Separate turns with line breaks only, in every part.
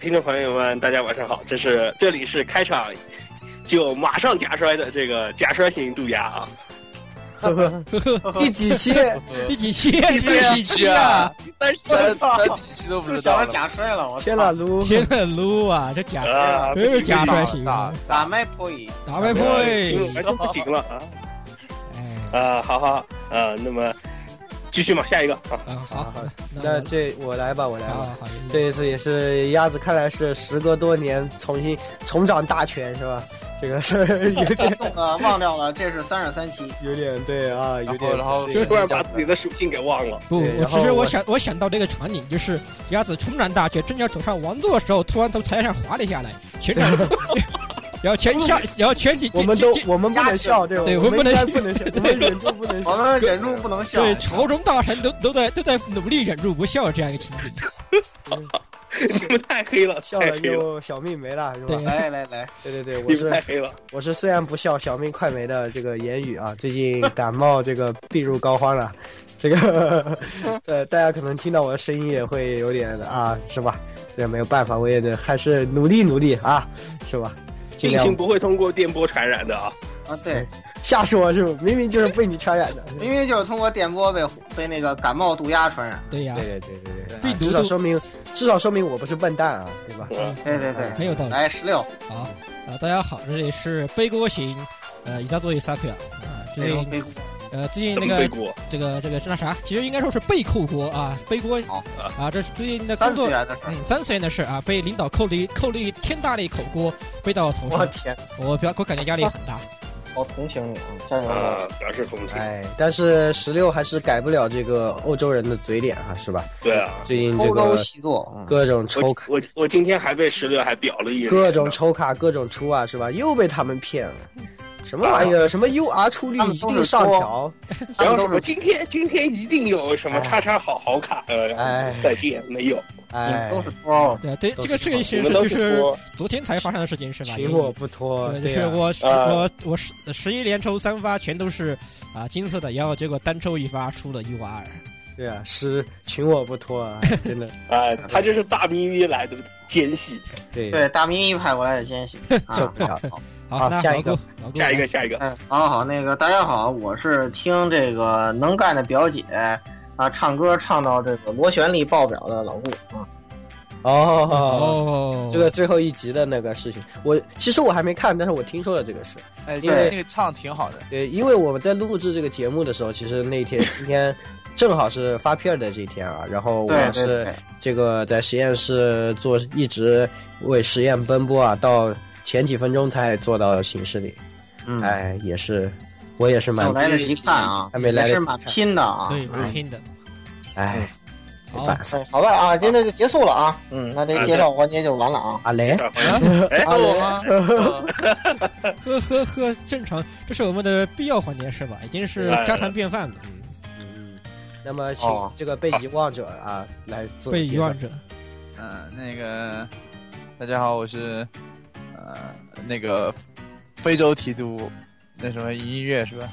听众朋友们，大家晚上好，这是这里是开场就马上假摔的这个假摔型杜鸦啊，
呵呵，
第 几期？
第几期？
第 三
第
十期
几期
啊
啊？
但是
咱咱几期都不知
想
道
到
了。
假摔了，我
天
操
哪，！撸！
天的撸啊，这假
呃
啊
真是假摔型，啊
打
打麦破译，
打败
对，
会。
完全不行了啊
哎，
啊，好好啊，那么继续嘛，下一个 啊，
啊好，
那
那
这我来吧，我来吧。
啊好，
这一次也是鸭子，看来是时隔多年重新重掌大权是吧？这个 是有点
呃，忘掉了，这是三十三期。
有点对啊，有
然后
点
然后
这
就
个
突然把自己的属性给忘 了，
不，
对
我
然
其实
后
我
我
想我想到这个场景，就是鸭子冲然大学，正要走上王座的时候，突然从台上滑了下来，全场， 然后全下，然后全体
我
进
们都
进进，
我们不能笑，对吧？
对
我
我
们
们不能
应该不能笑，我们忍住不能
我
笑。
们忍住不能笑，
对朝中大臣都都在都在努力忍住不笑这样一个情景。
你们太黑了，
笑
太
哎
了
黑了，
就小命没了，是吧哎
对？
来来来，
对对对，我
你们
是
太黑了，
我是虽然不笑，小命快没的这个言语啊，最近感冒这个病入膏肓了，这个呃大家可能听到我的声音也会有点啊，是吧？这没有办法，我也得还是努力努力啊，是吧？尽
病
量
情不会通过电波传染的啊，
啊对，
瞎说是不？明明就是被你传染的。
明明就是通过电波被被那个感冒毒鸦传染。
对呀
对，对对对对，
病毒
至少
都
说明至少说明我不是笨蛋啊，对吧？
嗯
对对对，
很有道理。
哎
来十六，
好啊、大家好，这里是背锅型，呃，伊扎佐伊萨克啊，
哎
最
背锅
近
背锅，
呃最近
这
那
么背
个
锅，
这个这个是那啥，其实应该说是被扣锅啊，背锅
好
啊，这是最近的工
三次
作，
元的事儿。
嗯，三次元的事啊，被领导扣了一扣了一天大的一口锅，背到我头
我
上，
天，
我比较我感觉压力很大，
好同情你啊，加油！
啊，表示同情，
哎，但是十六还是改不了这个欧洲人的嘴脸啊，是吧？
对啊，
最近这
欧洲
个
习作，
各种抽
我
卡。
我我今天还被石榴还表了一人
各种抽卡，各种出啊，是吧？又被他们骗了，什么玩意儿？什么 UR 出率一定上调？
他
然
们
后
都
什么
是
今天今天一定有什么叉叉好好卡，呃，然
哎
后再见没有，
哎
都，是托，
对对，
都
这
是
我
个事情其实
们都
就是是
说
昨天才发生的事情是吧？
群我不脱，
对，就
哦对啊
是
呀、
我、
呃
我我十十一连抽三发全都是啊、金色的，然后结果单抽一发输了 U R，
对呀、是群我不脱啊，真的，
哎，他就是大咪咪来的奸细。
对，
对大咪咪派过来的奸细， 啊
受不了。
好，
好
那
下
老
一个
顾，老顾
下一
来
个，下一个，
哎，好好，那个大家好，我是听这个能干的表姐啊唱歌唱到这个螺旋力爆表的老顾啊，
哦。
哦，
这个最后一集的那个事情，我其实我还没看，但是我听说了这个事。
哎，
因为
那个唱挺好的，
对，因为我们在录制这个节目的时候，其实那天今天正好是发片的这一天啊，然后
对
我
对
是
对，
这个在实验室做，一直为实验奔波啊，到前几分钟才做到寝室里。
嗯，
哎，也是，我也是
没
蛮
有来得及看啊，
还没来得及
也
看
是蛮拼的啊，
对，蛮
哎
拼的。
哎，没
好，
办法
哎，好吧啊，今天就结束了啊，嗯，那这个介绍环节就完了啊，
啊嘞，
哎，
啊我吗？
呵呵呵，正常，这是我们的必要环节是吧？已经是
哎
家常便饭了。嗯
那么请
哦
这个被遗忘者啊来自我
被
介
遗
绍
忘者，
呃
嗯，那个大家好，我是呃那个非洲提督。那什么音乐是吧？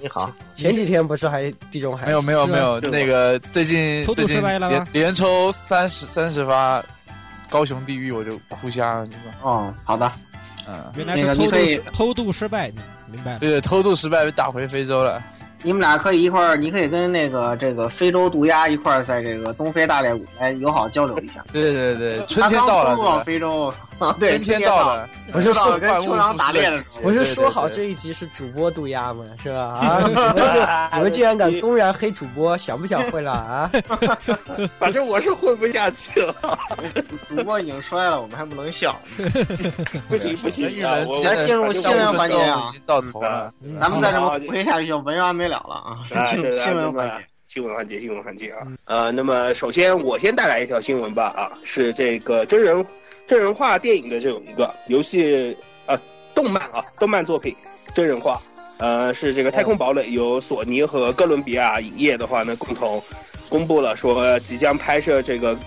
你好，
前几天不是还地中海
没有没有
是啊
没有，
是我
那个最近
偷渡
最近
失败了吗
连连抽三十三十发，高雄地狱我就哭瞎了，你知道吗？
哦，好的，
嗯，
原来
那
是
个
偷
你
渡
可以
失偷渡失败，明白了。
对，偷渡失败被打回非洲了。
你们俩可以一块儿，你可以跟那个这个非洲毒鸦一块儿在这个东非大裂谷来友好交流一下，
对对对，春天到
他刚收到
了，
非 洲，
对吧
对，
春天
到
到，了，
不是
到
说
了跟秋郎打猎的时候。
不是说
对对
好
对
这一集是主播渡鸦吗？是吧？啊，你 们
哎
就你们竟然敢公然黑主播，想不想混了啊？
反正我是混不下去了，
主播已经摔了，我们还不能笑。
不行不行
玉
啊！
人
我
进
来进入新闻环节啊
已经到头了。
嗯咱们再这么回下去就没完没了了啊！
哎
进入
对对
新闻环
对
节，
新闻环节，新闻环节啊，呃，那么首先我先带来一条新闻吧啊，是这个真人真人化电影的这种一个游戏呃动漫啊动漫作品真人化，呃是这个《太空堡垒》由索尼和哥伦比亚影业的话呢共同公布了说即将拍摄这个《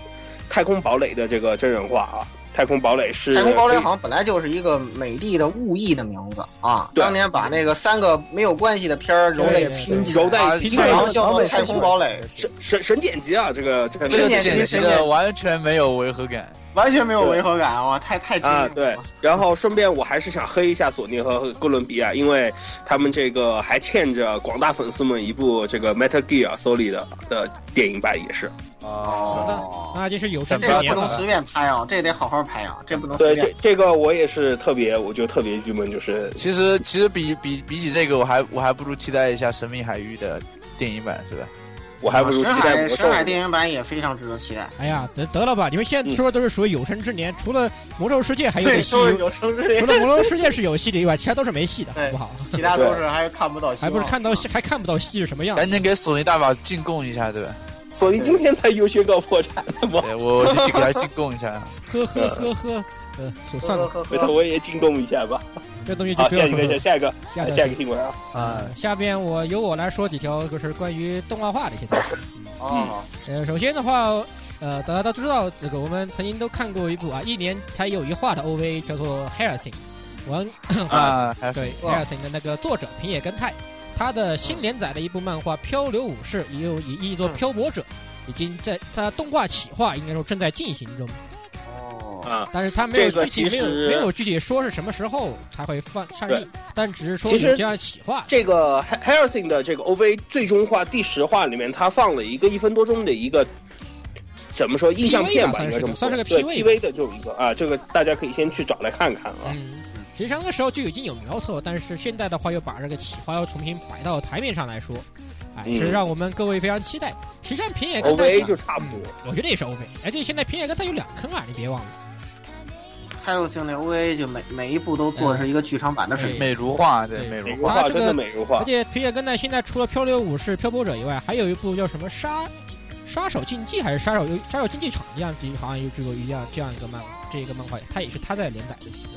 太空堡垒》的这个真人化啊，《太空堡垒》是
太空堡垒好像本来就是一个美帝的物议的名字啊，
对
当年把那个三个没有关系的片儿揉在一起，
拼
揉在
啊
一起，
这
然后
个
叫做太空堡垒。
神神神剪辑啊，这个这个
这个
今年
剪
今
辑
年
的完全没有违和感，
完全没有违和感，哇，太太
啊，
惊
对
艳了。，
然后顺便我还是想黑一下索尼和哥伦比亚，因为他们这个还欠着广大粉丝们一部这个 Metal Gear Solid 的的电影版也是。
哦，
那就是有生之
这个
年
不能
了
随。便拍啊，这得好好拍啊，这不能随
对，这
便。
这个我也是特别，我就特别郁闷，就是
其实其实比比比起这个，我还我还不如期待一下《神秘海域》的电影版，是吧？
我还不如
深
期待
海
魔兽
深。海电影版也非常值得期待，
哎呀，得得了吧！你们现在说的都是属于有生之年，除了魔兽世界还有
对
点，戏
都是
有，
有生之年
除，了魔兽世界是有戏的以外， 其他都是没戏的，
对
好不好？
其他都是还是哎看不到希
还
望，啊
不是看到戏，还看不到戏是什么样
赶紧给索尼大法进贡一下，对吧？
索尼今天才优宣告破 产，我
对我我就去给他进贡 一下。
呵呵呵呵，呃，算
呵
了，
呵
回头
呵。
我也进攻一下吧。
这东西就
好，
不
下
要
一个，
说了。
下一个，
下
下
一
一个新闻啊。
啊，
下边我由我来说几条，就是关于动画化的一些东西。
哦，
呃，首先的话，呃，大家都知道，这个我们曾经都看过一部啊，一年才有一话的 OV，叫做《Harrison》，完
啊，还
对，
哦
哇
艾尔森的那个作者平野根太，他
嗯
的新连载的一部漫画《漂流武士》，也有也译作《漂泊者》，已经在他动画企划应该说正在进行中，
哦，
啊，
但是他没有
这个
具体没
其
有
实
没有具体说是什么时候才会放上
对
映，但只是说
其实
有这样的企划。
这个 Harrison 的这个 OV 最终话第十话里面，他放了一个一分多钟的一个怎么说印象片吧，应该这么说
算是个
对
PV
PV 的这种一个啊，这个大家可以先去找来看看啊。
嗯，其实上那时候就已经有苗头，但是现在的话又把这个企划又重新摆到台面上来说，哎，
嗯
是让我们各位非常期待。实际上平野根太
OVA
是
就差不多，
我觉得也是 OV，而且哎现在平野根太有两坑啊，你别忘了。
开路星的 OVA 就每每一部都做是一个剧场版的水平。
美如画，对
对
美如
美
画。
如画
它啊这个
真的美如
而
画，
且平野根奈现在除了《漂流武士》《漂泊者》以外，还有一部叫什么《杀杀手竞技》还是《杀手游杀手竞技场》一样，好像有这个一样这样一个漫这一个漫画，它也是他在连载的系列。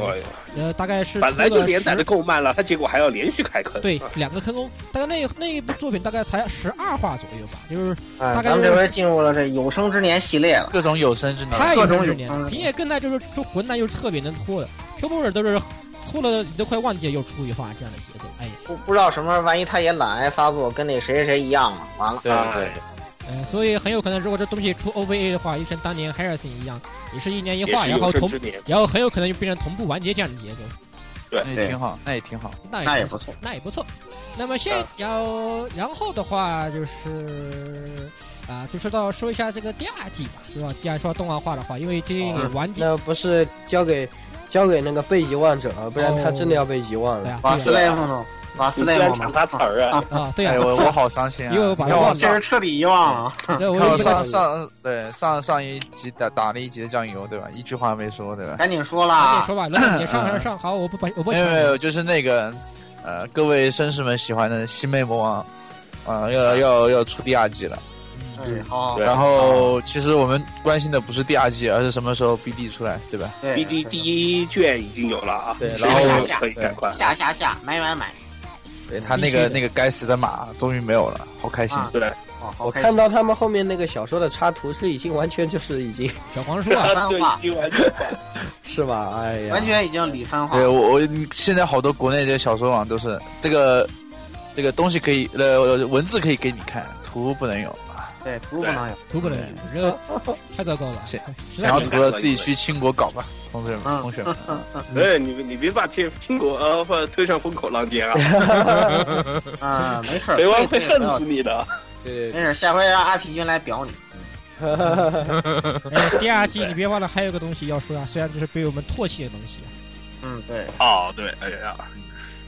哇
呃，呃，大概是
哎本来
出
就
了
连载
10
的够慢了，他结果还要连续开坑。
对
啊
两个坑哦，大概那那一部作品大概才十二话左右吧，就是
哎
大概
咱们
就是
这回进入了这有生之年系列了。
各种有生之年，
太
各
啊有
种
生之
有
年
坑
了。
了
平野根奈就是说混蛋又是特别能拖的，《漂泊者》都是拖了你都快忘记了又出一话这样的节奏，哎呀。
不不知道什么时候，万一他也懒癌发作，跟那谁谁谁一样了，完了。
对
哎
对，
呃，所以很有可能，如果这东西出 OVA 的话，就像当年 Harrison 一样，也是一年一
也
画，
是
然后
有生
同
之，年，
然后很有可能就变成同步完结这样的节奏，
那
对
也挺好，那也挺好。
那
那也
不
不错，
那也不错。那么现然后然后的话就是啊，就说到说一下这个第二季吧，对吧？既然说到动画化的话，因为这个
嗯
完结，
那不是交给交给那个被遗忘者，不然他真的要被遗忘
对
了。
啊，
瓦斯
对
雷姆诺，瓦斯
你
雷哎
居
姆
然
哎
诺
抢他词儿啊！
啊，对
哎，我
啊，
我好伤心啊！
因为我把
你看我
这
上
是彻底遗忘了。
对，哎我
看我
有
上上对上上一集打打了一集的酱油，对吧？一句话没说，对吧？
赶紧说
赶紧
啦，
说吧，轮到你上上上好，我不把我不
没有
抢
没
你，
有，就是那个呃，各位绅士们喜欢的西妹魔王，啊、要要要出第二季了。
哎，好好
对
然后其实我们关心的不是第二季，而是什么时候 BD 出来，对吧？
对
B D 第一卷已经有了啊，
对
是吧
然后
可以赶快。
下下下，买买买，
对哎他那个
BD
那个该死的马终于没有了，好开心。
啊
对，
哦，好
我
开
看
心。
到他们后面那个小说的插图是已经 完全就是已经
小黄书 啊，
对，已经完全
是吧？哎呀，
完全已经理番化
对，我我现在好多国内的小说网都是这个这个东西可以呃文字可以给你看，图不能有。啊
对，图不能有。
图不能，这个太糟糕了，哎
是
实在
想要
没
图的自己去清国搞吧，同志们
嗯
同学们。
哎，你你别把清清国呃不推上风口浪尖啊，
嗯，没事儿，
北王会
这个
恨
不要
死你的。
对对
没事儿，下回让阿皮君来表你。
哎，第二季你别忘了还有个东西要说啊，虽然这是被我们唾弃的东西啊，
嗯，对，
哦，对，哎呀，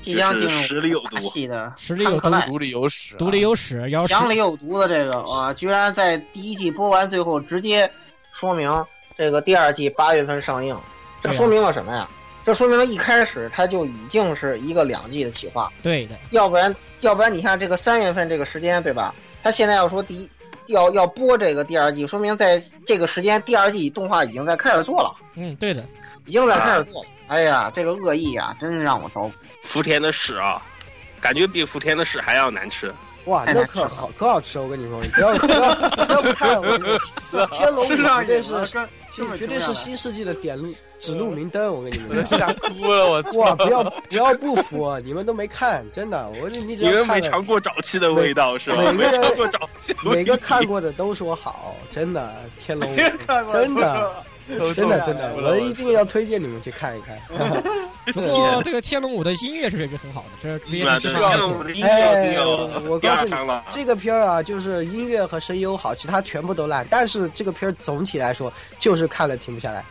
即将进
这是实力有
入
毒
大戏的
实力有
看
毒
可，耐
毒里有屎、啊，
毒里有屎，要是
讲里有毒的这个啊，居然在第一季播完最后直接说明这个第二季八月份上映，这
对啊
说明了什么呀？这说明了一开始它就已经是一个两季的企划，
对的，
要不然要不然你看这个三月份这个时间对吧？他现在要说第一要要播这个第二季，说明在这个时间第二季动画已经在开始做了，
嗯，对的，
已经在开始做了。哎呀，这个恶意啊，真是让我糟。
福田的屎啊，感觉比福田的屎还要难吃。
哇，
太
那
难吃
可
了
好可好吃了！我跟你说，你不要不要不要看我，天龙
吃
五
上
绝对
瘾
是
啊
了，根根
这
本
绝
停
对
不下
是
来
新世纪的点路指路明灯，我跟你
我
们
都
讲。
吓哭了，我
哇，
操！
不要不要不服，啊你们都没看，真的，我你只
你
要
们
看
没
了
尝，过沼气的味道是 吧？
每
没
个
尝过沼气的
每
味道，
个看过的都说好，真的，天龙五
没
绝
看过，
真的。
的。
都
真
中
的
毒
真的，
了
我一定要推荐你们去看一看。
不过哦这个天龙五的音乐是确实很好的，这直接
啊，
是
对，
是
上
吧
来
天
就
龙的音
哎
乐
我我
第
告诉
二
你
场了，
这个片儿啊，就是音乐和声优好，其他全部都烂。但是这个片儿总体来说，就是看了停不下来，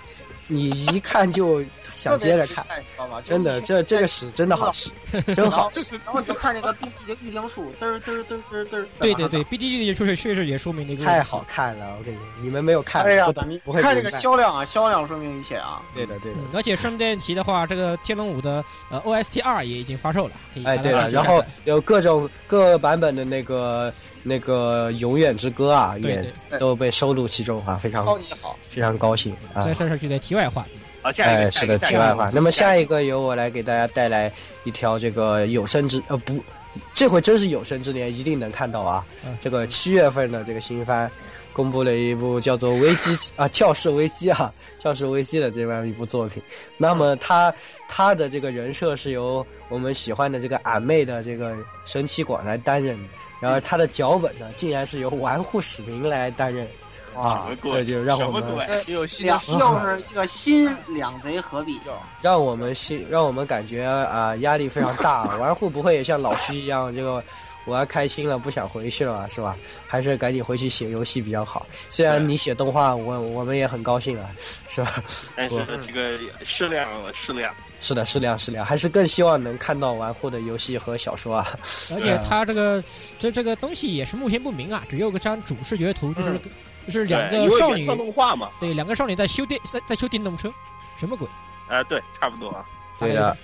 你一看就想接着看。，
知道吗？
真的，这这个屎真的好吃，真 好吃。
然后你就看那个 B G 的玉灵术，嘚儿嘚儿嘚儿嘚儿嘚儿。
对对对，B D G 确实确实也说明了一个
太好看了，我跟你，说，你们没有看，
哎呀
不，
咱们
不会
看这
明
个
白
销量啊，销量说明一切啊。
对的对的。
嗯，而且顺带提的话，这个《天龙五》的呃 OST 二也已经发售了，可以
嗯
哎，对
了，
了，然后有各种各个版本的那个那个《永远之歌》啊，
对
也
对，
都被收录其中啊，非常
超级好，
非常高兴啊
这。算是这个题外话。
好，下一
哎，
个，
是
下一个，
的，
下一
题
个
外话。那么下一个由我来给大家带来一条这个有生之呃不，这回真是有生之年一定能看到啊
嗯！
这个七月份的这个新番，公布了一部叫做《危机》啊，《教室危机》啊，《教室危机》的这样一部作品。那么他他的这个人设是由我们喜欢的这个俺妹的这个神崎广来担任的，然后他的脚本呢，竟然是由丸户史明来担任。哇
什么，鬼
啊这就让
什
我
么
们
哎
鬼？
有新的
两又是呃一个新两贼合璧，
让我们心让我们感觉啊、压力非常大。 玩户不会也像老徐一样，这个我要开心了，不想回去了，是吧？还是赶紧回去写游戏比较好。虽然你写动画，我我们也很高兴啊，是吧？
但哎是这个适量啊，适量。
是的，适量适量，还是更希望能看到玩户的游戏和小说啊。
而且它这个这这个东西也是目前不明啊，只有个张主视觉图，就是就是两
嗯对
个
因为
少
原
女
创动画嘛，
对两个少女在修电在在修电动车，什么鬼？
啊，对，差不多啊。
对的，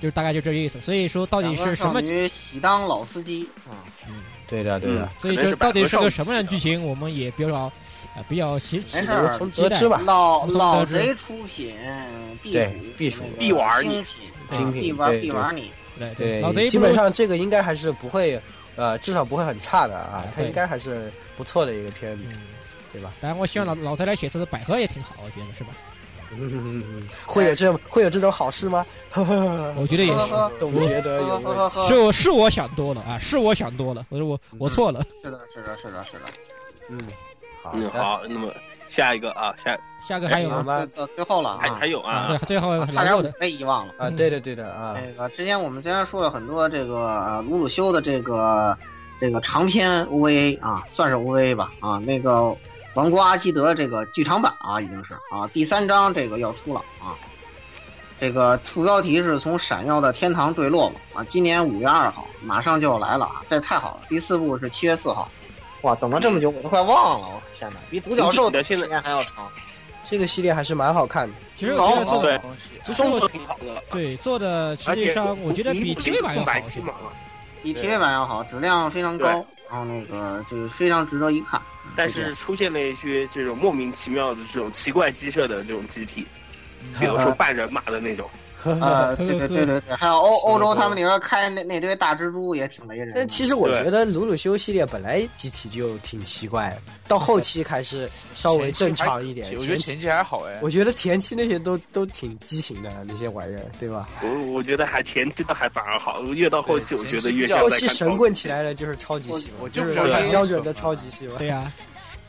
就是大概就这意思。所以说到底
两
是
个
什
少
么？
女喜当老司机啊，
对的对的，
所以
可能
这
是
到底是
百合
个
少
什么样的剧情，我们也比较呃比较其实
没事
我
儿
们从得知嗯吧。
老
嗯
老贼出品，必
对
属
必属
那个
必玩儿你
精品，
精品
必玩儿
对
必玩儿你。
对
对
老贼，
基本上这个应该还是不会，呃，至少不会很差的啊
哎，
它
对
应该还是不错的一个片子，
嗯，
对吧？
当然我希望老老贼来写字的百合也挺好，我觉得是吧？
嗯嗯嗯嗯会有这会有这种好事吗？
我觉得也
呵
是。
呵
总觉得有
呵
问
呵
题
呵。呵，
是我是我想多了啊，是我想多了，我说我
嗯
我错了。
是的，是的，是的，是的。
嗯，好啊
嗯，
的，
好，那么下一个啊，下
下个还有
好吧
吗？
到，到最后了
还
哎啊
还，有
啊，
啊
对，，最后
差
来
点
过
我
的，
被遗忘了。
啊，对的对的啊，
那个之前我们虽然说了很多这个呃鲁鲁修的这个这个长篇 OVA 啊，算是 OVA 吧啊，那个《王国阿基德》这个剧场版啊，已经是啊第三章这个要出了啊。这个副标题是从闪耀的天堂坠落嘛啊，今年五月二号马上就要来了啊，这太好了！第四部是七月四号，哇，等了这么久我都快忘了，我天哪，比独角兽
你的现在
时间还要长。
这个系列还是蛮好看的。
其实我觉得
好
做
对
的
东西，啊
其实
动作
我
挺好的，
对做的实
而
际
且
上我觉得比 TV 版要好
白
一
起
些。
嘛，
比
对
TV 版要好，质量非常高
对，
然后那个就是非常值得一看。嗯
但是出现了一些这种莫名其妙的这种奇怪机设的这种机体，
嗯
比如说半人马的那种，
呃，对对对对对，还有欧
是的
欧洲他们里边开那那堆大蜘蛛也挺雷人的。
但其实我觉得鲁鲁修系列本来机体就挺奇怪的，到后期开始稍微正常一点。
我觉得前期还好哎，
我觉得前期那些都都挺畸形的那些玩意儿，对吧？
我我觉得还前期的还反而好，越到后期我觉得越像
对
后
在
期
看
神棍起来了就是超级喜
我
欢，
就是 不
看
标准的超级喜欢。
对呀，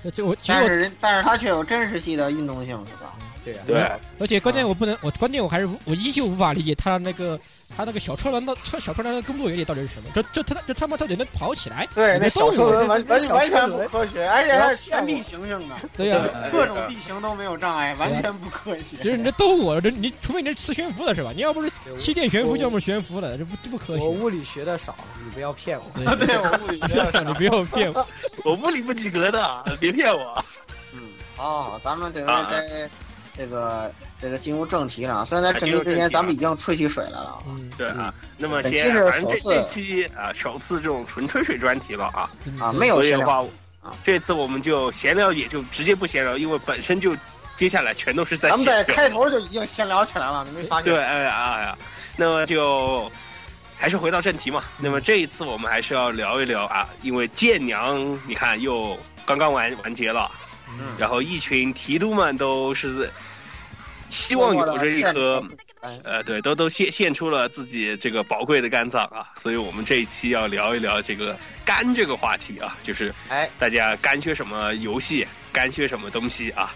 那就我其实
但
我
是人，但是它却有真实系的运动性，是吧？
对啊，
对，
而且关键我不能我关键我还是无我依旧无法理解他那个他那个小车轮的车小车轮的工作原理到底是什么？这这他这他妈到底能跑起来？
对
那小车
轮完完完全不
科学，
而且
它
它
是
是
全
全
地
地形性的，
对呀，
哎
各种地形都没有障碍，完全不科
就
学。
是你这逗我，这你除非你是磁悬浮的是吧？你要不是气垫悬浮，要么悬浮的，这不这不科
我
学。
物理学的少，你不要骗我。
对，
对，我物理学的。
你不要骗我。
我不理不及格的，别骗我。
嗯，好，好，咱们这个
啊
该这个这个进入正题了啊。虽然在正
进
题
入
之
正
前
题啊
咱们已经吹起水来了啊，
嗯，
对啊，那么
本期
先
是
反正这
首次
这期啊首次这种纯吹水专题了啊，
嗯
啊，没有啊
所以
闲
的
聊，
话，这次我们就闲聊也就直接不闲聊，因为本身就接下来全都是在
咱们在啊
闲聊
开头就已经闲聊起来了，你没发现？
哎对，哎呀哎呀，那么就还是回到正题嘛。
嗯
那么这一次我们还是要聊一聊啊，因为剑娘你看又刚刚完完结了，
嗯
然后一群提督们都是希望有着一颗
哎
呃，对，都都献献出了自己这个宝贵的肝脏啊，所以我们这一期要聊一聊这个肝这个话题啊，就是
哎，
大家肝缺什么游戏，肝缺什么东西啊，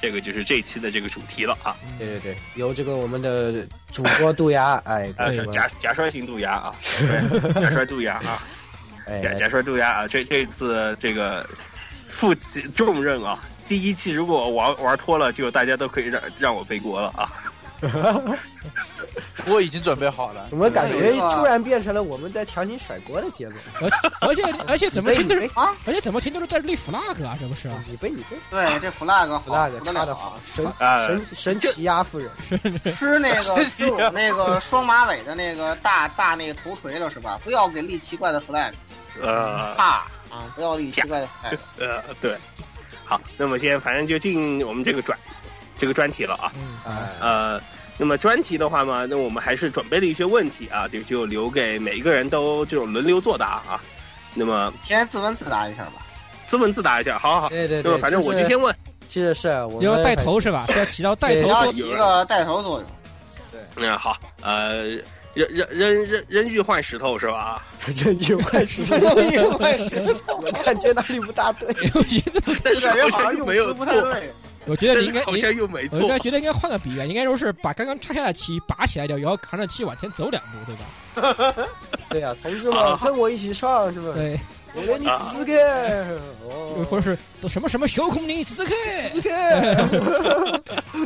这个就是这一期的这个主题了啊，
对对对，由这个我们的主播杜鸦，哎，
啊，
对吧
甲甲酸型杜鸦啊，对，甲酸杜鸦啊，
哎，
甲
来
甲酸杜鸦啊，这这次这个负起重任啊，第一期如果我玩玩脱了，就大家都可以让让我背锅了啊，
我已经准备好了。
怎么感
这
觉
个
对啊
突然变成了我们在强行甩锅的节奏？
而且而且怎么听都是
你背，
啊，
而且怎么听都是在立 flag 啊，这不是？
你背你背
对，这 flag 好
flag
不
插
得了
的
啊
好，神
啊
神神奇压夫人，
吃 那个吃
啊
我们那个双马尾的那个大大那个头锤了是吧？不要给立奇怪的 flag，
呃，
怕啊，不要立奇怪的 flag。
呃，对，好，那么先反正就进我们这个专这个专题了啊。
嗯，
哎，
呃，那么专题的话嘛，那我们还是准备了一些问题啊，就就留给每一个人都这种轮流作答啊。那么
先自问自答一下吧。
自问自答一下，好好好。
对对
那
对
么，反正我
是
就先问，
记得是啊我们
你要 带头是吧？要起到带
你
头
要
作
起
用。
一个带头作用，
嗯，好，呃，扔扔扔扔扔玉换石头是吧？啊
人有坏事， 我感觉哪里不大对。
我觉得
但是好
好像
像又
用
没有错
词不，太 对。
我觉
但
得你应
是
该，
好
你
像又没
我应该
错。
觉得应该换个比喻，应该说是把刚刚拆下的旗拔起来掉，然后扛着旗往前走两步，对吧？
对呀，同志们，跟我一起上是吧？
对，
我给你指指看，
或者
哦，
是都什么什么小孔林此刻，
指看。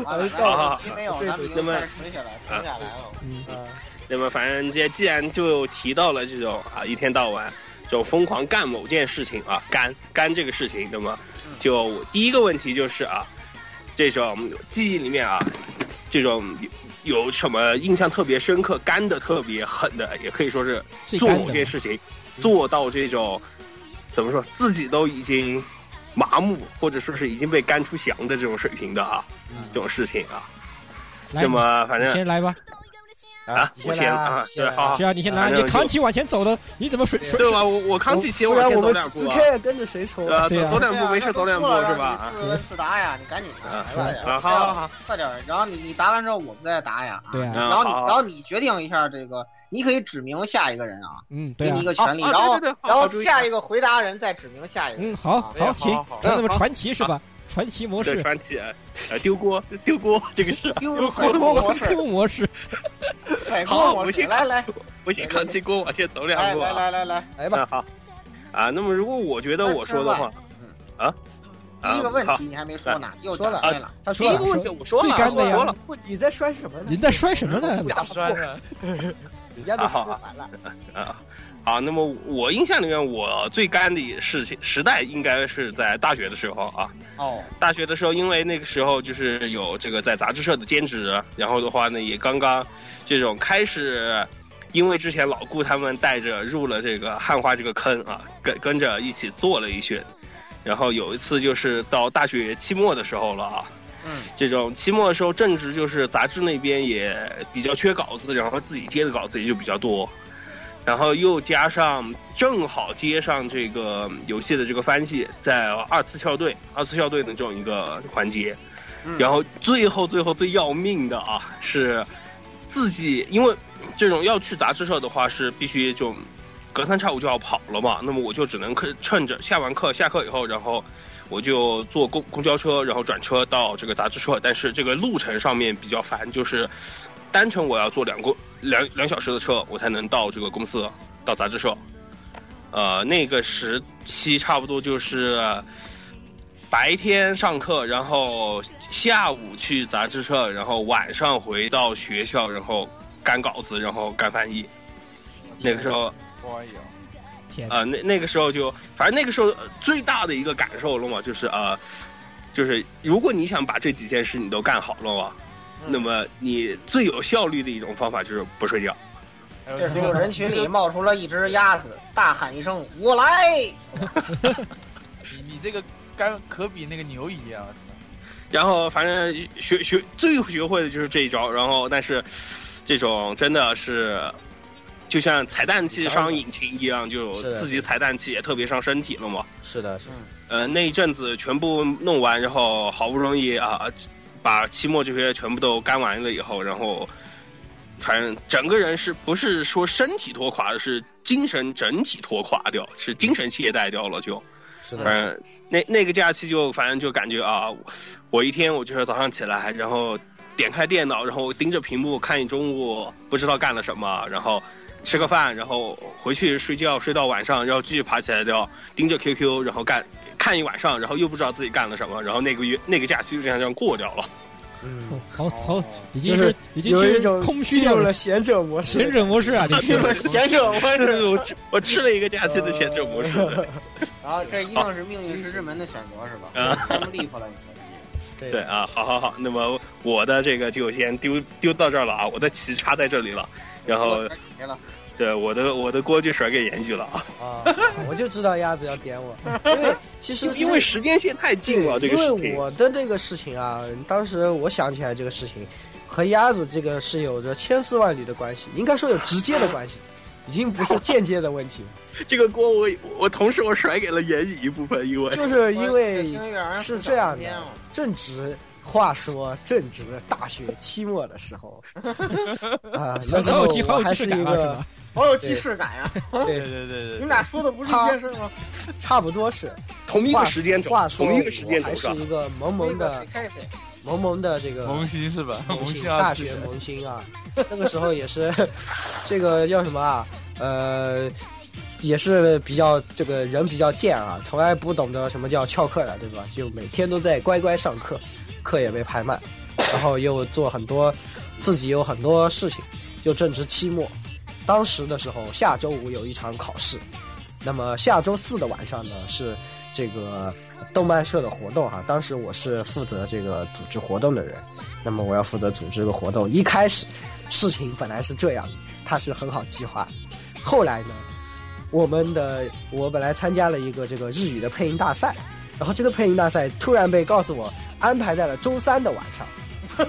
完了，
好好好
咱们没有，咱们已经开始垂下来，
啊
垂下来了。
嗯，
啊
那么反正这既然就提到了这种啊，一天到晚这种疯狂干某件事情啊，干干这个事情，那么就我第一个问题就是啊，这种记忆里面啊，这种有有什么印象特别深刻、干的特别狠的，也可以说是
最
做
干
某
的
件。事情做到这种怎么说，自己都已经麻木，或者说是已经被干出翔的这种水平的啊，这种事情啊。
来
那，么反
你
正
先来吧，
啊，
你
我
先
先
来
啊
啊，，
对，好好
只。要你先
啊
来，
那
你
就
扛旗往前走的，你怎么水水
对吧？我我扛起旗，
不
往
然
前
我
走
们
两
指
步啊，
看跟着谁抽
对啊，
对
走
啊
走两
对
步
啊
没事，走两步
那
是
说了
吧？
让你自问自答呀，你赶紧
啊
的，来吧，
啊，好好好，
快点儿。然后你你答完之后，我们再答呀。啊
对啊
嗯
然后你
好好
然后你决定一下这个，你可以指明下一个人啊，
嗯，对
给
啊
你一，个权利。
啊啊
然后
对对对好
然后
好注意
下一个回答人再指明下一个人。
嗯，好
啊
好
哎
行
好，好
那
嗯
么
好
传奇是吧？传奇模
对，
式，
传奇，呃，丢锅丢锅，这个是
丢
丢
甩
锅
锅
锅，
模式，
锅模式，
甩
好
锅模
不
式，
行
来来
我先扛起锅往前走
来
两步
来
啊，
来来来，
来吧
嗯，好，啊，那么如果我觉得我说的话，啊啊
嗯第一个问
好，
题你还没说呢，又
说了
答对了，
他
第
说
一
了
个，问题我说了，我
最干的呀啊
说了，
不，你在摔什么呢
你？在摔什么呢？
假 摔了，
人家都说完 了，
啊。啊，那么我印象里面，我最干的事情时代应该是在大学的时候啊。
哦，
大学的时候，因为那个时候就是有这个在杂志社的兼职，然后的话呢，也刚刚这种开始，因为之前老顾他们带着入了这个汉化这个坑啊，跟跟着一起做了一圈。然后有一次就是到大学期末的时候了啊，
嗯，
这种期末的时候正值就是杂志那边也比较缺稿子，然后自己接的稿子也就比较多，然后又加上嗯正好接上这个游戏的这个番系，在二次校对、二次校对的这种一个环节，
嗯
然后最后最后最要命的啊是自己，因为这种要去杂志社的话是必须就隔三差五就要跑了嘛，那么我就只能趁趁着下完课下课以后，然后我就坐公公交车，然后转车到这个杂志社，但是这个路程上面比较烦，就是单程我要坐两个两两小时的车，我才能到这个公司，到杂志社。呃，那个时期差不多就是白天上课，然后下午去杂志社，然后晚上回到学校，然后干稿子，然后干翻译。那个时候
我有，
天
啊，那那个时候就，反正那个时候呃最大的一个感受了嘛，就是呃，就是如果你想把这几件事你都干好了嘛，那么你最有效率的一种方法就是不睡觉。
还有
这时
这
候
个
人群里冒出了一只鸭子，大喊一声“我来
你你这个干可比那个牛一样，
然后反正学学最学会的就是这一招，然后但是这种真的是就像彩蛋器伤引擎一样，就是
的
自己彩蛋器也特别伤身体了嘛。
是的，是的
呃，那一阵子全部弄完，然后好不容易啊，把期末这些全部都干完了以后，然后反正整个人是不是说身体拖垮，是精神整体拖垮掉，是精神懈怠掉了就。
是
反
的，
正那那个假期就反正就感觉啊，我我一天我就是早上起来，然后点开电脑，然后盯着屏幕看一中午，不知道干了什么，然后吃个饭，然后回去睡觉，睡到晚上，然后继续爬起来，然后盯着 QQ，然后干看一晚上，然后又不知道自己干了什么，然后那个月那个假期就这样这样过掉了。
嗯，
好好，已经
就是
已经
有一
是
种
空虚
进
掉
入
了
了贤者模式
贤者模式啊，这是
闲着我哦我吃我吃了一个假期的闲着模式，
然后这一定是命运石之门的选择是吧
啊
？Time leap 了，你说
对
对啊，好好好，那么我的这个就先丢丢到这儿了啊，我的旗插在这里了，然后。
没了，
对，我的我的锅就甩给延续了啊，
啊， 我就知道鸭子要点我，因 为其实
因为
这
因为时间线太近了，这个事
因为
情。
我的这个事情啊，当时我想起来这个事情，和鸭子这个是有着千丝万缕的关系，应该说有直接的关 系，已经不是间接的问题，
这个锅我我同时我甩给了言语一部分，因为
就是因
我
为
听园儿
是这样的
天啊
正值，话说正值大学期末的时 候，啊，那时
很
候
有机
我
很有
还
既视
一
感了，是
个
吧？
好有既视感呀！
对，
对对
你们俩说的不是一件事吗？
差不多是
同一个时间轴
话，说
同一个时间
我
轴
还是
上，
一个萌
所以
萌
说谁
的
开谁？
萌萌的这个
萌新是 吧？萌
萌
新
新
二
大
次
学
元
萌新啊， 那个时候也 是这个叫什么啊？呃，也是比较这个人比较贱啊，从来不懂得什么叫翘课的，对吧？就每天都在乖乖上课，课也没排 满，然后又做很多自己有很多事情，又正值期末，当时的时候下周五有一场考试，那么下周四的晚上呢是这个。动漫社的活动哈、啊当时我是负责这个组织活动的人，那么我要负责组织个活动。一开始，事情本来是这样，它是很好计划。后来呢，我们的我本来参加了一个这个日语的配音大赛，然后这个配音大赛突然被告诉我安排在了周三的晚上。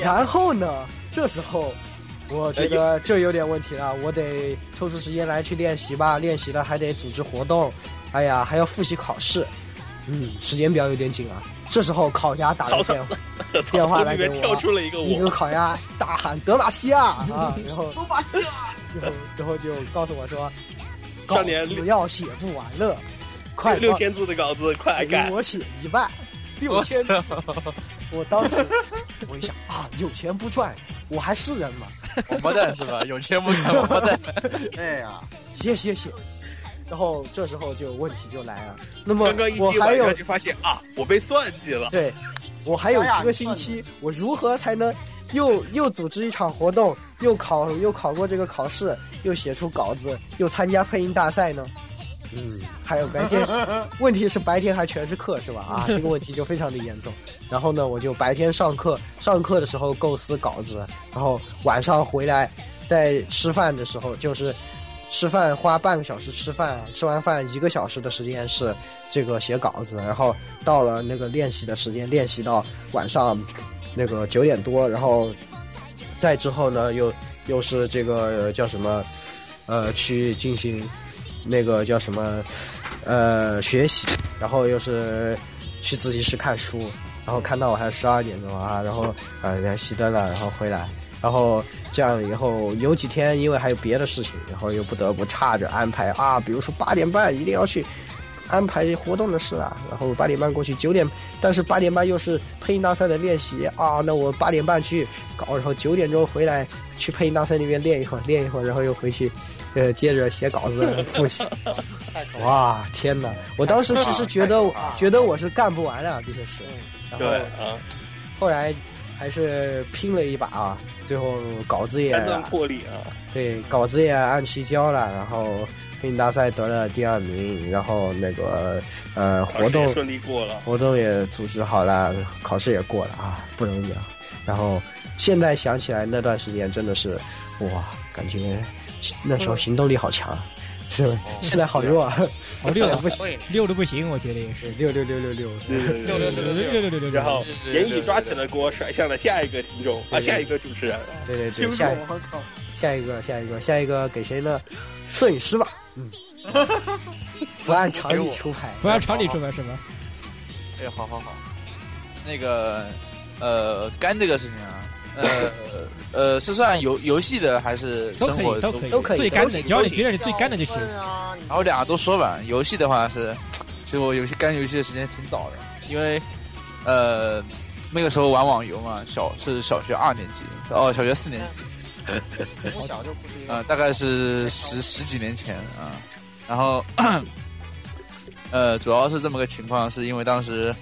然后呢，这时候我觉
哎
得这有点问题了，我得抽出时间来去练习吧。练习了还得组织活动，哎呀，还要复习考试，嗯，时间表有点紧啊。这时候烤鸭打了电话。电话来
里
给
面
我啊
跳出了一个
一
我
个，烤鸭大喊德玛西亚 啊，然后德玛西亚，然后然后就告诉我说，稿
少年
子要写不完了，快
六千字的稿子，快
给
改！
我写一半，六千字。我当时我一想啊，有钱不赚，我还是人吗？
王八蛋是吧？有钱不赚王八蛋，
哎呀，
写写写。然后这时候就问题就来了，那么
刚刚一
我
接
还
完，
有
然后就发现啊，我被算计了。
对，我还有一个星期，我如何才能又又组织一场活动，又考又考过这个考试，又写出稿子，又参加配音大赛呢？嗯，还有白天，问题是白天还全是课是吧？啊，这个问题就非常的严重。然后呢，我就白天上课，上课的时候构思稿子，然后晚上回来，在吃饭的时候就是。吃饭花半个小时吃饭，吃完饭一个小时的时间是这个写稿子，然后到了那个练习的时间，练习到晚上那个九点多，然后再之后呢，又又是这个、呃叫什么，呃，去进行那个叫什么，呃，学习，然后又是去自习室看书，然后看到我还十二点钟啊，然后呃，然后熄灯了，然后回来。然后这样以后有几天，因为还有别的事情，然后又不得不差着安排啊，比如说八点半一定要去安排活动的事啊，然后八点半过去，九点，但是八点半又是配音大赛的练习啊，那我八点半去搞，然后九点钟回来去配音大赛那边练一会儿，练一会儿，然后又回去，呃，接着写稿子复习。哇，天哪！我当时其实觉得我觉得我是干不完啊这些事，然
对
后
啊，
后来还是拼了一把啊，最后稿子也
三段魄力啊，
对，稿子也按期交了，然后配音大赛得了第二名，然后那个呃
考试
活动
也顺利过了。
活动也组织好了，考试也过了啊，不容易啊。然后现在想起来那段时间真的是，哇，感觉那时候行动力好强啊，是吧？现在好弱啊，
我六
不行，
会的，
六的不行，我觉得也是。
六六六六六，
对对对对
六六
对
六六六六六
然后
对对
言语哦抓起了锅，甩向了下一个听众啊，下一个主持人。
对对对，
听
下
众
一，
我靠，
啊
下一个下一个下一个给谁呢？摄影师吧，嗯，不按常理出牌，
不要常理出牌是吧？
哎，好好好，那个呃，肝这个事情啊，呃呃，是算游游戏的还是
都
生
可
活
以，都可以，
都可以
最干
都
的，
行
只要你
都行
觉
哎
得是最干的就行。
啊，
然后两个都说吧，游戏的话是，其实我游戏干游戏的时间挺早的，因为呃那个时候玩网游嘛，小是小学二年级，哦小学四年级，
你从小就不是一
呃
个
大概是十十几年前啊、然后呃主要是这么个情况，是因为当时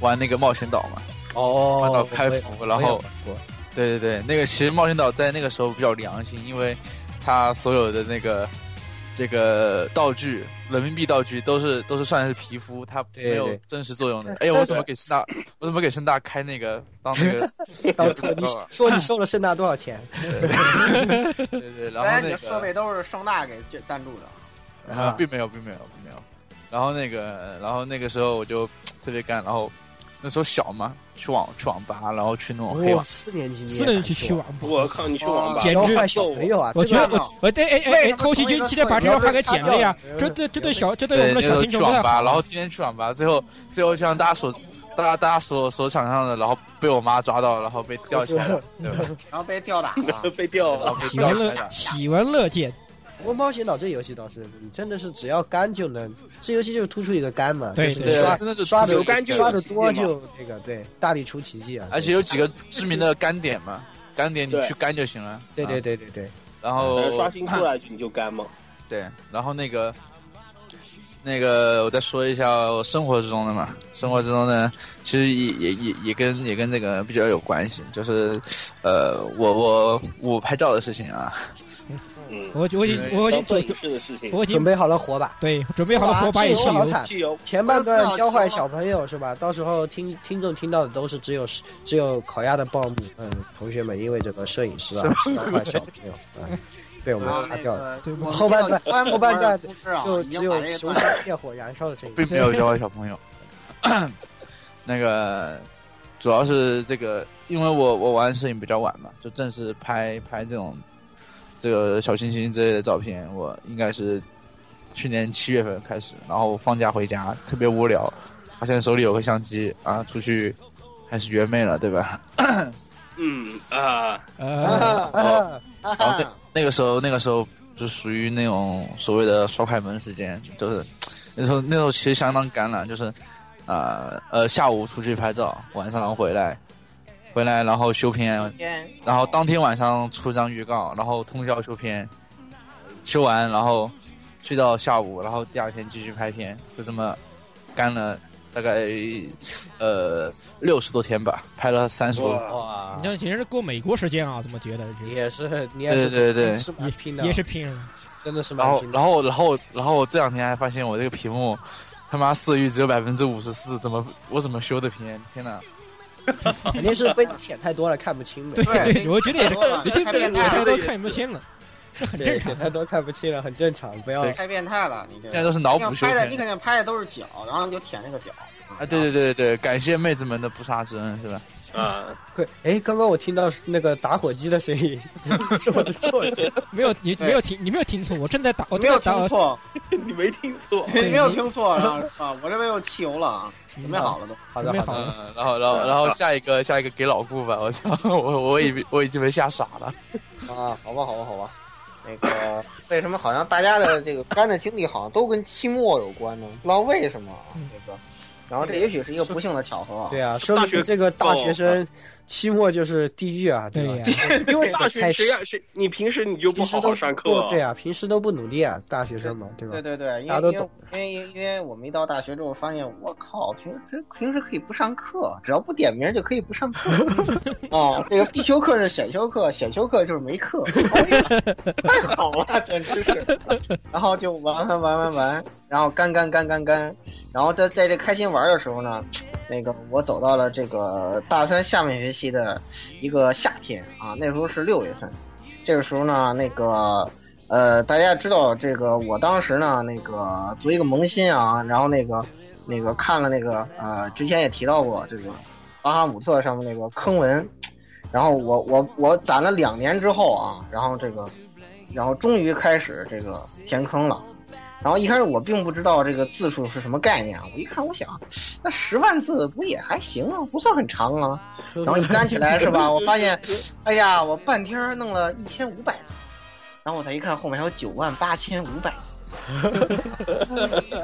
玩那个冒险岛嘛，玩到
哦，
开服，然后对对对，那个其实冒险岛在那个时候比较良心，因为它所有的那个这个道具，人民币道具都是都是算是皮肤，它没有
对对
真实作用的。哎，我怎么给盛大，我怎么给盛大开那个当 那个？啊
当初你说你收了盛大多少钱？
对对，然
原 来
后
你
那
的设
个
备都是盛大给赞助的，
啊，并没有，并没有，并没有。然后那个，然后那个时候我就特别干，然后那时候小嘛，去网去网吧，然后去那种黑
哇，
网，
四年级你
私人去去网吧，
我靠，你去网吧
简直
教坏小朋友啊！
我
这
觉
个
得我我对哎哎哎，后期就记得把这段话给剪了呀。这对这对小这对我们
对，那
的
时
小
候
听
去
众不
网
太
吧，
好。
然后天天去网吧，最后最后像大家所大家大家所所想象的，然后被我妈抓到，然后被吊起来，对 吧？
然后被吊打
啊
了。
被吊
然
了。
后被
喜
吊
闻
起来
乐。喜闻乐见，
不过冒险岛这游戏倒是，你真的是只要干就能，这游戏就突出一个干嘛，
对
就是你
对
刷，
真的是
刷
出
的
了一个
干就
刷的多就那个对，大力出奇迹啊！
而且有几个知名的干点嘛，干点你
对
去干就行了。
对对
啊，
对对对，
然
哦
后
刷新出来你就干嘛？
对，然后那个那个，我再说一下我生活之中的嘛。生活之中呢，其实也也也也跟也跟这个比较有关系，就是呃，我我我拍照的事情啊，
嗯，
我我已经我已
当
经
摄
准
影师的事情，
我已
准
经
备好了火把，
对准备好了火把也是
哇这个好
油
惨，
汽油
前半段教坏小朋友是吧？到时候听听众听到的都是只有只有烤鸭的报幕，嗯，同学们因为这个摄影师啊教坏小朋友，嗯，被我们
然后
擦
那
掉了，
个
对
我们
后半段
这个
后半段
同事
哦
啊
就
已
只
经把
有
这
熊
个
熊烈火燃烧的 声音。
并没有教坏小朋友。那个主要是这个，因为我我玩摄影比较晚嘛，就正式拍拍这种这个小清新之类的照片，我应该是去年七月份开始，然后放假回家特别无聊，发现手里有个相机啊，出去开始约妹了，对吧？
嗯啊，
呃
啊
然后 那那个时候那个时候就属于那种所谓的刷快门时间，就是那时候那时候其实相当赶了，就是啊呃下午出去拍照，晚上回来。回来，然后修片，
天
然后当天晚上出张预告，然后通宵修片，修完然后睡到下午，然后第二天继续拍片，就这么干了大概呃六十多天吧，拍了三十多，
哇，
哇
你，这简直是过美国时间啊！怎么觉得这
你
是
也是你也
对
是
对对
真是蛮拼的，
也是拼了？
真的是
然
蛮
后
拼的。
然后然后然后我这两天还发现我这个屏幕他妈色域只有百分之五十四，怎么我怎么修的片？天哪！
肯定是被你舔太多了，看不清的
对。对，我觉得也是
多了，
一定
太
被
变
大
态
家
了，
都看不清了，这很
对，
正常
舔。太多看不清了，很正常。不要
对
太变态了，你这
现在都是脑
你
补
想
修
拍的，你
片
肯定拍的都是脚，然后你就舔那个脚。
啊！对对对对，感谢妹子们的不杀之恩，是吧？
啊，
对，哎，刚刚我听到那个打火机的声音，是我的错觉。
没有你
对
没有听你没有听错，我正在打我
你没
正
有
在打
听错，
你没听错，
你没有听错，然后啊，我这边又汽油了啊，准备好了都。
好的，
准备
好
好
的，
了
嗯，然后，然后，然后下一个，下一个给老顾吧。我操，我我已我已经被吓傻了。
啊，好吧，好吧，好吧。那个为什么好像大家的这个干的经历好像都跟期末有关呢？不知道为什么啊，这个。然后这也许是一个不幸的巧合啊。
对啊，说明这个大学生期末就是地狱啊，
对
吧
呀？
因为大学谁呀谁，你平时你就不
平时
好
都
好上课
不，对啊，平时都不努力啊，大学生嘛，对吧
对？对对，因
大家
为
都
因为
懂
因为因为我们一到大学之后，发现我靠，平时平时可以不上课，只要不点名就可以不上课。 哦，这个必修课是选修课，选修课就是没课， 哎呀太好了，简直是。然后就玩玩玩玩玩，然后干干干干干，然后在在这开心玩的时候呢，那个我走到了这个大三下半学期的一个夏天啊，那时候是六月份，这个时候呢，那个呃，大家知道这个，我当时呢，那个作为一个萌新啊，然后那个那个看了那个呃，之前也提到过这个巴哈姆特上面那个坑文，然后我我我攒了两年之后啊，然后这个，然后终于开始这个填坑了。然后一开始我并不知道这个字数是什么概念，啊我一看我想，那十万字不也还行啊，不算很长啊。然后一干起来是吧？我发现，哎呀，我半天儿弄了一千五百字，然后我再一看后面还有九万八千五百字，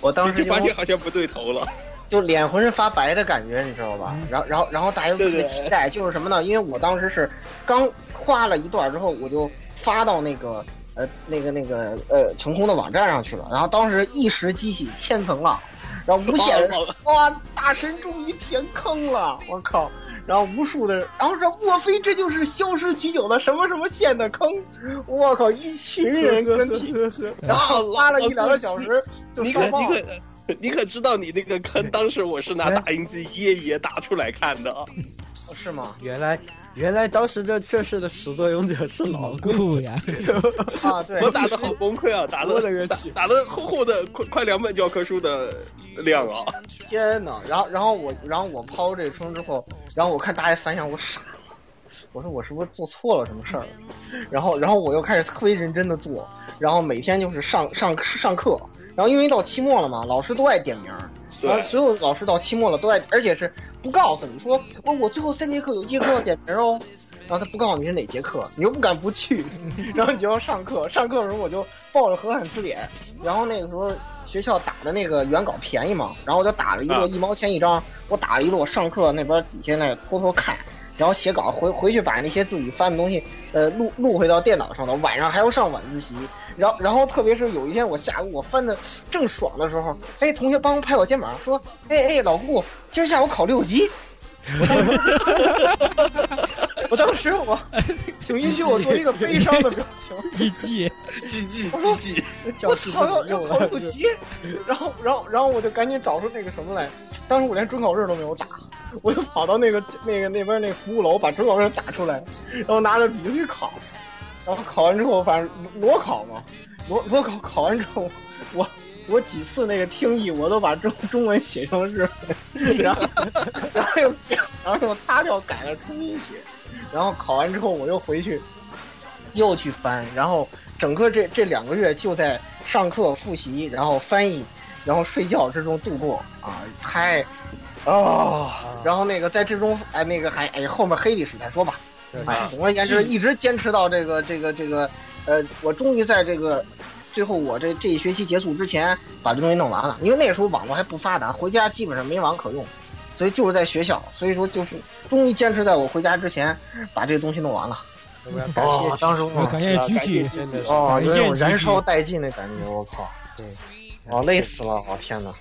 我当时
就
就
发现好像不对头了。
就脸浑身发白的感觉，你知道吧？然后然后然后大家都特
对
别
对
期待，就是什么呢？因为我当时是刚画了一段之后，我就发到那个呃那个那个呃成空的网站上去了，然后当时一时激起千层浪，然后无限
哇哇
哇，大神终于填坑了，我靠！然后无数的，然后说莫非这就是消失许久的什么什么县的坑？我靠，一群人跟帖，然后拉了一两个小时就
你可
上
你
报了。
可你可知道你那个坑，当时我是拿打印机一页一页打出来看的啊。
是吗？
原来原来当时这这事的始作俑者是老
老
顾，
顾呀，
啊，对，
我打的好崩溃啊，打
我的
的
个去！
打的厚厚的快快两本教科书的量啊！
天呐，然后，然后我，然后我抛这坑之后，然后我看大家反响，我傻了，我说我是不是做错了什么事儿？然后，然后我又开始特别认真的做，然后每天就是上上上课，然后因为到期末了嘛，老师都爱点名儿，然后
对，
所有老师到期末了都爱，而且是不告诉你说，哦我我最后三节课有一节课要点名哦，然后他不告诉你是哪节课，你又不敢不去， 然后你就要上课，上课的时候我就抱着河汉字典，然后那个时候学校打的那个原稿便宜嘛，然后我就打了一摞
啊
一毛钱一张，我打了一摞，上课那边底下那偷偷看，然后写稿回回去把那些自己翻的东西，呃录录回到电脑上头，晚上还要上晚自习，然后然后特别是有一天我下午我翻的正爽的时候，哎，同学帮我拍我肩膀说，哎哎，老顾，今儿下午考六级。我当时 我，请允许我做一个悲伤的表情。
一记
记记记记，
教
我
室
操，要
啊
要考六级，然后然后然后我就赶紧找出那个什么来，当时我连准考证都没有打，我就跑到那个那个那边那服务楼把准考证打出来，然后拿着笔就去考，然后考完之后反正裸考嘛，裸裸考考完之后我。我几次那个听译，我都把中中文写成日文，然后然后又然后又擦掉改了重新写，然后考完之后我又回去，又去翻，然后整个这这两个月就在上课、复习，然后翻译，然后睡觉之中度过啊，太哦，然后那个在这中哎那个还哎后面黑历史再说吧。
对
哎，总而言之，一直坚持到这个这个这个，呃，我终于在这个最后我这这一学期结束之前把这东西弄完了，因为那个时候网络还不发达，回家基本上没网可用，所以就是在学校，所以说就是终于坚持在我回家之前把这东西弄完了。
要不然感谢
哦当时
我感谢
啊
举
感谢
举
真的是
哦，
感
有
谢
种燃
举
烧殆尽的感觉，我靠！对，哦，累死了，我、天哪！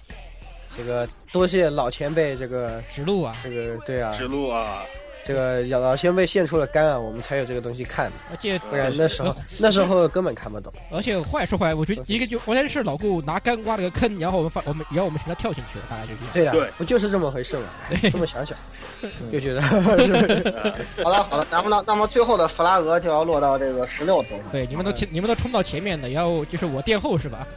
这个多谢老前辈，这个
直路啊，
这个对啊，
指路啊，
这个老老前辈献出了肝啊，我们才有这个东西看，
而且
不然那时候那时候根本看不懂。
而且话也说回来，我觉得一个就完全是老顾拿干瓜那个坑，然后我们发我们然后我们全都跳进去了，大概就这样。
对的，
对
不就是这么回事吗？哎这么想想，就觉得
好了好了，咱们呢，那么最后的弗拉俄就要落到这个十六头上。
对，你们都你们都冲到前面的，然后就是我垫后是吧？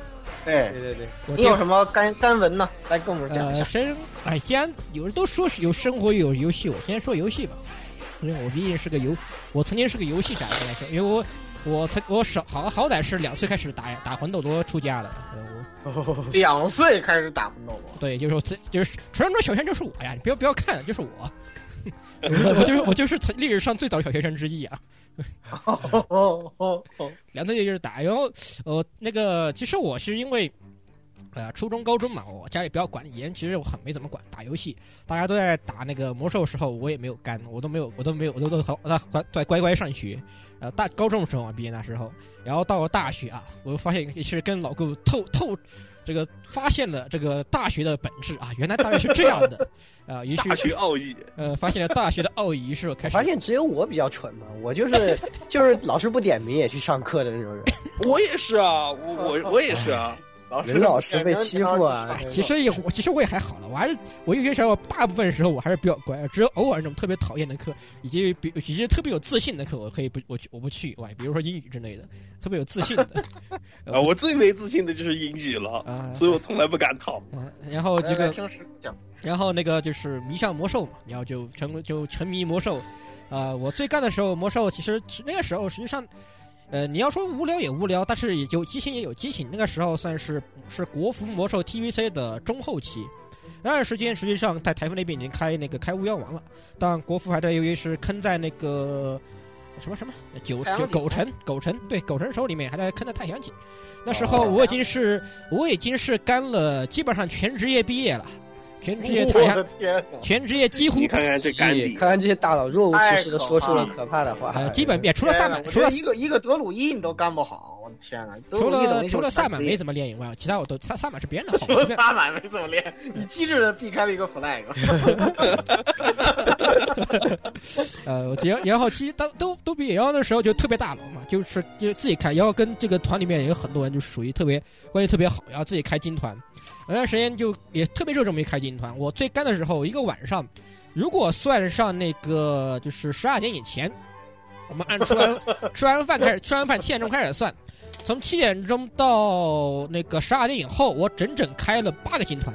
对
对，对对，
我
你
垫
有什么干干文呢？来跟我们讲一
呃
下。
生哎，既然有人都说是有生活有游戏，我先说游戏吧，因为我毕竟是个游，我曾经是个游戏宅来说，因为我我曾我少好好歹是两岁开始打打魂斗罗出家的，呃我
两岁开始打魂斗罗，
对，就是我自就是传说中小学生就是我呀，你不要不要看，就是我。我就 我就是我就是曾历史上最早的小学生之一啊，
哦哦哦哦，
两岁就是打，然后呃那个其实我是因为，呃初中高中嘛，我家里比较管严，其实我很没怎么管打游戏，大家都在打那个魔兽的时候，我也没有干，我都没有我都没有我都都好那乖在乖乖上学，然后大高中的时候啊毕业那时候，然后到了大学啊，我发现也是跟老顾透透。这个发现了这个大学的本质啊，原来大学是这样的， 啊、于是
大学奥义，
呃，发现了大学的奥义，于是我开
我
始
发现只有我比较蠢嘛，我就是就是老师不点名也去上课的那种人。
我也是啊，我我我也是啊，
老
任老师被欺负 啊
哎，其实也我其实我也还好了，我还是我有些时候大部分时候我还是比较乖，只有偶尔那种特别讨厌的课，以及比以及特别有自信的课，我可以不我去我不去我还比如说英语之类的，特别有自信的
啊，我最没自信的就是英语了，
啊，
所以我从来不敢考。
嗯然后这
来来
个
哎听师傅讲，
然后那个就是迷上魔兽嘛，然后就成就沉迷魔兽，呃，我最干的时候魔兽其实那个时候实际上，呃，你要说无聊也无聊，但是也就激情也有激情。那个时候算是是国服魔兽 TVC 的中后期，那段时间实际上在台服那边已经开那个开巫妖王了，但国服还在由于是坑在那个。什么什么九
太阳
九
井
狗城狗城对狗城手里面还在坑的太阳井，那时
哦
候我已经是我已经是干了基本上全职业毕业了，全职业太
我
阳
的天哪！
全职业几乎
你看看这干
是
底，
看看这些大佬若无其事的说出了可怕的话，
呃，基本也除了萨满，
天哪
除了
我这哎一个一个德鲁伊你都干不好，我的天哪！德
除
鲁伊等
了
于
除了萨满没
怎
怎么练以外，其他我都萨萨满是别人的好
除了
我那
萨满没怎么练，你机智的避开了一个 flag。
呃，然然后其实当都都比然后那时候就特别大佬嘛，就是就自己开，然后跟这个团里面也有很多人就是属于特别关系特别好，然后自己开金团，有段时间就也特别热衷于开金团。我最干的时候，一个晚上，如果算上那个就是十二点以前，我们按吃完 吃完饭开始，吃完饭七点钟开始算，从七点钟到那个十二点以后，我整整开了八个金团。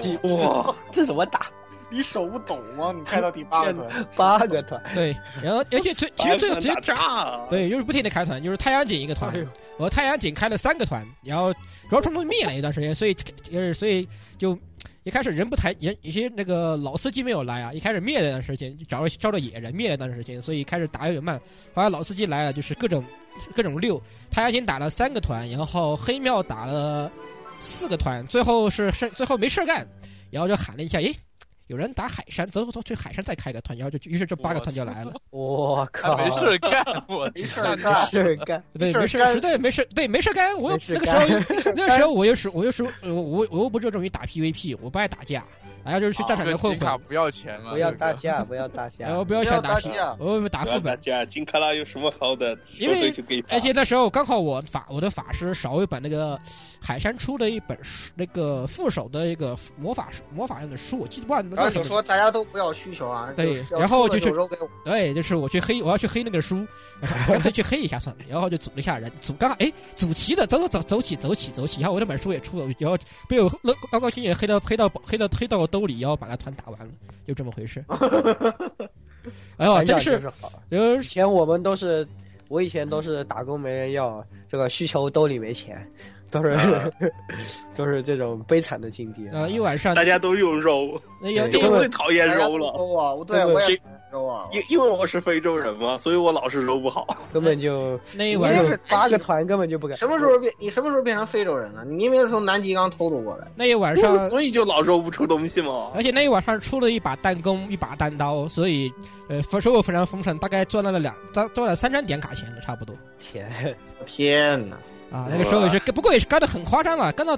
这
哇，
这怎么打
你手不抖吗？你开到第八个
天
团，
八个团？
对，然后而且最其 实最
打
最
打炸，
对，就是不停的开团，就是太阳井一个团，我太阳井开了三个团，然后主要冲突灭了一段时间，所以就是所以就一呃开始人不抬人，有些那个老司机没有来啊，一开始灭了一段时间，就找着招着野人灭了一段时间，所以开始打有点慢，后来老司机来了，就是各种各种溜，太阳井打了三个团，然后黑庙打了四个团，最后是剩最后没事儿干，然后就喊了一下，诶。有人打海山，走走走，去海山再开个团，然后就于是这八个团就来了。
我
他
靠，
哎没事儿干，我
没事
天
儿
哪
干。
事干，
对，
事儿
没事，
干
实在没事，对，没事干。我
没
又
事
那个时
干
候，那个时候我又是我又是呃我我又不热衷于打 PVP，我不爱打架，然后就是去
啊
战场
这
上
个
混
金卡
混，
不要钱了，
不要
这个
打架，不要打架，
然哎后不要想打
不要打架
我我打
不
副
要打
本。
架，金卡拉有什么好的？
因
说
为
对就给打
而且那时候刚好我法我的法师少一本那个海山出的一本书，那个副手的一个魔法书魔法用的书，我记不忘了
然后
叫什
就
么。
啊说大家都不要需求啊，
对
就是要
然后
出了
就是
就扔给我。
对，就是我去黑，我要去黑那个书，干脆去黑一下算了。然后就组了一下人，组刚好哎，组齐的，走走走，走起，走起，走起。然后我这本书也出了，然后被我乐高高兴兴地黑到黑到黑到黑到我兜里，然后把他团打完了，就这么回事。哎呦，
团长
真的，
就是是好。
呃
以，前我们都是，我以前都是打工没人要，这个需求兜里没钱，都是、
啊
都是这种悲惨的境地。啊
呃，一晚上
大，家都用肉，
那有
对
我
有
最讨厌
大家
肉
不
了，
收啊！我对
对
我也
谁
不收啊！
因因为我是非洲人嘛，所以我老是揉不好。
根本就
那一
这
晚
真
上，
是
种八个团根本就不敢。
什么时候变？你什么时候变成非洲人了？你因为从南极刚偷渡过来，
那一晚 上，哎
所以就老揉不出东西嘛。
而且那一晚上出了一把弹弓，一把单刀，所以呃，收入非常丰盛，大概赚到了两赚赚了三张点卡钱了，差不多。
天，
我天哪！
啊，那个时候也是，不过也是干的很夸张了，干到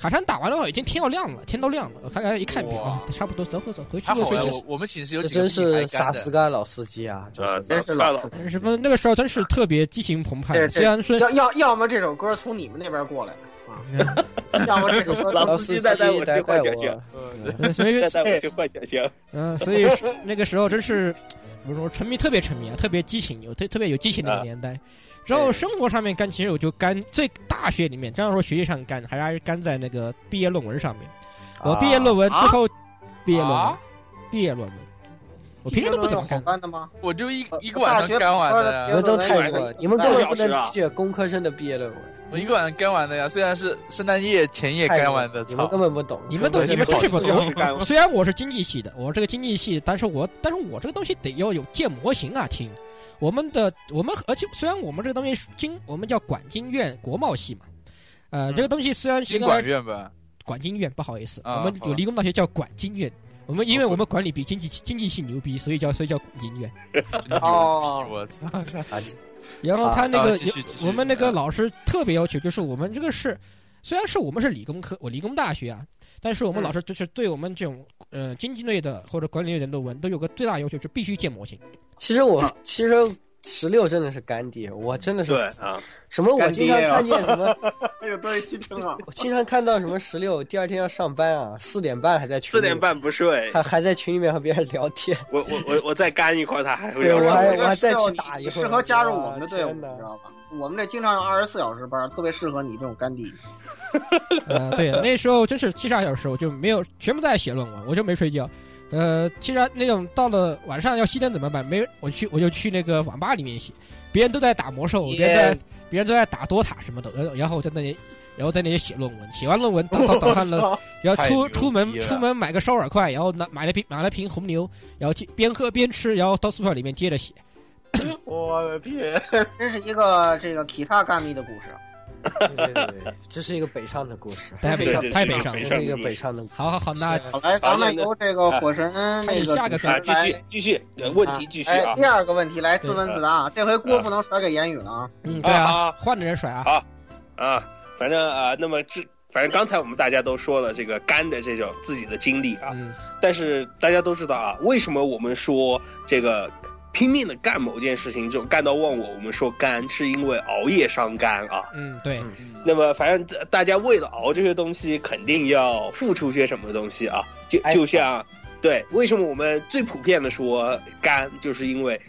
海山打完的话，已经天要亮了，天都亮了。我看看一看表，
哇
啊差不多，走走走，回去
还好
回
哎，
去
我。我们寝室有
这
几
真
个比你
是
还干
傻斯
的，
嘎老司机啊！就
呃
是，
真是老司机
什么？那个时候真是特别激情澎湃，啊
对对
虽然说，
要要要么这首歌从你们那边过来的，
嗯
要么这首歌
老
老
从
司
司
机
机
带带我
带
去幻想
我啊
乡，
嗯所以
再带我去幻想乡，
嗯，所以是那个时候真是怎么说，沉迷特别沉迷啊，特别激情，有特特别有激情
啊
那个年代。然后生活上面干，其实我就干最大学里面，这样说学习上干，还是干在那个毕业论文上面。我毕业论文最后，毕业论文
啊，
毕业论文，我平时都不怎么
好
干。
干 的吗？
我就一
呃
一个晚上干完的
大
你
学
呀，
们都太弱了，
啊
你们根本不能理解工科生的毕业论文，
我一个晚上干完的呀，虽然是圣诞夜前夜
太
干
弱
完的，
你们
操
根！本不懂，
你们都
根本
你们真是 不
四
懂
小。时干完。
虽然我是经济系的，我这个经济系，但是我但是我这个东西得要有建模型啊，亲。我们的我们而且虽然我们这个东西是经我们叫管经院国贸系嘛，呃，
嗯
这个东西虽然是
经
应该
管院吧，
管经院，不好意思，
啊哦
我们
好
有
吧
理工大学叫管经院，我们因为我们管理比经济经济系牛逼，所以叫所以叫管经
啊
院。
哦，
我操！
啊！
然后他那
啊
个
啊继续继续
我们那个
啊
老师特别要求，就是我们这个是，虽然是我们是理工科，我理工大学啊，但是我们
嗯
老师就是对我们这种呃经济类的或者管理类的论文都有个最大要求，就必须建模型。
其实我其实十六真的是干爹，我真的是
对啊，
什么我
干
经
爹
常
啊
看见什么，
哎呦，对，戏称 啊，
我经常看到什么十六第二天要上班啊，四点半还在群
四
里
点半不 睡，
还还在群里面和别人聊天，
我我我我再干一块，他还会
对
要
我还
上
我
这个
还再
适合
去打
你
一会儿
适合加入我们的
哇
队伍，
天
你
哪
知道吧？我们这经常二十四小时班，特别适合你这种干弟。
呃，对，那时候真是七十二小时，我就没呃有全部在写论文，我就没睡觉。呃，其实那种到了晚上要熄灯怎么办？没，我去我就去那个网吧里面写，别人都在打魔兽，
Yeah
别人在别人都在打多塔什么的，呃然后然后我在那里，然后在那里写论文，写完论文到到早上了， 然后
太
出
牛
出门
逼了
出门买个烧碗筷，然后拿买了瓶买了瓶红牛，然后去边喝边吃，然后到宿舍里面接着写。
我的天，
真是一个这个 Kita 干弟的故事。啊
对对对，对这是一个 北上的故事，
太
对
北
对
上
对，
太
对
北上
对
这
对
了。
是一个北上的故事。
好好好，那
是
好，来，咱们由这个火神那个
下个
主持
啊，
人
继续
来。
继续，呃问题继续
哎
啊，
第二个问题来自问自答啊，这回锅
啊
不能甩给言语了啊。
嗯，对
啊
啊
啊，
换着人甩啊
好。啊，反正啊，那么这反正刚才我们大家都说了这个干的这种自己的经历啊，
嗯，
但是大家都知道啊，为什么我们说这个拼命的干某件事情，这种干到忘我，我们说干，是因为熬夜伤肝啊。
嗯，对，
嗯
那么，反正大大家为了熬这些东西，肯定要付出些什么东西啊？就
哎
就像，对，为什么我们最普遍的说肝，就是因为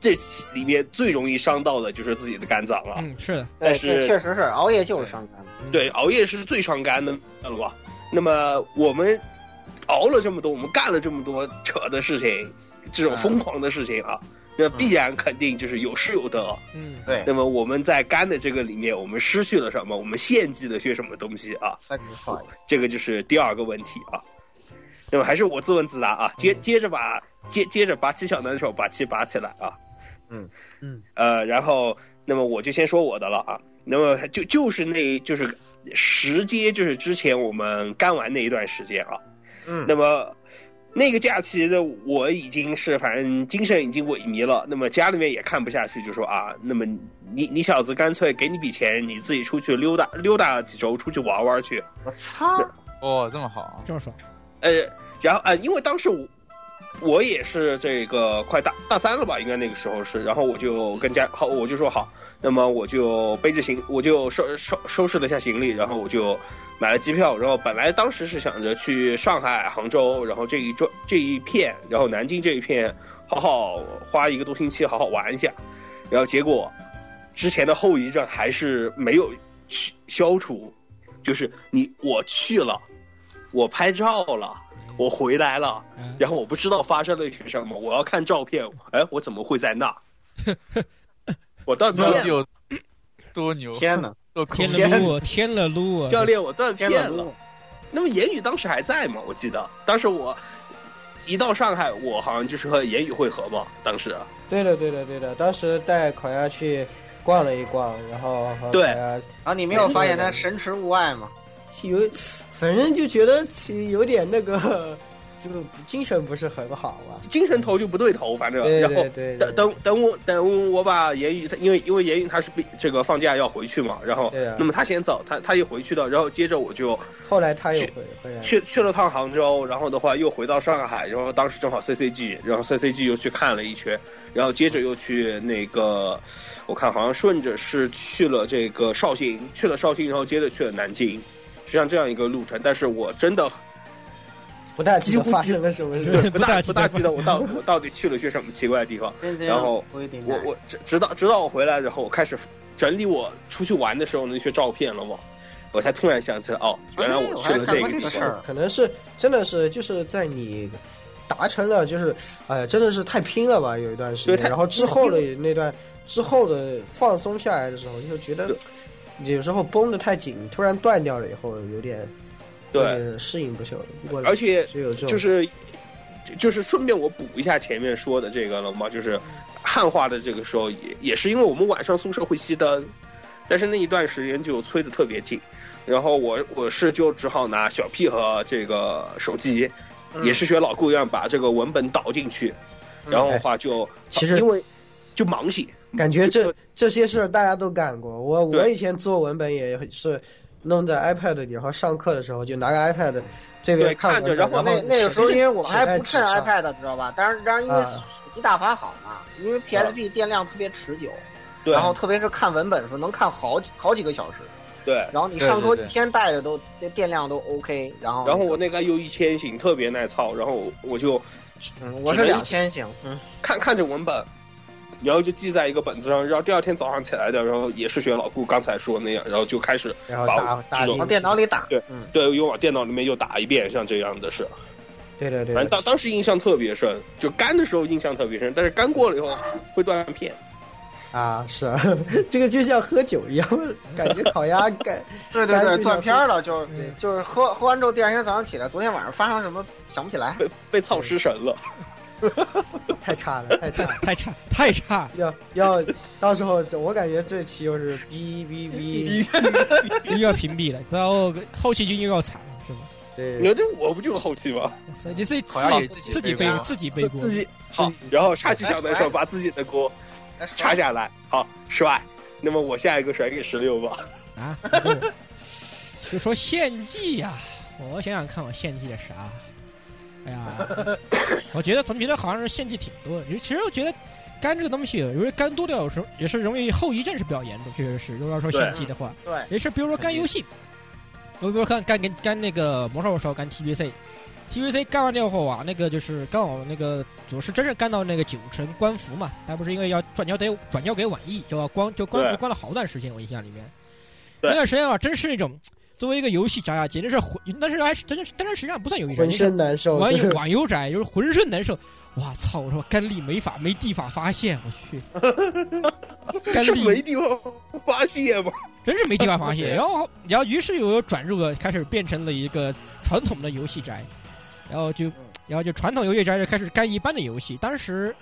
这里面最容易伤到的就是自己的肝脏啊了。
嗯，是的，
但
对，
是
这确实是熬夜就是伤肝。
对，熬夜是最伤肝的了吧？那么我们熬了这么多，我们干了这么多扯的事情，这种疯狂的事情啊，那必然肯定就是有失有得。
嗯，
对
那，么我们在干的这个里面，我们失去了什么？我们献祭了些什么东西啊？
三十块。
这个就是第二个问题啊。那么还是我自问自答啊，
嗯
接接着把接接着拔起小能手，把气拔起来啊。
嗯
嗯。
呃，然后那么我就先说我的了啊。那么就就是那就是时间，就是之前我们干完那一段时间啊。
嗯
那么那个假期的我已经是反正精神已经萎靡了，那么家里面也看不下去，就说啊，那么你你小子干脆给你笔钱，你自己出去溜达溜达几周，出去玩玩去。
我操！
哦，这么好，
这么爽。
呃，然后啊、呃因为当时我我也是这个快大大三了吧，应该那个时候是，然后我就跟家好，我就说好，那么我就背着行，我就收收收拾了一下行李，然后我就买了机票，然后本来当时是想着去上海、杭州，然后这一周这一片，然后南京这一片，好好花一个多星期好好玩一下，然后结果之前的后遗症还是没有去消除，就是你我去了。我拍照了，我回来了，
嗯
然后我不知道发生了些什么，我要看照片，哎，我怎么会在那？我断片
到
了，
底有多牛？
天 哪，
多酷
天了撸，天了啊 撸，
教练，我断
天
片
哪！
了。 那么言语当时还在吗？我记得当时我一到上海，我好像就是和言语会合嘛，当时
对的，对的，对的。当时带烤鸭去逛了一逛，然后和
对
烤鸭
啊，你没有发现他神驰物外吗？
有，反正就觉得有点那个，就精神不是很好吧。
精神头就不对头，反正
对
然后
对对，
等等等我等我把言语，他因为因为言语他是比这个放假要回去嘛，然后
对啊
那么他先走，他他一回去的，然后接着我就
后来他又回回来，
去去了趟杭州，然后的话又回到上海，然后当时正好 CCG，然后 CCG 又去看了一圈，然后接着又去那个，我看好像顺着是去了这个绍兴，去了绍兴，然后接着去了南京，实际上这样一个路程。但是我真 的
不大记得发生了什么事。
不
大
大
记
不
得
大记得我到我到底去了些什么奇怪的地方。
真的
然后
不一定
我我直直到直到我回来，然后我开始整理我出去玩的时候那些照片了嘛，我才突然想起来，哦，原来我去了
这
这个地
个事
方。
儿，
可能是真的是就是在你达成了就是，哎、呀，真的是太拼了吧，有一段时
对
间，
太
然后之后的那段之后的放松下来的时候，就觉得
对
有时候绷得太紧，突然断掉了以后，有点
对
有点适应不起来。不过
而且
是有这种
就是就就是顺便我补一下前面说的这个了嘛，就是汉化的这个时候也也是因为我们晚上宿舍会熄灯，但是那一段时间就催的特别紧，然后我我是就只好拿小 P 和这个手机，
嗯
也是学老顾一样把这个文本导进去，然后的话就
其实
因为就盲写，
感觉
就
这这些事儿大家都干过。我我
对
以前做文本也是弄在 iPad 里，然后上课的时候就拿个 iPad 这边
对看着
文本
然后
然后
那那个时候，因为我们还不
写
趁
在纸上
iPad，知道吧？但是但是因为
啊
笔打法好嘛，因为 PSP 电量特别持久，
对
然后特别是看文本的时候能看好几好几个小时，
对。
然后你
对
上
对
桌
对
一天带着都这电量都 OK，然后
然后我那个 U 一千型特别耐操，然后我就
嗯我是两千型，嗯，
看看着文本，然后就记在一个本子上，然后第二天早上起来的，然后也是学老顾刚才说的那样，然后就开始
然后
把
打
我
打
这种
进
往
去
电脑里打，
对
嗯，
对又往电脑里面又打一遍，像这样的事。
对对对
反正当
对，
当时印象特别深，就干的时候印象特别深，但是干过了以后会断片。
啊是啊， 这个就像喝酒一样，感觉烤鸭感
对对对，
对
断片儿了就
对
就是喝喝完之后，第二天早上起来，昨天晚上发生什么想不起来，
被被操失神了，
太差了，太差
太
了。
太差太差，
要要，到时候我感觉这期又是哔哔 哔，
又要屏蔽了，然后后期就又要惨了，是吧？
你
对，
说这我不就是后期吗？
所以你自己
好像也
自
自
己自
己
己
背
背
锅啊
自己背锅
自，己好，然后叉起小难
哎
手把自己的锅
哎说
插下来，好帅。那么我下一个甩给十六吧，
啊，不对 就说献祭呀、我想想看我献祭的啥，哎 呀，我觉得总觉得好像是献祭挺多的，其实我觉得肝这个东西，因为肝多掉有时候也是容易后遗症是比较严重，确实是，如果要说献祭的话，
对，
也是比如说肝游戏，我比如说干干跟干那个魔兽的时候干 TBC。TVC 干完掉后啊，那个就是刚好那个我是真是干到那个九成官服嘛，他不是因为要转交得转交给网易，就要关就官服
对
关了好段时间，我印象里面。
对
那段时间啊，真是那种作为一个游戏宅啊，简直是浑，但是还是真是，但是实际上不算游戏宅，
浑身难受，
网
就是
友网游宅就是浑身难受。哇操！我说甘力没法没地法发泄，我 去，甘
是
力
没地方发泄吗？
真是没地方发泄。然后，然后于是有人转入了，开始变成了一个传统的游戏宅，然后就，然后就传统游戏宅就开始干一般的游戏。当时，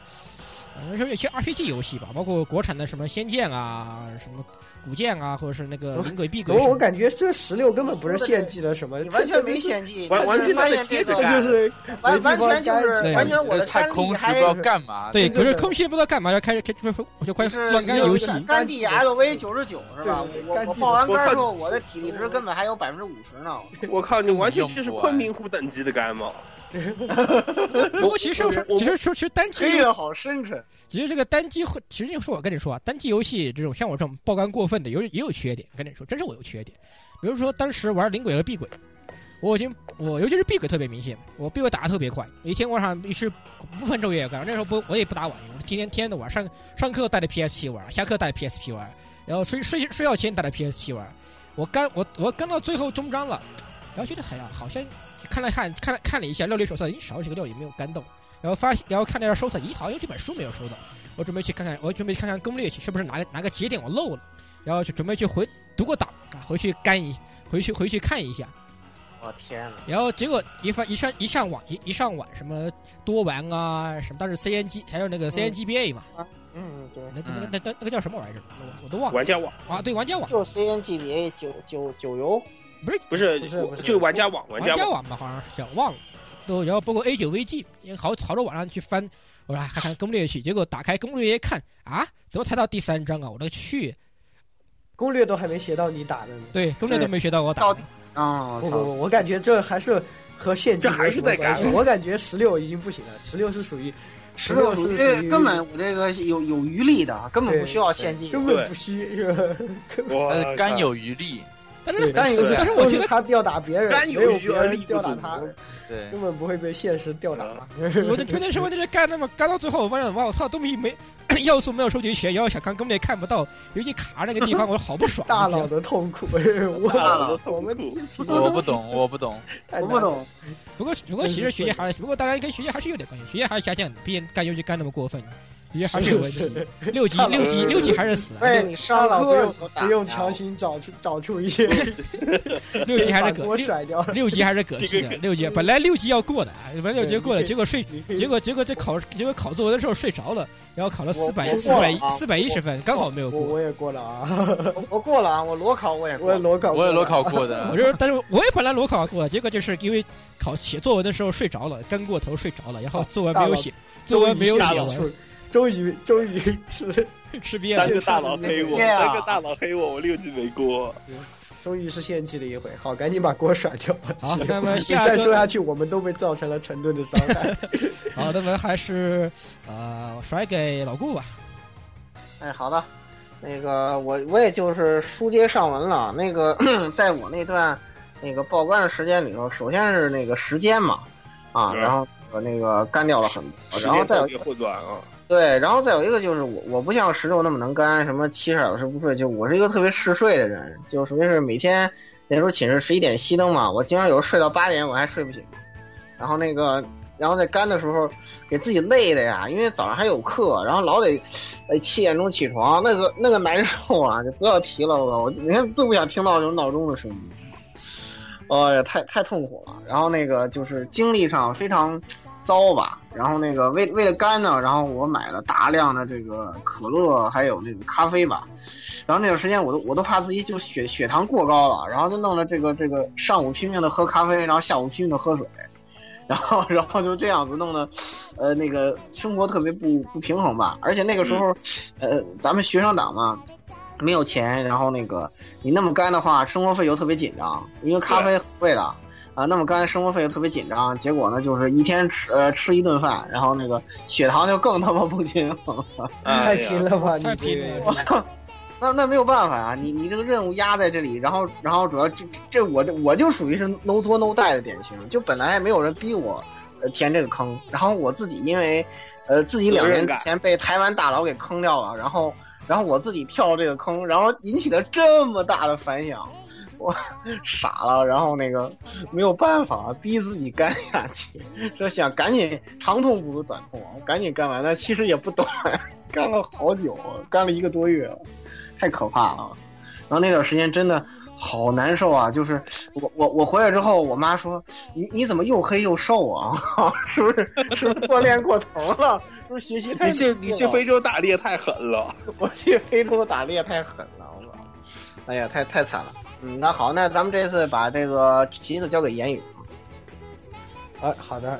反正是有些 RPG 游戏吧，包括国产的什么《仙剑》啊、什么《古剑》啊，或者是那个《灵鬼》《碧鬼》什
我
么
我
的。
感觉这十六根本不是献祭了什么，
你完
这
全没，献祭，
完完全
发
在
现
接
这
着
个
这这就是
完
没地
完
方
全就
干
是完全我
这
的
太
战
空
力
虚，不
还
知道干嘛。
对，
啊真
可是
正的
空虚不知道干嘛，就开始开就我就快
就是
乱干游戏
就。是
干地 LV 九十九是吧？
对
我
干地
我报完
我
杆
看
之后，我的体力值根本还有百分之五十呢。
我靠，你完全
用
就是
不完
昆明湖等级的感冒。
不过其实我啊说，其实说其实单机，
月好深沉，
其实这个单机，其实就是我跟你说啊，单机游戏这种像我这种爆肝过分的，有也有缺点。跟你说，真是我有缺点。比如说当时玩灵鬼和碧鬼，我已经我尤其是碧鬼特别明显，我碧鬼打的特别快，一天晚上一是不分昼夜夜干。那时候不我也不打网游，天天天天的玩，上上课带着 PSP 玩，下课带着 PSP 玩，然后睡睡睡觉前带着 PSP 玩。我干我我干到最后终章了，然后觉得哎呀，好像看了看看了看了一下料理手册，咦，少几个料理没有干动。然后发，然后看了一下收藏，咦，好像这本书没有收到，我准备去看看，我准备去看看攻略去，是不是哪个哪个节点我漏了，然后就准备去回读过档啊，回去干一，回去回去看一下，
我天哪！
然后结果一发一上一上网一一上网什么多玩啊什么，当时 CNG 还有那个 CNGBA 嘛，
嗯，对，
那那那那那个叫什么玩意儿，我我都忘了
玩家网
啊，对，玩家网
就是 CNGBA 九九九游，
不是
不是不是
就是玩家网，玩家
家
网
网吧好像是叫忘了，都然后包括 A 九 VG，因为好好多网上去翻，我说哎看看攻略去，结果打开攻略一看啊，怎么才到第三章啊，我的去，
攻略都还没写到你打的呢。
对，攻略都没学到我打
到
的。
啊，
不不
我操！
不，我感觉这还是和献祭
这还是在赶
我感觉十六已经不行了，十六是属于十六是属
这
于
根本我这个有有余力的，根本不需要献祭。
根本不虚，是吧？
我
呃，甘有余力。
但
对
是
但
是
但是我
都是
觉
啊
得，
他吊打别人，
甘
没
有
有
余
别
啊
而
人
力不
吊打
足
他的，
对，
根本不会被现实吊打
啊。
嗯 我 的关键是问题是干那么干到最后，我发现哇，我操，东西没 要素没有收集全，然后想看根本也看不到，尤其卡那个 地方，我好不爽。啊
大
我觉
佬
得
的痛 苦，我我们
我不懂，我不 懂。
太
我
难
不懂，
不过不过其实学业还是，不过当然跟学业还是有点关系，学业还是下降的，毕竟干游戏干那么过分，学业还是有问
是哎
题。六级六级六级还是死啊，
为你
大
上
佬不
课
用不用
啊
强行找出找出一些
六六级还是
把锅
可
甩掉，
六六级还是可惜的，六级本来六级要过的，本来六级过了，
对
结果睡。
你可以
结果结果这考结果考作文的时候睡着了，然后考了四百
我
四百
我
四百一十分，刚好没有
啊我
过。
我也过了啊，
我我过了啊，我裸考我也
我
过
也。裸考，
我也裸
考。
考过 的
我，就是，但是我也本来裸考过，结果就是因为考写作文的时候睡着了，干过头睡着了，然后作文没有写，作文没有
大
写
佬
完，
出，终于终于是
吃瘪
三
了。
个大佬黑我，
对啊
三个大佬黑我，我六级没过。
终于是献祭了一回，好，赶紧把锅甩掉吧。
好，
是
那么
你
下
再
一
说
个，
下去，我们都被造成了沉顿的伤害。
好，啊那么还是呃甩给老顾吧。
哎，好的，那个我我也就是书接上文了。那个 在我那段那个报关的时间里头，首先是那个时间嘛，啊，
对
然后我那个干掉了很多，
时
然后
间
再
特
有
别混乱啊，
对，然后再有一个就是我我不像石头那么能干，什么七十小时不睡，就我是一个特别嗜睡的人，就属于是每天那时候寝室十一点熄灯嘛，我经常有时候睡到八点我还睡不醒，然后那个然后在干的时候给自己累的呀，因为早上还有课，然后老得呃七点钟起床，那个那个难受啊，就不要提了，我我你看最不想听到就是闹钟的声音。哎呀，太太痛苦了。然后那个就是经历上非常糟吧。然后那个为为了干呢，然后我买了大量的这个可乐，还有那个咖啡吧。然后那段时间我都我都怕自己就血血糖过高了，然后就弄了这个这个上午拼命的喝咖啡，然后下午拼命的喝水，然后然后就这样子弄得，呃，那个生活特别不不平衡吧。而且那个时候，呃，咱们学生党嘛。没有钱，然后那个你那么干的话，生活费又特别紧张，因为咖啡很贵的啊。那么干生活费又特别紧张，结果呢，就是一天吃呃吃一顿饭，然后那个血糖就更他妈不均衡了。
哎
太
呀
拼了吧，你
太
这
拼
个也
了
是。
那那没有办法啊，你你这个任务压在这里，然后然后主要这这我这我就属于是 no 作 no die 的典型，就本来也没有人逼我呃填这个坑，然后我自己因为呃自己两
责
年
任感
前被台湾大佬给坑掉了，然后然后我自己跳这个坑，然后引起了这么大的反响，我 傻了，然后那个没有办法啊逼自己干下去，说想赶紧长痛不如短痛，啊赶紧干完，但其实也不短，干了好久，干了一个多月了。太可怕了。然后那段时间真的好难受啊！就是我我我回来之后，我妈说：“你你怎么又黑又瘦啊？ 是不是是不是锻炼过头了？是不是学习太
你去
努力
你去
了
非洲打猎太狠了，
我去非洲打猎太狠了，我操！哎呀，太太惨了。嗯，那好，那咱们这次把这个旗子交给言语。
啊，好的。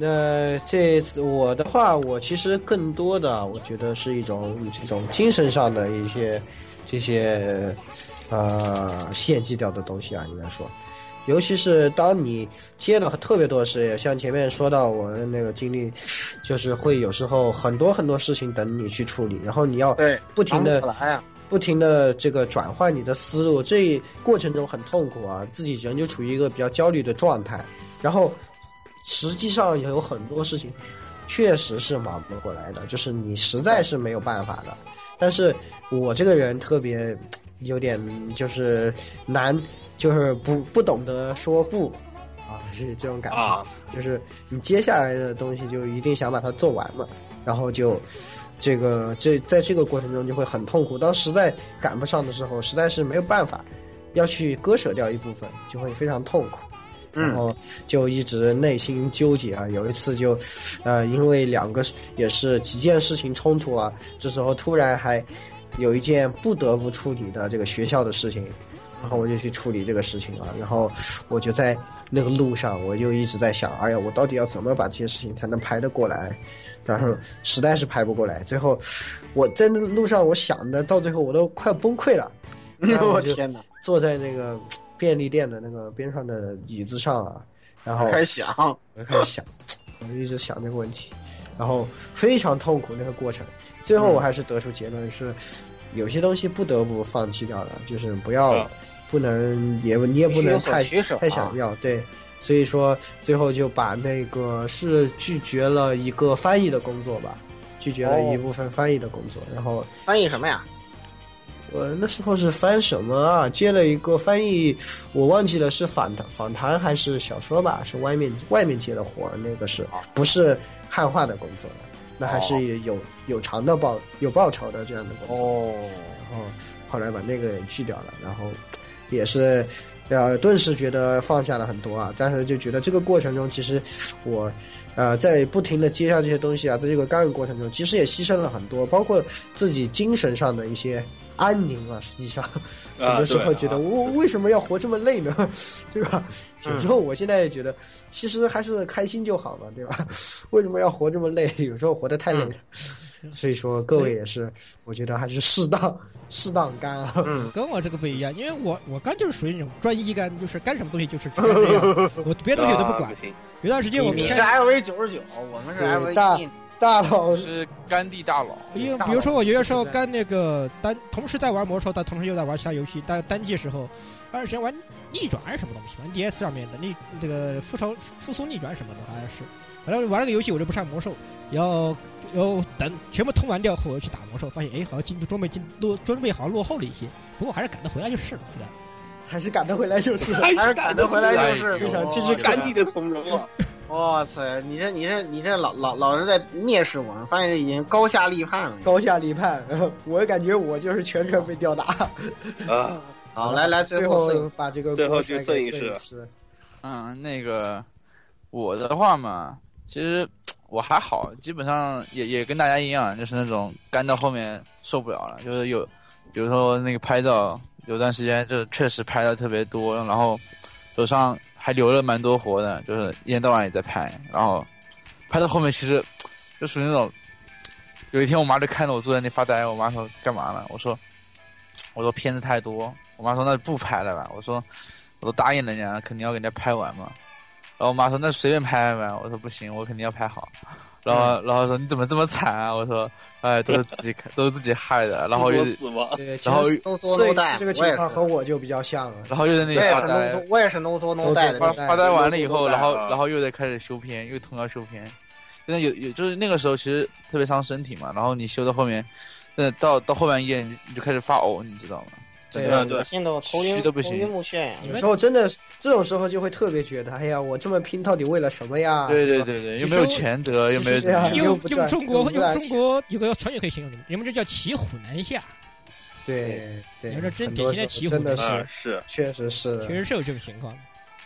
那这次我的话，我其实更多的，我觉得是一种这种精神上的一些这些呃献祭掉的东西啊，应该说，尤其是当你接了特别多的事业，像前面说到我的那个经历，就是会有时候很多很多事情等你去处理，然后你要
对，
不停的
忙不过来啊，
不停的这个转换你的思路，这一过程中很痛苦啊，自己人就处于一个比较焦虑的状态，然后实际上有很多事情确实是忙不过来的，就是你实在是没有办法的。但是我这个人特别有点就是难，就是不不懂得说不啊，是这种感觉。
啊
就是你接下来的东西就一定想把它做完嘛，然后就这个这在这个过程中就会很痛苦。当实在赶不上的时候，实在是没有办法，要去割舍掉一部分，就会非常痛苦。然
嗯，
后就一直内心纠结啊。有一次就，呃，因为两个也是几件事情冲突啊，这时候突然还有一件不得不处理的这个学校的事情，然后我就去处理这个事情了。然后我就在那个路上，我就一直在想，哎呀，我到底要怎么把这些事情才能排得过来？然后实在是排不过来，最后我在那路上，我想的到最后我都快崩溃了。然后
我
我就
天哪，
坐在那个便利店的那个边上的椅子上啊，然后
开始想，
我就开始想，我就一直想这个问题，然后非常痛苦那个过程。最
嗯
后我还是得出结论是，有些东西不得不放弃掉了，就是不要
啊
嗯，
不能也你也不
有
能
所
太
取舍
太
啊
想。要，对，所以说最后就把那个是拒绝了一个翻译的工作吧，拒绝了
哦
一部分翻译的工作，然后
翻译什么呀？
我呃那时候是翻什么啊？接了一个翻译，我忘记了是访谈访谈还是小说吧，是外面外面接的活儿，那个是不是汉化的工作？那还是有有偿的报有报酬的这样的工作。
哦，
然后后来把那个也去掉了，然后也是呃顿时觉得放下了很多啊，但是就觉得这个过程中，其实我呃在不停的接下这些东西啊，在这个干预过程中，其实也牺牲了很多，包括自己精神上的一些安宁啊，实际上。 很
啊
多时候
对
觉得
啊
我为什么要活这么累呢？ 对吧？有时候我现在也觉得， 其实还是开心就好嘛，对吧？为什么要活这么累？有时候活得太累了。 所以说各位也是，我觉得还是适当适当干啊。
嗯，
跟我这个不一样，因为我我干就是属于那种专一干，就是干什么东西就是只干这样，我别的东西我都不管
啊。行
有段时间我
你
们
是
在，
LV 九十九，我们是
对
LV
大
一。
大佬
我是甘地大佬，
因为
大佬
比如说我有些时候
对
干那个单，同时在玩魔兽，但同时又在玩其他游戏，但单机的时候，那段时间玩逆转还是什么东西，玩 DS 上面的逆这个复仇复复苏逆转什么的，好像是。反正玩了个游戏我就不上魔兽，然后然后等全部通完掉后，我又去打魔兽，发现哎好像进度装备进落装备好像落后了一些，不过还是赶得回来就是了，对吧？
还是赶得回来就 是 了。
还
还是
是
赶
赶
得
得
回
回
来
来
就哎
就是是，
非
常
这
亲
是
切
甘地的从容啊！
哇塞，你这你这你这老老老是在蔑视我们，发现已经高下立判了。
高下立判， 我感觉我就是全程被吊打。
啊，
好，来来，
最
后
后把这个
最后
锅
去
甩
摄影
给摄
师
影师。
嗯，那个我的话嘛，其实我还好，基本上也也跟大家一样，就是那种干到后面受不了了，就是有，比如说那个拍照，有段时间就确实拍的特别多，然后手上还留了蛮多活的，就是一天到晚也在拍，然后拍到后面其实就属于那种，有一天我妈就看着我坐在那发呆，我妈说干嘛呢？我说我说片子太多，我妈说那不拍了吧，我说。我都答应人家，肯定要给人家拍完嘛。然后我妈说那随便拍呗，我说不行，我肯定要拍好。然后、然后说你怎么这么惨啊？我说哎，都是自己都是自己害的。然后
自
又
作死亡，
对，其
然后
实
都做
摄
no
影
die，
师这个
我也
情况
是
和我就比较像了。
然后又在那
我
里
也
发
是 no，
呆，
做我也是 no 做 no die
发
的那
发
种。
发呆完了以后，
对
然后
啊
然后又得开始修片，又通宵修片。真的有有，就是那个时候其实特别伤身体嘛。然后你修到后面，真的到到后半夜你就你就开始发呕，你知道吗？
对
啊
整个
对
我现在我头
嗯虚
晕
得不行
头晕目眩啊呀。
你
有
们
时候真的这种时候就会特别觉得，哎呀，我这么拼到底为了什么呀？
对对对对，
其
又
实
没有钱得，哎又没有
其实这
怎么样
样。又
用
不
用
赚
中国
又不赚
用中国有个成语可以形容你们，你们这叫骑虎难下，
对对，
你说真
很
典
多
型的
时
骑
候
虎
真的
是
啊
是，
是
确实是，
确实是有这种情况。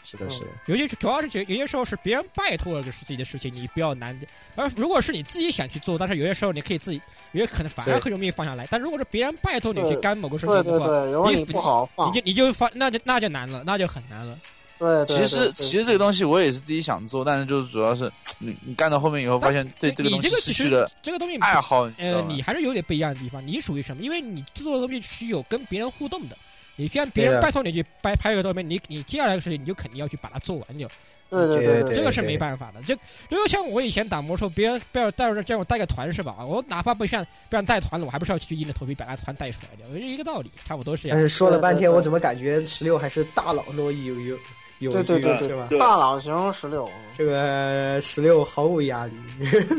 是的，是的，
有些嗯主要是觉有些时候是别人拜托了个自己的事情，你不要难。而如果是你自己想去做，但是有些时候你可以自己，有些可能反而
对
很容易放下来。但如果是别人拜托你去
对
干某个事情
对对
的话，
对，如果
你
你不好放
你，就你就发那就那就难了，那就很难了。
对对。
其实
对
其实这个东西我也是自己想做，但是就是主要是你你干到后面以后，发现对这个
你
东
这
西
个
失
其
去
实
了
这个东西
爱好，你知
呃
道，吗
你？还是有点不一样的地方。你属于什么？因为你做的东西是有跟别人互动的。你既然
对
别人
的
拜托你去拍拍个照片，你你接下来的事情你就肯定要去把它做完就。
对对
对
对
这个是没办法的。这如果像我以前打魔兽，别人不要带着叫我带个团是吧？我哪怕不像不想带团了，我还不是要去硬着头皮把那团带出来的，我觉得一个道理，差不多是这
但
哎
样。
是说了半
啊
对对
天，
对
我怎么感觉十六还是大佬诺一有有有
对对
余
对
啊
对
是吧？
对
大佬型十六，
这个十六毫无压 力，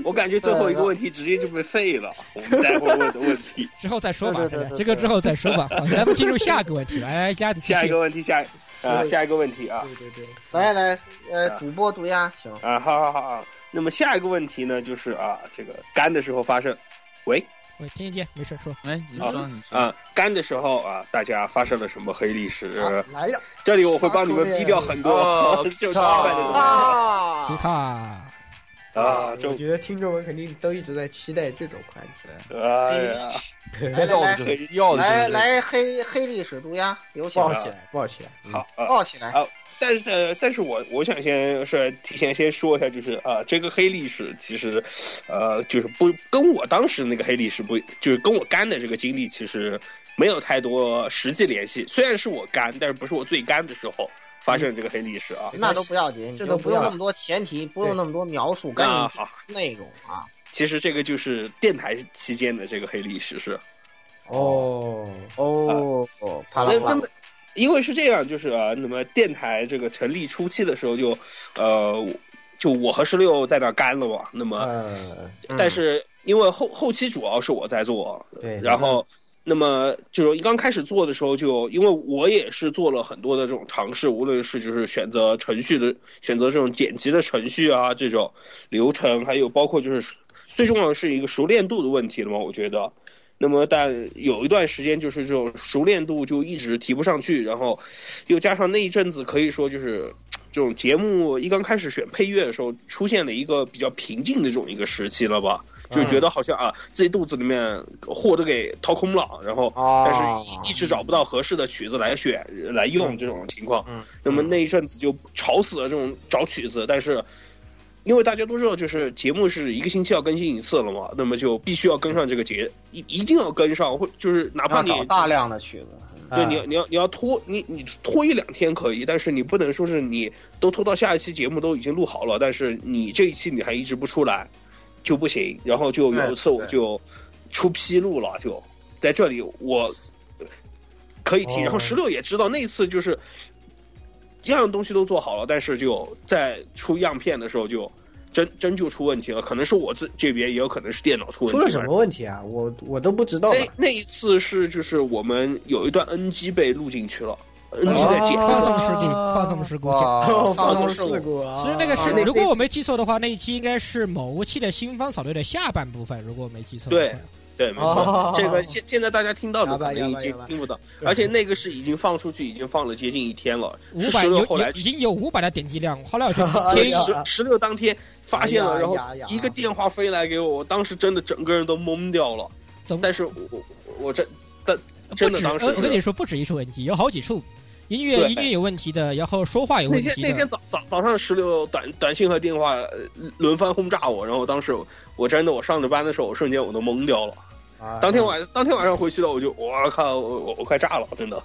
我感觉最后一个问题直接就被废了。我们待会儿问的问 题，
之后再说吧，
对对对
是吧
对
这个之后再说吧。好，咱们进入下一个问题吧。来，大家继续
下一个问题，下一啊，下一个问题啊
对对对，
来来，呃，
啊
主播毒鸭，请。
啊，好好好啊。那么下一个问题呢，就是啊，这个干的时候发生，喂
我听一见，没事说。
哎，你说你说，
啊，干的时候啊，大家发生了什么黑历史？呃
啊来呀，
这里我会帮你们逼掉很多
哦
就失败的东西
啊
吉他，
啊，
我
就
觉得听众们肯定都一直在期待这种哎环 节。
哎呀，
来来
要的
来
就是要的
来
就是
来黑黑历史毒鸭，有请
抱起来，抱起来，嗯
好啊。
抱起来。
但是，呃，但是我我想先是提前先说一下，就是啊、这个黑历史其实，呃，就是不跟我当时那个黑历史不，就是跟我干的这个经历其实没有太多实际联系。虽然是我干，但是不是我最干的时候发生这个黑历史啊。
那都不要紧，你
这
就
都
不
不
用
要
那
紧
么多前提，不用
对
那么多描述，赶
那
紧
好，
进内容啊！
其实这个就是电台期间的这个黑历史是。
哦，
哦，啪啦
那那
啪啦
么，因为是这样，就是啊，那么电台这个成立初期的时候就，呃，我就我和十六在那干了嘛，那么。
呃，
但是因为后后期主要是我在做，
对
然后那么就是刚开始做的时候就，因为我也是做了很多的这种尝试，无论是就是选择程序的选择这种剪辑的程序啊，这种流程，还有包括就是最重要的是一个熟练度的问题了嘛，我觉得。那么，但有一段时间就是这种熟练度就一直提不上去，然后又加上那一阵子可以说就是这种节目一刚开始选配乐的时候，出现了一个比较平静的这种一个时期了吧，就觉得好像啊自己肚子里面货都给掏空了，然后
哦，
但是一一直找不到合适的曲子来选来用这种情况。
嗯
那么那一阵子就吵死了这种找曲子，但是因为大家都知道，就是节目是一个星期要更新一次了嘛，那么就必须要跟上这个节，一一定要跟上，或就是哪怕
要
你
找大量 的曲子。
对，
啊
你要你要你要拖你你拖一两天可以，但是你不能说是你都拖到下一期节目都已经录好了，但是你这一期你还一直不出来，就不行。然后就有一次我
对
就出纰漏了，就在这里我可以提。
哦
然后石榴也知道那次就是样样东西都做好了，但是就在出样片的时候就真真就出问题了，可能是我自这边，也有可能是电脑出问题。
出了什么问题啊？我我都不知道
那
吧
那一次是就是我们有一段 NG 被录进去了，NG
哦
在剪，
放纵事故，放纵事故。
哇，
啊
哦
放
纵
纵
事
事
故，
故啊！
其实那个是
啊那，
如果我没记错的话，那一期应该是某期的新方扫队的下半部分，如果我没记错。
对，对，没错。
哦
这个现现在大家听到的可能已
哑巴哑巴
经
哑巴
听不到， 而且那个是已经放出去，已经放了接近一天了。
五
是
百
石
有
榴后
有
来
已经有五百的点击量，后来 我去
哎
天
天
呀
十十六当天发现了，
哎呀
然后
呀呀
一个电话飞来给我，我当时真的整个人都懵掉了。
总
但是我我我真但
不止
真的当时
呃我跟你说，不止一处问题，有好几处。音乐
对
音乐有问题的，然后说话有
那
问
天
题
那天
的，
早早早上石榴短短信和电话呃轮番轰炸我，然后当时我我真的我上着班的时候，我瞬间我都懵掉了。
啊
当天晚当天晚上回去了，我就我靠，我我我快炸了，真的。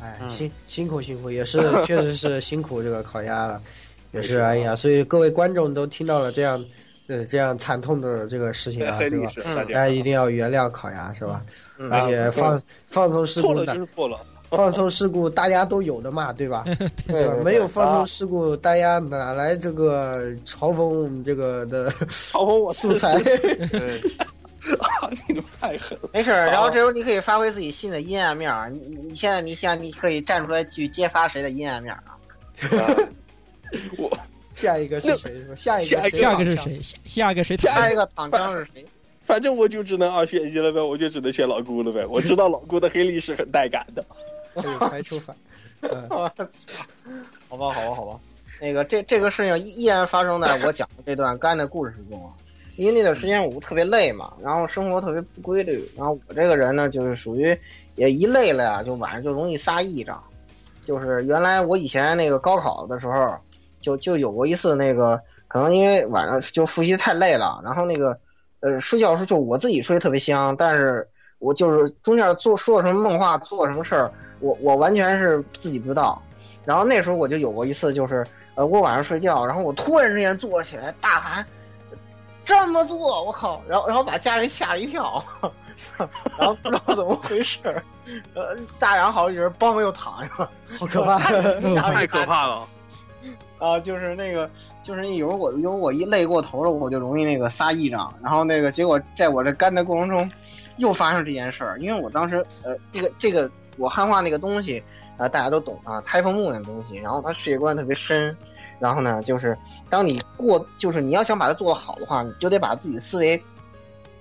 哎，
嗯
辛辛苦辛苦，也是确实是辛苦这个烤鸭了，也是
啊
哎呀，所以各位观众都听到了这样，呃，这样惨痛的这个事情
对，
啊，
黑
对
历
吧？
史，大
嗯
大
家
家一定要原谅烤鸭是吧？
嗯
而且放放纵事
啊错
故
了
呢
就，是错了，
放纵事故大家都有的嘛，对吧？
对
没有放
啊
纵事故，大家哪来这个嘲讽我们这个的
嘲讽我
素材？
对，
操 你们太狠了。
没事儿。然
哦
后这时候你可以发挥自己新的阴暗面儿。你你现在你想你可以站出来去揭发谁的阴暗 面儿啊？
下一个是谁？下一个谁
下
躺枪？
一个是谁？下下一个谁？
下一个躺枪是谁？
反正我就只能啊二选一了呗，我就只能选老姑了呗。我知道老姑的黑历史很带 感的，
可以排除法。嗯，
好吧，好吧，好吧。那个这这个事情依然发生在我讲的这段干的故事中啊，因为那段时间我特别累嘛，然后生活特别不规律，然后我这个人呢，就是属于也一累了呀，就晚上就容易撒癔症。就是原来我以前那个高考的时候，就就有过一次那个，可能因为晚上就复习太累了，然后那个呃睡觉的时候就我自己睡得特别香，但是我就是中间做说什么梦话，做什么事儿，我我完全是自己不知道。然后那时候我就有过一次，就是呃，我晚上睡觉，然后我突然之间坐起来大喊：“这么做！”我靠！然后然后把家人吓了一跳， 然后不知道怎么回事儿，呃，大然好几人梆又躺下了，
好可怕！
吓了一大
怕了。
啊，就是那个，就是有时候我有时候我一累过头了，我就容易那个撒癔症，然后那个结果在我这干的过程中，又发生这件事儿，因为我当时呃，这个这个我汉化那个东西啊、呃大家都懂啊，胎风木那东西，然后它世界观特别深，然后呢，就是当你过，就是你要想把它做得好的话，你就得把自己的思维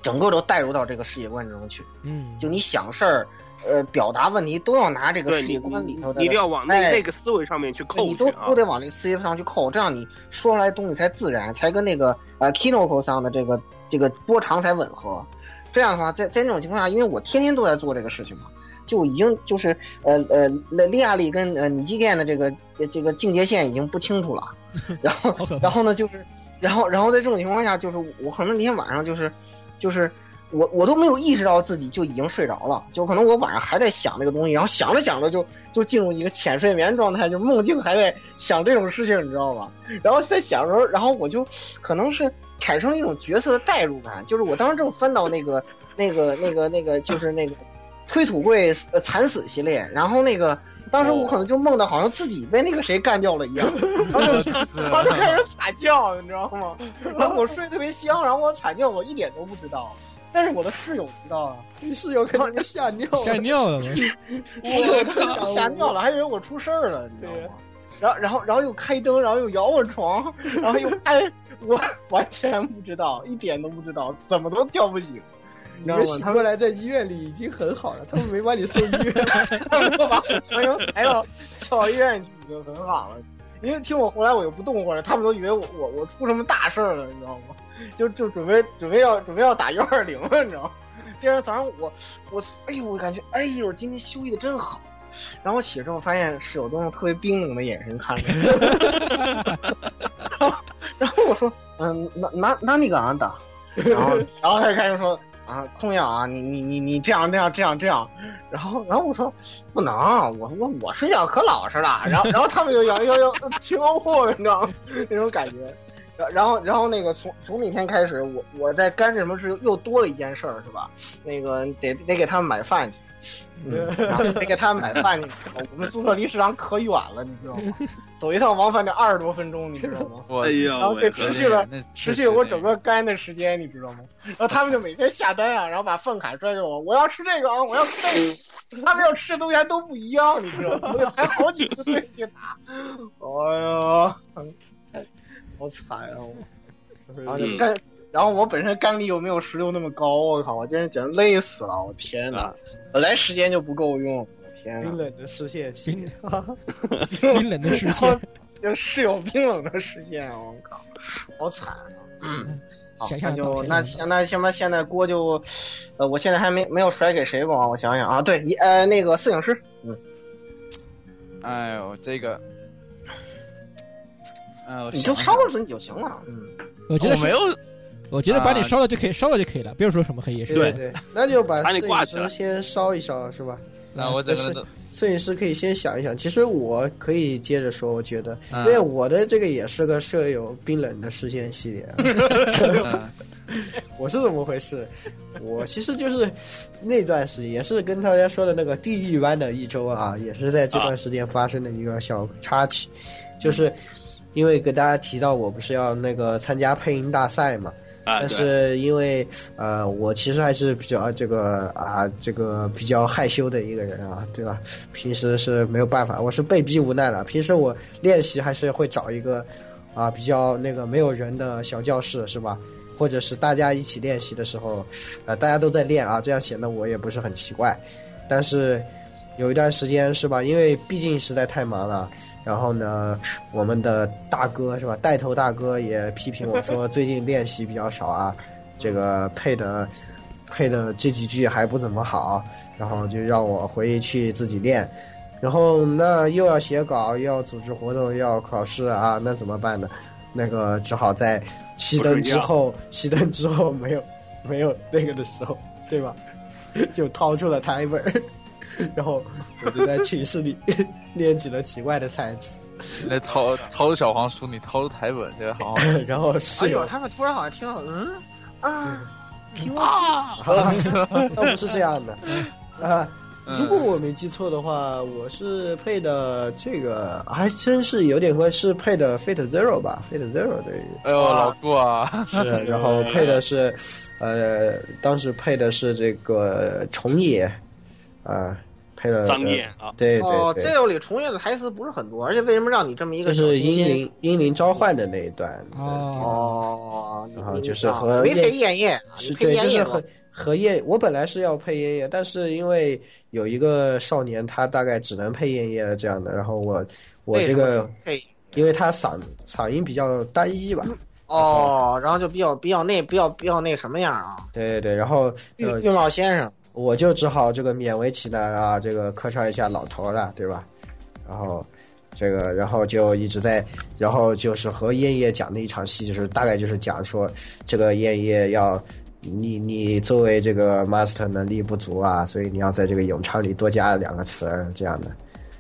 整个都带入到这个世界观之中去，
嗯，
就你想事儿，呃，表达问题都要拿这个
对
世
你
界观里头的
你一定要往那
哎
那个思维上面去扣
你
去
都
啊
都。得往这个思维上去扣，这样你说出来的东西才自然，才跟那个呃 Kinoko 上的这个这个波长才吻合。这样的话，在在那种情况下，因为我天天都在做这个事情嘛，就已经就是呃呃，那利亚利跟呃尼基盖的这个呃这个境界线已经不清楚了。 然后
好 可怕
然后呢，就是然后然后在这种情况下，就是我可能那天晚上就是就是。我我都没有意识到自己就已经睡着了，就可能我晚上还在想那个东西，然后想着想着就就进入一个浅睡眠状态，就梦境还在想这种事情，你知道吗？然后在想的时候，然后我就可能是产生了一种角色的代入感，就是我当时正翻到那个那个那个那个就是那个推土柜呃惨死系列，然后那个当时我可能就梦到好像自己被那个谁干掉了一样，然后就然后就开始惨叫，你知道吗？然后我睡得特别香，然后我惨叫我一点都不知道，但是我的室友知道啊。
你室友肯定吓尿
吓
了。
尿了，
我 靠，吓尿了，还以为我出事儿了，你知道吗？然后，然后，然后又开灯，然后又摇我 床，然后又拍，我完全不知道，一点都不知道，怎么都叫不醒，你
你
知道
们
吗？
醒
他
过来在医院里已经很好了，他们没把你送医 院。
们说把我强行抬到送到医院去，已经很好了。因为听我后来我又不动会了，他们都以为我我我出什么大事儿了，你知道吗？就就准备准备要准备要打幺二零了，你知道吗？第二天早上我我哎呦，我感觉哎呦，今天休息的真好。然后我起来之后发现室友都用特别冰冷的眼神看着我， 然后我说，嗯，那那那你敢打？然后然后他就开始说啊，空样啊，你你你你这样这样这样这样，然后然后我说不能，我我我睡觉可老实了，然后然后他们就摇摇摇群殴我，你知道吗？那种感觉。然然后然后那个从从那天开始，我我在干什么事又多了一件事儿是吧？那个得得给他们买饭去。嗯，然后得给他们买饭去。我们宿舍离食堂可远了，你知道吗？走一趟往返得二十多分钟，你知道吗？
我
哎
然
呀，
后
我
那
被持续了
那确
持续
实
了我
那
整个干的时间，你知道吗？然后他们就每天下单啊，然后把饭卡拽给我，我要吃这个啊，我要吃 那个，他们要吃的东西还都不一样，你知道吗？我得排好几次队去打，哎呀，哎好惨啊！我 然后就
嗯
干，然后我本身干力又没有石榴那么高，我靠，我真是简直累死了，我天哪！本来时间就不够用，我天
冰
哪！
冷的视线吸引，
冰冷的视
然后
线，
就室友冰冷的视线，我靠，好惨啊！嗯，好，
想
那
象得到
就
想
那
象
现那行吧，现在锅就，呃，我现在还没没有甩给谁吧？我想想啊，对，一呃那个摄影师，嗯，
哎呦，这个，哎，我
你就
想
烧
想
死你就行了，嗯，
我觉得
我
是
没有，
我觉得把你
啊
烧了就可以，烧了就可以了，不用说什么黑夜事。
对对，那就把
把你
摄影
挂起
师
来
先烧一烧，是吧？
那啊我整个
就
人
是
都，
摄影师可以先想一想。其实我可以接着说，我觉得，因为
嗯
我的这个也是个舍友冰冷的视线系列啊。
嗯
我是怎么回事？我其实就是那段时间，也是跟大家说的那个地狱湾的一周啊，也是在这段时间发生的一个小插曲，就是因为跟大家提到我不是要那个参加配音大赛嘛，
哎
啊，
但
对，
是因为呃，我其实还是比较这个啊，这个比较害羞的一个人啊，对吧？平时是没有办法，我是被逼无奈了。平时我练习还是会找一个啊比较那个没有人的小教室，是吧？或者是大家一起练习的时候，呃，大家都在练啊，这样显得我也不是很奇怪。但是有一段时间是吧？因为毕竟实在太忙了，然后呢，我们的大哥是吧？带头大哥也批评我说，最近练习比较少啊，这个配的配的这几句还不怎么好，然后就让我回去自己练。然后那又要写稿，又要组织活动，又要考试啊，那怎么办呢？那个只好在熄灯之后，熄灯之后没有没有那个的时候，对吧？就掏出了台本儿，然后我就在寝室里 练起了奇怪的台词。
那掏掏出小黄书，你掏出台本，这个好好。
然后
哎
室
呦，
友，
他们突然好像听到，嗯啊，
那不是这样的啊。
嗯
如果我没记错的话，我是配的这个，还真是有点关，系，是配的 Fate Zero 吧？Fate Zero 对，
哎呦，老顾啊，
是，然后配的是，呃，当时配的是这个重野，啊，配了
张燕 啊，
对
哦
对，
这
对，
又里重演的台词不是很多，而且为什么让你这么一
就
个小
是
清
英
新
灵英灵召唤的那一段，
哦，
哦，
然后
你
啊就是和
没
燕
配燕燕啊，
是
你配
对，就
燕
是
燕吧
荷荷叶。我本来是要配燕叶，但是因为有一个少年，他大概只能配燕叶这样的。然后我我
为
这
什么
个，
配
因为他嗓嗓音比较单一吧，
嗯哦，然后就比较比较那比较比较那什么样啊？
对对对。然后
绿
呃
绿，帽先生，
我就只好这个勉为其难啊，这个客串一下老头了，对吧？然后这个，然后就一直在，然后就是和燕叶讲的一场戏，就是大概就是讲说这个燕叶要。你你作为这个 master 能力不足啊，所以你要在这个咏唱里多加两个词儿，这样的，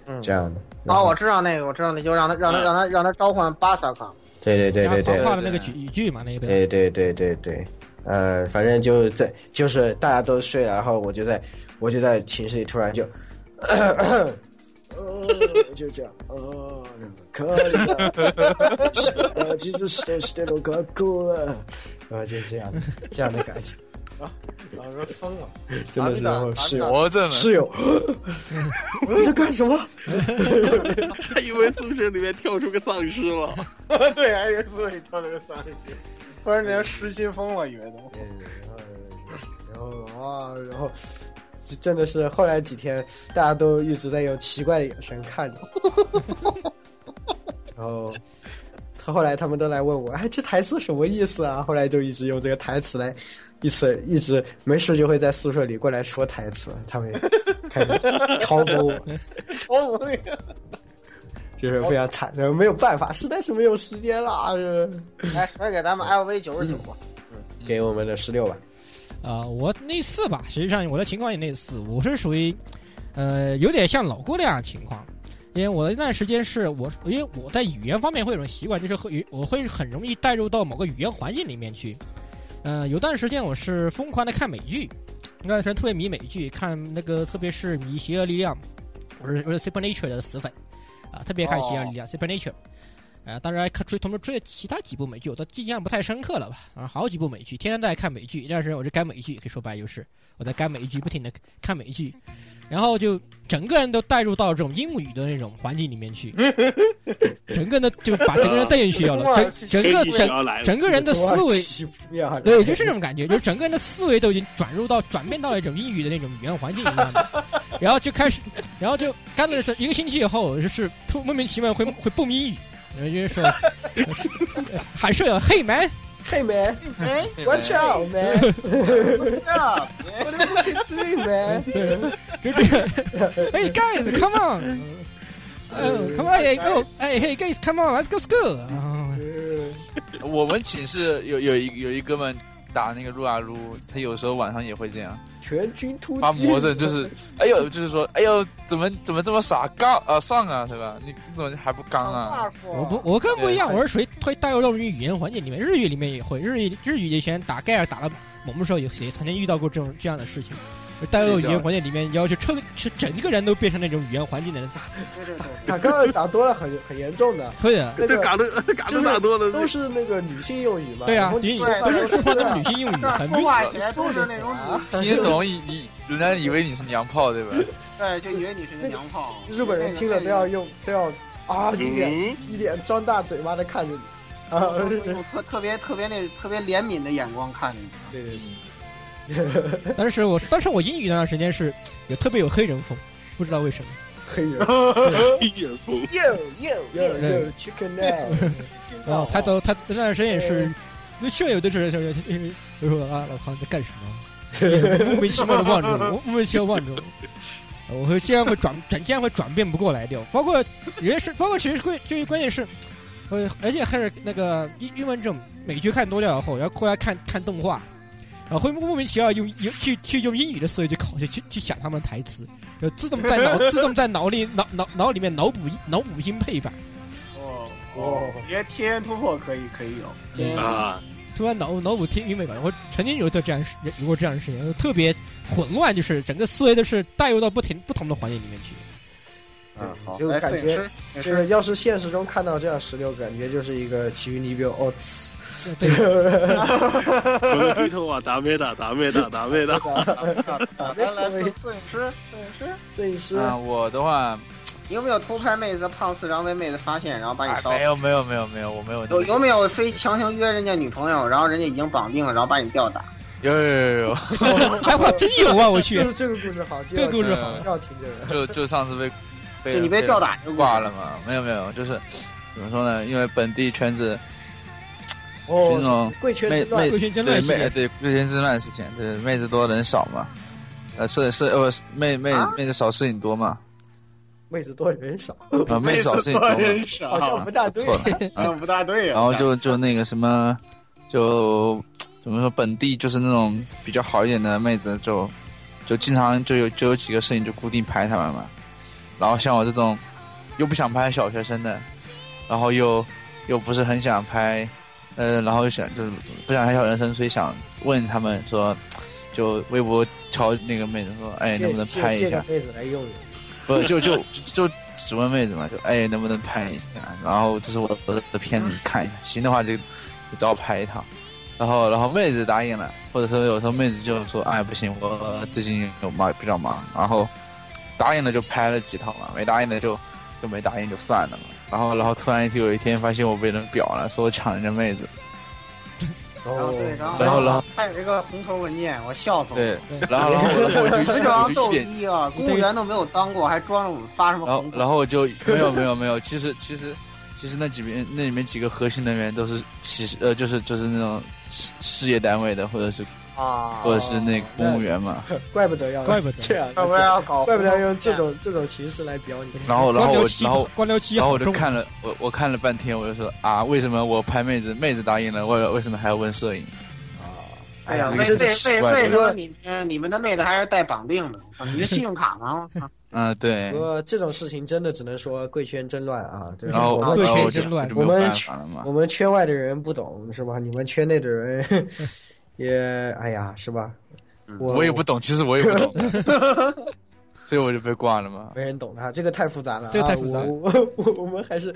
嗯
这样的。然
哦，
后
我知道那个，我知道那就让他让他让他让他召唤巴萨卡，
对对对对对
然后，画的那个
对
语句嘛，那个
对对对对对，呃，反正就是在就是大家都睡了，然后我就在我就在寝室里突然就，呃，就这样，呃，可以了，是的，其实是是的，我快哭了，啊，就这样这样的感 觉，
啊老师疯了，
真的是啊
咱们的
然后室友
魔怔了，
室 友你 在干什么？
他以为宿舍里面跳出个丧尸了，
对，还以为自己跳了个三十级，突然间失心疯了，以为都。
对哎然后然后啊，然后这真的是后来几天，大家都一直在用奇怪的眼神看着我， 然后。他后来他们都来问我，哎，这台词什么意思啊？后来就一直用这个台词来，一直一直没事就会在宿舍里过来说台词，他们也开始嘲讽我，
嘲讽那个，
就就是非常惨，然后没有办法，实在是没有时间啦，呃
来，来给咱们 LV 九十九吧。
给我们的十六吧。
啊，我类似吧，实际上我的情况也类似，我是属于，呃，有点像老郭那样的情况，因为我那段时间是我，因为我在语言方面会有种习惯，就是会我会很容易带入到某个语言环境里面去。呃，有段时间我是疯狂的看美剧，那段时间特别迷美剧，看那个特别是迷《邪恶力量》，我是我是 Supernature 的死粉啊，特别看《邪恶力量》Supernature。啊，当然看追，同时追了其他几部美剧，我都印象不太深刻了吧？啊，好几部美剧，天天都在看美剧，那段时间我是干美剧，可以说白就是我在干美剧，不停的看美剧，然后就整个人都带入到这种英语的那种环境里面去，整个人都就把整个人带进去掉了，整整个整
要来了，
整个人的思维，
起不要，
对，就是这种感觉，就是整个人的思维都已经转入到转变到了一种英语的那种语言环境里面了，然后就开始，然后就干了一个星期以后，就是突莫名其妙会会蹦英语，然后就是说喊舍友嘿 man，
嘿 man，
哎，
watch out man，
呀，
我的不可以对 man，
对，就 这个，哎 guys come on，嗯、c o m e on hey go，哎 hey guys come on let's go school，啊
我们寝室有有一有一哥们打那个撸啊撸，他有时候晚上也会这样
全军突击，
发魔怔，就是哎呦，就是说哎呦，怎么怎么这么傻杠啊上啊，对吧？你你怎么还不刚啊？
我不，我跟不一样，我是属于会带入到语言环境里面。日语里面也会，日语日语以前打盖尔打到猛的时候也也曾经遇到过这种这样的事情，就带入到语言环境里面，然后就彻是整个人都变成那种语言环境的人。
对对对，
打刚刚打多了很很严重的，
会啊的，
那
这
个
嘎的嘎
就
的
是
打多了，
都是那个女性用语嘛，
对啊
然后，
女
你
语
吃饭
不是
都
说那种
这样
女性用语，
这儿
很
说话起来都是那种语，
听得懂以以人家以为你是娘炮，对吧？
对，就以为你是个娘炮。
日本人听了都要用都要啊一脸
嗯，
一脸张大嘴巴的看着你啊，
嗯
用特特别特别那特别怜悯的眼光看你。
对对
但是我但是我英语那段时间是有特别有黑人风，不知道为什么。
黑 人
眼红，
哟哟
有有 chicken neck，
然后他都他那段时间也是，那舍友都是就是就说啊，老康在干什么？莫名其妙的望着我，莫名其妙地望着我，我会这样会转，整这样会转变不过来的。包括有些是，包括其实关最关键是，呃，而且还是那个英英文这种美剧看多了以后，然后过来看看动画，然后会莫名其妙用用去去用英语的思维去考去去去想他们的台词，就自动在脑自动在脑里脑脑脑里面脑补脑补音配版。
哦哦，觉得天元突破可以可以有。
嗯
啊，
突然脑脑补听英美版，我曾经有过这样的事有过这样的事情，特别混乱，就是整个思维都是带入到不停不同的环境里面去。
嗯，好，
啊就
哎
来
感
摄影
觉
师，摄影
这
师
个要是现实中看到这样十六，感觉就是一个奇遇泥
啊
标哦，呲
对，
我的低头啊，打没打，打没打，打没打，
来来摄摄影 师，摄影师，
摄影师
啊，我的话，
你有没有偷拍妹子胖四张被妹子发现，然后把你
哎
烧
没？有没有没有没有，我没有那
有
么
有没有非强行约人家女朋友，然后人家已经绑定了，然后把你吊打？
有有有有有，
还好真有啊！我去
就，是这个故事好，就
这
要
个故事
好
就要听这个，
就就上次 被被
就你被吊打就
挂了嘛？没有没有，就是怎么说呢？因为本地圈子是那
哦
种，
贵圈之
妹
乱
妹
贵圈真
对
乱
妹
世，
对贵圈之乱事件，对妹子多人少嘛，呃是是呃妹妹
啊
妹子少事情多 嘛，
妹子多人少，
啊妹子少事情多嘛，
人少
好像不大对。
错了，啊
不大对
然后就就那个什么，就怎么说本地就是那种比较好一点的妹子就，就经常就有就有几个摄影就固定拍他们嘛。然后像我这种又不想拍小学生的，然后又又不是很想拍，呃，然后又想就是不想拍小学生，所以想问他们说，就微博敲那个妹子说，哎，能不能
借
拍
借
一
个
下？
妹子来用用？
不就就就只问妹子嘛，就哎能不能拍一下？然后这是我的片子，你看一下，行的话就就找我拍一套。然后然后妹子答应了，或者说有时候妹子就说哎不行，我最近有忙比较忙，然后答应了就拍了几套嘛，没答应的就就没答应就算了嘛。然后然后突然就有一天发现我被人表了，说我抢人家妹子，
然
哦
后哦对，然后
然后然后
还有一个红头文件，我笑死我 了。
哦对，然后然后 然后我就
你们这帮
我就
逗
一脸
逼啊！公务员都没有当过，还装着我们发什么
然后
红头？
然后我就没有没有没有，其实其实其实那几边那里面几个核心人员都是企事呃就是就是那种事事业单位的或者是
啊，
或者是那个公务员嘛。
怪不得要
怪不得
这样，
要不然要搞，
怪不得要用这种这种形式来表你。
然后，然后
官
我
僚，期
然后，
官僚期
然后
好
我就
重，
看了，我我看了半天，我就说啊，为什么我拍妹子，妹子答应了，为为什么还要问摄影？
哎呀，
这
为
个
为
是
为
奇怪的
为什么你们你们的妹子还是带绑定的？啊你的信用卡吗？我操
嗯，对
不。过这种事情真的只能说贵圈真乱啊！对吧
然后，
我
然后
们
我
贵
就
圈
我就
真乱
没有办法了嘛
我。们圈外的人不懂是吧？你们圈内的 人也哎呀是吧？我
嗯
我也不懂，其实我也不懂， 所以我就被挂了嘛。
没人懂他，这个太复杂了啊，
这个太复杂了
我我我们还是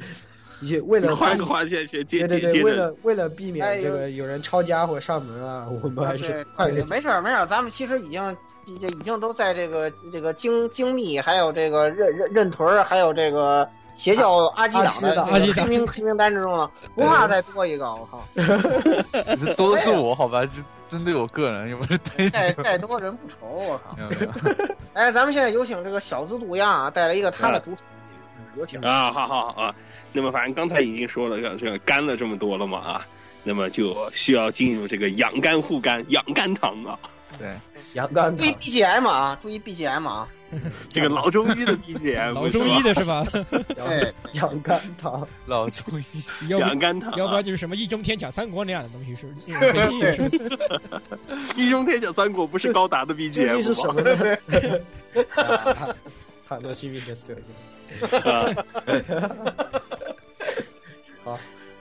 也为
你
了
换个话题，接接
对
接
对
接
对，为
着
了为了避
哎
免
呦
这个有人抄家或者上门啊，我们还是
对
快
对
点。
没事儿没事儿，咱们其实已经已经已经都在这个这个精精密，还有这个认认认屯儿，还有这个邪教阿基党的
阿
基
这
党
个黑名黑名单之中了，不怕再多一个，我靠，
这都是我好吧？就针对我个人，又不是对。
再再多人不愁，我靠。
没有没有
哎，咱们现在有请这个小资杜亚啊，带来一个他的主场，嗯有请。
啊，好好好啊。那么反正刚才已经说了，这个干了这么多了嘛啊，那么就需要进入这个养肝护肝、养肝堂啊。
对，
杨刚
注意 BGM 啊，注意 BGM 啊！
这个老中医的 BGM，
老中医的是吧？
对，
杨刚 堂，
老中医
要
养
不
肝堂啊，
要不然就是什么易中天讲三国那样的东西是，是是
医中天讲三国不是高达的
究竟是
BGM
什
吗？
么 呢？ 啊塔诺西米的色情，
啊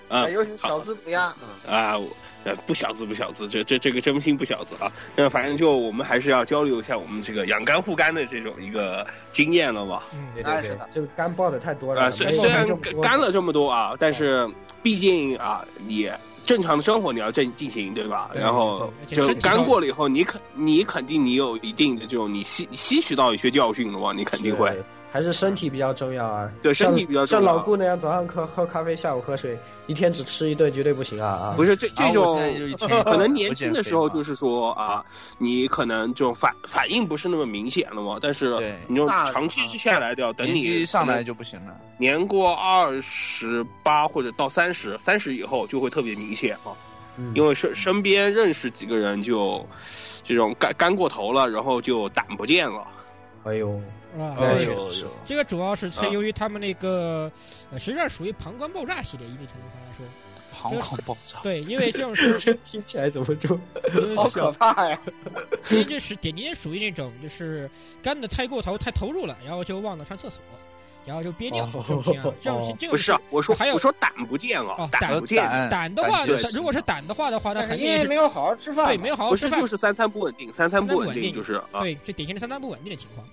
哎有请小资杜亚。嗯
啊，我呃，不小资不小资，这这这个真心不小资啊。那反正就我们还是要交流一下我们这个养肝护肝的这种一个经验了吧。
嗯
对
哎
对
是
对
的，
这个干爆的太多了
啊，
啊，
虽
没有
虽然
这么
干
多
干了这么多啊，但是毕竟啊，你正常的生活你要正进行，对吧？
对
然后
对
就
而且身体
干
上
过了以后，你肯你肯定你有一定的这种你吸吸取到一些教训的话，你肯定会
是。啊还是身体比较重要啊。
对
像
身体比较重
像
要
老顾那样，早上喝喝咖啡，下午喝水，一天只吃一顿绝对不行啊啊！
不是这这种。 可
可
能年轻的时候就是说啊，你可能这种反反应不是那么明显了嘛，但是
对嗯
你这种
大了
长期之下来掉，等
年纪
你嗯
上来就不行了。
年过二十八或者到三十，三十以后就会特别明显啊，
嗯，
因为身身边认识几个人就这种干干过头了，然后就胆不见了。
哎
哦
呦，
啊
哎
确
呦
实是
呦
这个主要是是
啊
由于他们那个，呃，实际上属于旁观爆炸系列，一定程度上来说，
膀胱爆 炸，
对，因为这种事，
这 听起来怎么就
好可怕呀！
这就是点点属于那种就是干的太过头、太投入了，然后就忘了上厕所，然后就憋尿，
哦
这 种情况这种情这种
不是啊，我说
还有
我说胆不见了
哦，
胆
呃
不见，
胆
胆的话
胆
呢
结石，
如果是胆的话的话，那肯
因
定
为没
是
有好好吃饭嘛，
对没有好好
不
吃
是
饭
就，是三餐不稳定，三餐不稳定就是啊，
对，这典型的三餐不稳定的情况。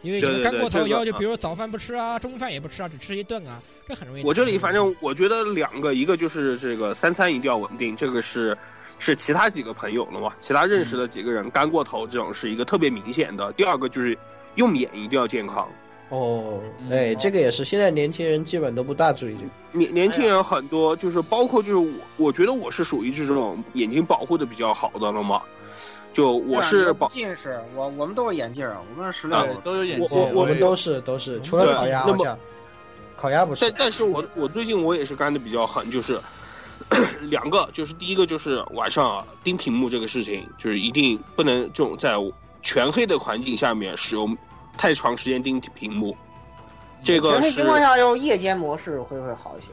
因为
对
你
对
干
对
过
这
头
个
以后，就
啊
比如早饭不吃啊，中饭也不吃啊，只吃一顿啊，这很容易。
我这里反正我觉得两个，一个就是这个三餐一定要稳定，这个是是其他几个朋友了嘛，其他认识的几个人干过头这种是一个特别明显的。第二个就是用眼一定要健康，
哦
嗯，
哎，这个也是，现在年轻人基本都不大注意这个。
年年轻人很多就是包括就是我，我觉得我是属于这种眼睛保护的比较好的了嘛，就我
对啊
是
你
保
不。近视，我我们都是眼镜儿，我们是十六
对，都有眼睛。
我
我
也
们都是都是，除了
对
烤鸭
那
好
么
像，烤鸭不是
但，但是我我最近我也是干的比较狠，就是 两个，就是第一个就是晚上啊盯屏幕这个事情，就是一定不能这种在全黑的环境下面使用太长时间盯屏幕。这
全
个
黑
是
情况下用夜间模式会会好一些。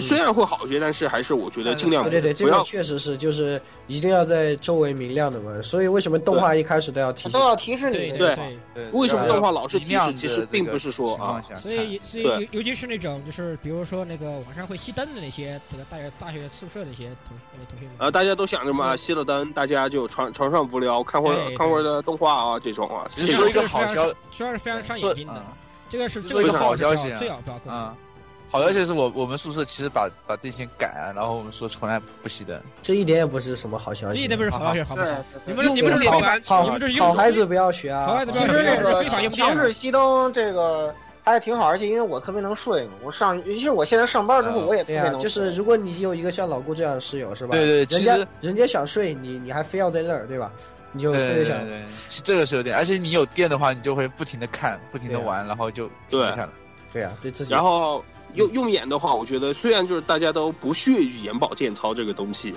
虽然会好一些，但是还是我觉得尽量
哦对对对，这
不
个
要
确实是，就是一定要在周围明亮的嘛。所以为什么动画一开始都要提
它
醒
都？要提示
对
你
对
对，
对
为什么动画老是
是
提示其实并不是说啊
所以，所以
对
尤尤其是那种就是比如说那个晚上会熄灯的那些这个大学大学宿舍的一些同呃同学们
呃，大家都想着嘛，熄了灯，大家就床床上无聊，看会
对
儿
对
看会儿的动画啊，这种啊，
其实
这
说
种
一个好消
息，虽然是非常伤眼睛
啊
嗯
的，这个是
就
这
说一
个
个
是
好
最好
消息啊
最好不要
啊
跟。
好消息是我我们宿舍其实把把电线改了，然后我们说从来不熄灯。
这一点也不是什么好消
这
息。
一点不是好消息，好不
对
啊好？，你
对对
们你们
用
是
好
两个
好
你们这是用
好孩子不要学啊！
好孩子不
其
要
实
学
这个
非法用电
强制熄灯这个还挺好，而且因为我特别能睡嘛，我上尤其是我现在上班之后
嗯
我也特
对
别
呀、
能睡。
就是如果你有一个像老顾这样的室友是吧？
对对，其
人
实
家人家想睡你，你还非要在那儿，对吧？你就
对
特
对
别
对
想，
对，这个是有点，而且你有电的话，你就会不停的看，不停的玩，然后就停不下来。
对呀、对自己。
然后用用眼的话，我觉得虽然就是大家都不屑于眼保健操这个东西，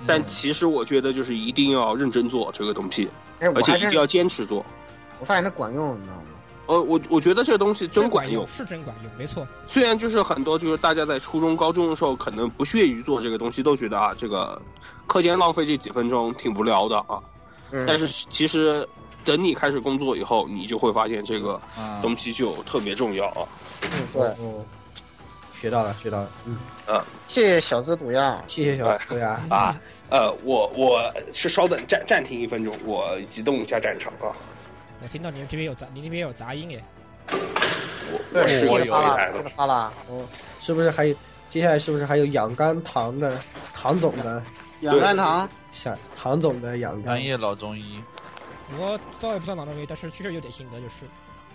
嗯
但其实我觉得就是一定要认真做这个东西，
哎，我
而且
还
一定
真
要坚持做。
我发现它管用，你知道吗？
呃，我我觉得这个东西真管用，
是真管用，没错。
虽然就是很多就是大家在初中、高中的时候可能不屑于做这个东西，都觉得啊这个课间浪费这几分钟挺无聊的啊，
嗯
但是其实等你开始工作以后，你就会发现这个
啊，
东西就特别重要啊。
嗯对，
嗯，学到了，学到了，嗯，
谢谢小资毒药。
谢谢小苏呀。
啊，呃，我我是稍等暂暂停一分钟，我移动一下战场啊，
我听到你们这边有杂，你那边有杂音耶。
我我
是
是
我
一
有
啪啦，
来
噼
了
里，啪啦，嗯，
是不是还有接下来是不是还有养肝糖的唐总的
养肝糖，
想唐总的养肝
专？业老中医，
我倒也不算老中医，但是确实有点心得，就是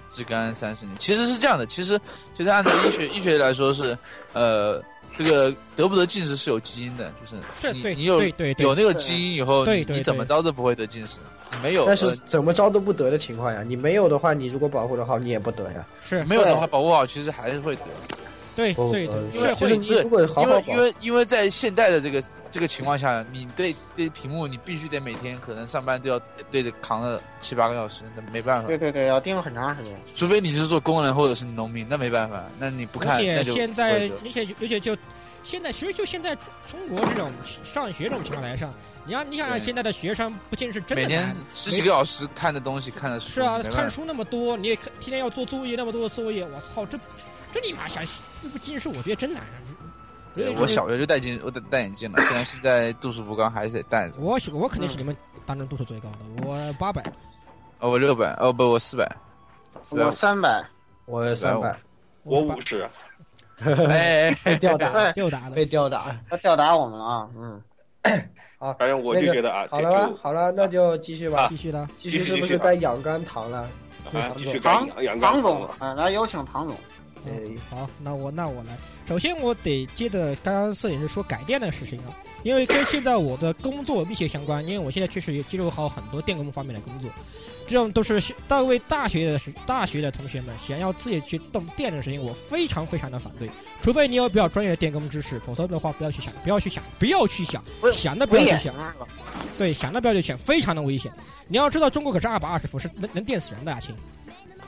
治肝三十年，其实是这样的，其实其实按照医学医学来说是，呃，这个得不得近视是有基因的，就是
是
你
对
你有
对对对
有那个基因以后，
对
你
对
你怎么
对
着都不会得近视，你没有
但是
呃
怎么着都不得的情况下，你没有的话，你如果保护的好，你也不得呀。
是
没有的话保护好，其实还是会得，
对
不
对
呃就
对，是
是
是
哎会
你如果好
因
好
为
保
因为因为在现代的这个这个情况下，你对对屏幕你必须得每天可能上班都要对着扛了七八个小时，那没办法，
对对对，要盯很长时间。
除非你是做工人或者是农民，那没办法，那你不
而
看
且
那就
现在
不会，
而且而且就现在，其实就现在中中国这种上学这种情况来上，你让你想让
对
现在的学生不近视
得
真
每
的
天
难。
十几个小时看的东西看的书，
是啊，
没办法
看书那么多，你也看天天要做作业那么多的作业，我操，这这你妈想不近视，我觉得真难啊。
对
所以
我
说
小学就戴镜，我戴戴眼镜了，虽然现在度数不高，还是得戴着。
我是我肯定是你们当中度数最高的，我八百，
哦，我六百，哦不，我四百，四百
我。三百，
我三百
我
八
五十，
哎，哎哎
被吊 打，
又打了
被。吊打。
他吊打我们了啊！嗯，
反正我就觉得啊，
好
这
了吧
就，
好了，那就继续吧。
必须的，
继续是不是该养肝糖了？
啊，继续
唐
看杨杨
唐
刚
总
了，，
啊，来有请唐总。
嗯
嗯，好，那我那我来。首先，我得接着刚刚摄影师说改店的事情啊，因为跟现在我的工作密切相关，因为我现在确实也接触好很多电工方面的工作，这种都是学大为大学的大学的同学们想要自己去动电的事情，我非常非常的反对，除非你有比较专业的电工知识，否则的话不要去想，不要去想，不要去想
不，是
想都不啊
我
要去想
也是。吧？
对，想到不要就选，非常的危险。你要知道，中国可是二百二十伏，是能能电死人的啊，亲。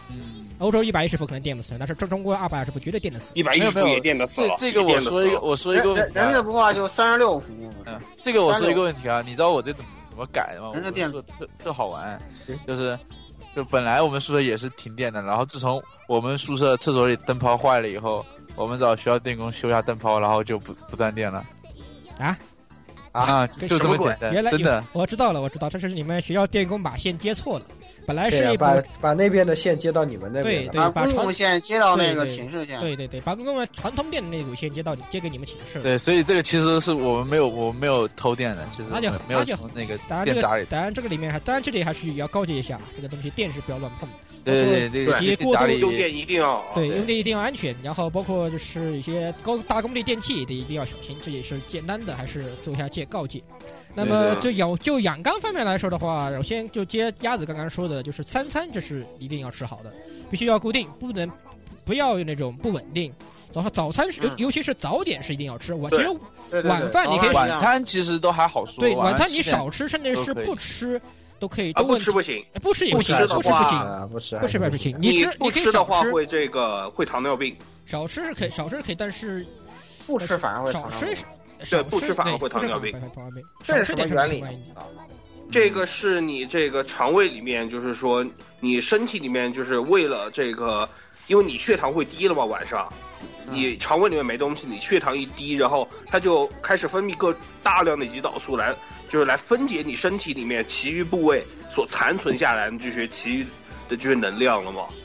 嗯，
欧洲一百一十伏可能电不死人，但是中中国二百二十伏绝对电得死人。
一百一
没
十
有没有
也电的死
这
了，
这个
也
我
电得
说
死
一个，
了
我说一
人
个
人
问题
人家
啊，
不话就三十六伏，
嗯，这个我说一个问题啊，你知道我这怎么怎么改的吗？我
人家
们
电
宿舍特特好玩，就是就本来我们宿舍也是停电的，然后自从我们宿舍厕所里灯泡坏了以后，我们找学校电工修一下灯泡，然后就不不断电了。
啊
啊，
跟
就这么简单
原来，
真的。
我知道了，我知道，这是你们学校电工把线接错了，本来
对
是
呀
一，部
把把那边的线接到你们那边
对
了。
把
把
公
长
共线接到那个
对对
寝室线。
对对对，把公共的传统电的那股线接到你接给你们寝室了。
对，所以这个其实是我们没有，我们没有偷电的，其实
而且
没有
而且
从那个
当然这
电闸
个
里，
当然这个里面还当然这里还是也要告诫一下，这个东西电是不要乱碰的。
对对对，
以及
电闸里
用电一定要啊
对，
对
用电一定要安全，然后包括就是一些高大功率电器的一定要小心，这也是简单的，还是做一下戒告诫。那么
对对
就养就养肝方面来说的话，首先就接鸭子刚刚说的，就是三餐这是一定要吃好的，必须要固定，不能不要有那种不稳定。早上早餐是尤
嗯
尤其是早点是一定要吃，我其
对
实
对对对
晚饭你可以
晚餐其实都还好说，
对
晚
晚餐你
7点
少吃，甚至
都
是
可以
不吃都可以，
啊，
都
不
问
吃不行，
不吃也
不
行
吃，的
不吃不
话
行，
啊，不是，
不吃不吃不行，
你
吃
不
你可以
吃的
少
话
吃
会这个会糖尿病，
少吃是可以少吃是可以，但是
不吃反而会
呃少
糖尿
吃
病。
少
对不吃反而
对
会
不
糖
吃
尿
反而
病
会糖尿病，
这
少吃
是什么
点
原
是
理
没关系？
嗯
这个是你这个肠胃里面，就是说你身体里面就是为了这个，因为你血糖会低了嘛，晚上。
嗯
你肠胃里面没东西，你血糖一低，然后它就开始分泌各大量的胰岛素来，就是来分解你身体里面其余部位所残存下来的这些其余的这些能量了嘛。
比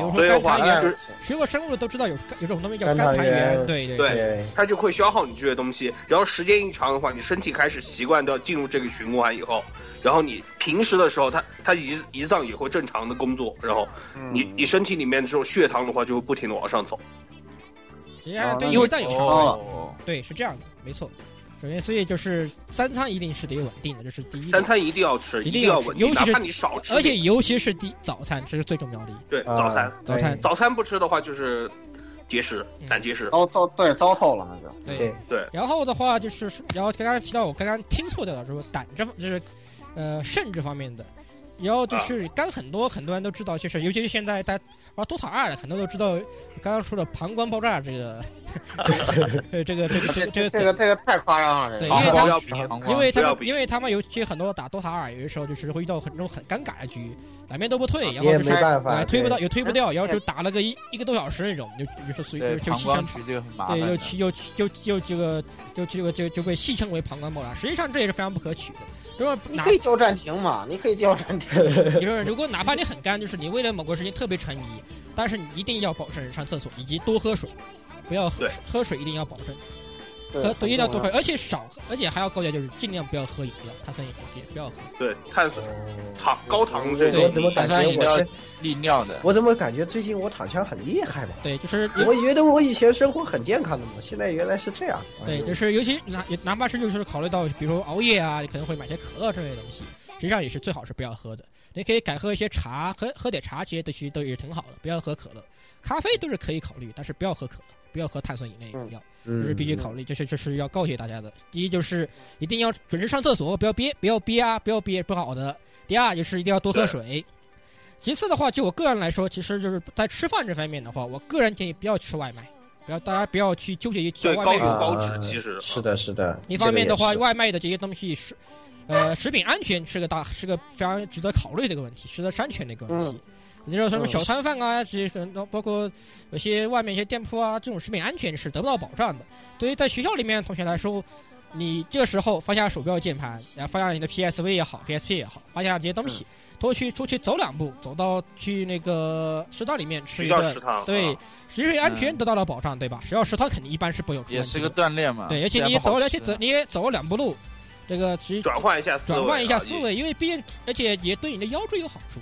如说
哦，
所以的话
肝糖
呢，
原，
就是
学过生物的都知道有有这种东西叫
肝
肝
糖
糖
原
原，对对
对
对，
它就会消耗你这些东西，然后时间一长的话，你身体开始习惯到进入这个循环以后，然后你平时的时候，它它胰胰脏也会正常的工作，然后
嗯
你你身体里面这种血糖的话就会不停的往上走。
实际上对
哦
胰脏有伤害，
哦
对是这样的，没错。首先，所以就是三餐一定是得稳定的，这是第一点。
三餐一定要吃，
一
一
定
定
要
要
吃
稳定，
尤
哪
其是
怕你少吃
而且
点，
尤其是第早餐，这是最重要的。
对
啊
早餐
早餐
早餐不吃的话就是结石，
嗯
胆结
哦
石。
糟糟对糟透了那就。
对
对。
然后的话就是说，然后刚刚提到我刚刚听错掉了，说胆这方就是呃肾这方面的，然后就是刚很多很多人都知道，就是尤其是现在大家玩多塔二的，很多都知道刚刚说的膀胱爆炸这个这个这个这
这
个这个
这这个这个太夸张了，
对
这个
因为他
膀胱
们
曲膀胱
因为他
不要
们
比
因为他们尤其很多打多塔二，有的时候就是会遇到很那种很尴尬的局，哪边都不退，然
你
后
也
就是
没办法
哎，推不到，也推不掉，
嗯
然后就打了个一一个多小时那种，就比如说随
对
就
膀
戏
胱
称
曲这个很麻烦
对，
的。
又其又其又又这个又这个就就被戏称为膀胱爆炸，实际上这也是非常不可取的。如果
你
哪
可以叫暂停嘛，你可以叫暂停。
你说如果哪怕你很干，就是你为了某个事情特别沉迷，但是你一定要保证上厕所以及多喝水，不要喝
对
喝水一定要保证。
对
喝对，一定要多喝，
很
而且少，而且还要告诫，就是尽量不要喝饮料，碳酸饮料也不要喝。
对，碳水糖高糖这
对
种，
嗯我怎么
碳
感觉
酸饮
我
料
是
利尿的，
我怎么感觉最近我躺枪很厉害嘛？
对，就是
我觉得我以前生活很健康的嘛，现在原来是这样。
对，
哎
就
呦
是尤其哪哪怕是就是考虑到，比如说熬夜啊，你可能会买些可乐之类的东西，实际上也是最好是不要喝的。你可以改喝一些茶，喝喝点茶，这些都其实都也是挺好的，不要喝可乐。咖啡都是可以考虑，但是不要喝可乐，不要喝碳酸饮料饮料。
嗯
这是必须考虑，这是这是要告诫大家的。第一就是一定要准时上厕所，不要憋，不要憋啊，不要憋不好的。第二就是一定要多喝水。其次的话，就我个人来说，其实就是在吃饭这方面的话，我个人建议不要吃外卖，不要大家不要去纠结于吃
对
外
高
卖
油
这个。
高
啊
脂，其实
是的，是的。
一方面的话，
这个也
外卖的这些东西是，呃，食品安全是个大是个非常值得考虑的一个问题，值得商榷的一个问题。你说什么
嗯
小摊贩啊，这些可能包括有些外面一些店铺啊，这种食品安全是得不到保障的。对于在学校里面的同学来说，你这个时候放下手表、键盘，然后放下你的 PSV 也好，PSP 也好，放下这些东西，
嗯
多去出去走两步，走到去那个食堂里面吃
学
一
校
顿
食，堂
对
啊，
食品安全
嗯
得到了保障，对吧？学校食堂肯定一般是不会有出
也
问
是
题
个
的
锻炼嘛。
对，而
虽
且
然
你
啊不
也
好
走了，
吃啊
且走你也走了两步路，这个其实
转换一下思维啊，
转换一下思
也。
维，因为毕竟而且也对你的腰椎有好处，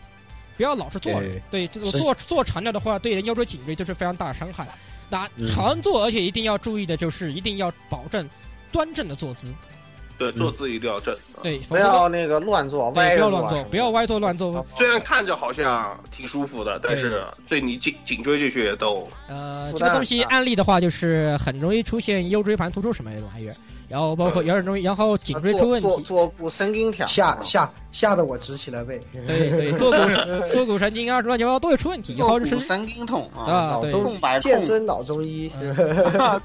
不要老是坐着
对。
对，这个
是
坐坐长了的话，对腰椎、颈椎都是非常大的伤害。那
嗯
常坐，而且一定要注意的就是，一定要保证端正的坐姿。
对，坐
嗯
姿一定要正。啊
对，
不
否则
要那个乱做，
对
歪
不
着
要乱坐，不要歪坐乱坐。
虽然看着好像挺舒服的，但是对你颈颈椎这些都
呃，
不
这个
但
东西
啊
案例的话，就是很容易出现腰椎盘突出什么来源，然后包括
嗯
有点容易，然后颈椎出问
坐
题。
坐骨神经啊条。
吓吓吓得我直起了背，
对对，坐骨神坐骨神经啊，乱七八糟都会出问题，然后
坐
就
骨
是
神经痛
啊
啊，
老
对
中
痛百痛
健，身老中医，
嗯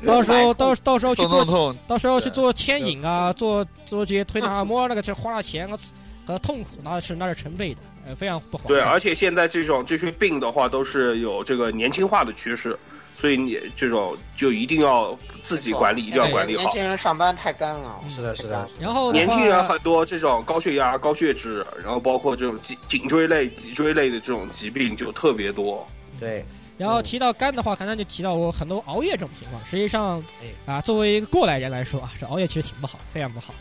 到时候到到时候去
痛痛
做，
痛，
到时候去做牵引啊，做做这些推拿按摩，那个是花了钱和和痛苦，那是那是成倍的，呃，非常不划
对，而
算。
且现在这种这些病的话，都是有这个年轻化的趋势，所以你这种就一定要自己管理，一定要
对
管理
年
好。
轻人上班太干了，
嗯
是的，是的，
然后的
年轻人
话
很多这种高血压、高血脂，然后包括这种颈颈椎类、脊椎类的这种疾病就特别多。
对，
然后提到肝的话，刚才就提到我很多熬夜这种情况，实际上
嗯
哎，
啊，作为一个过来人来说啊，这熬夜其实挺不好，非常不好，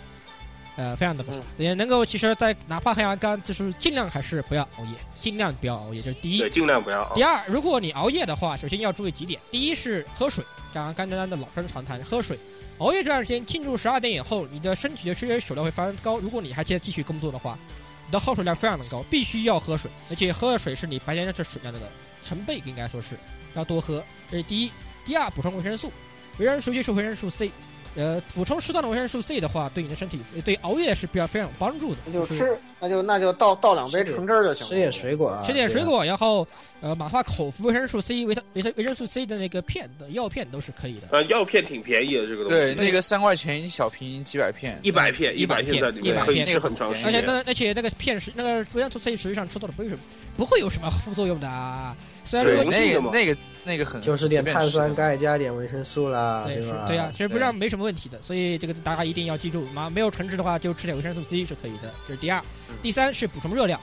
呃，非常的不
嗯
好。也能够其实，在哪怕黑暗肝，就是尽量还是不要熬夜，尽量不要熬夜，这是第一
对，。尽量不要啊。
第二，如果你熬夜的话，首先要注意几点：第一是喝水，刚刚刚才的老生常谈，喝水。熬夜这段时间进入十二点以后，你的身体的血液血量会非常高。如果你还接着继续工作的话，你的耗水量非常的高，必须要喝水，而且喝的水是你白天这水量的成倍，应该说是要多喝。这是第一。第二，补充维生素，维生素 E 是维生素 C，呃，补充适当的维生素 C 的话，对你的身体对熬夜是比较非常有帮助的。
那就是吃，那就那就倒倒两杯
吃点
橙汁儿就行了。
吃点水果啊，
吃点水
对啊
果，然后呃，哪怕口服维生素 C、维他维生维生素 C 的那个片的药片都是可以的。
呃，药片挺便宜的，这个东西，
对，那个三块钱一小瓶，几百片，
一百片，
100
百
片
片在里
100
面可以
片
吃很长时
而
是
且
间。
呢，而且那个片是那个维生素 C 实际上吃多了不会有什么，不会有什么副作用的啊。虽然
对，
说
水溶
那
性的
个
嘛
那个那个很
就是点碳酸，钙加点维生素啦，
对是
吧？
对啊，其实不让没什么问题的，所以这个大家一定要记住，嘛没有橙汁的话就吃点维生素 C 是可以的，这是第二。第三是补充热量，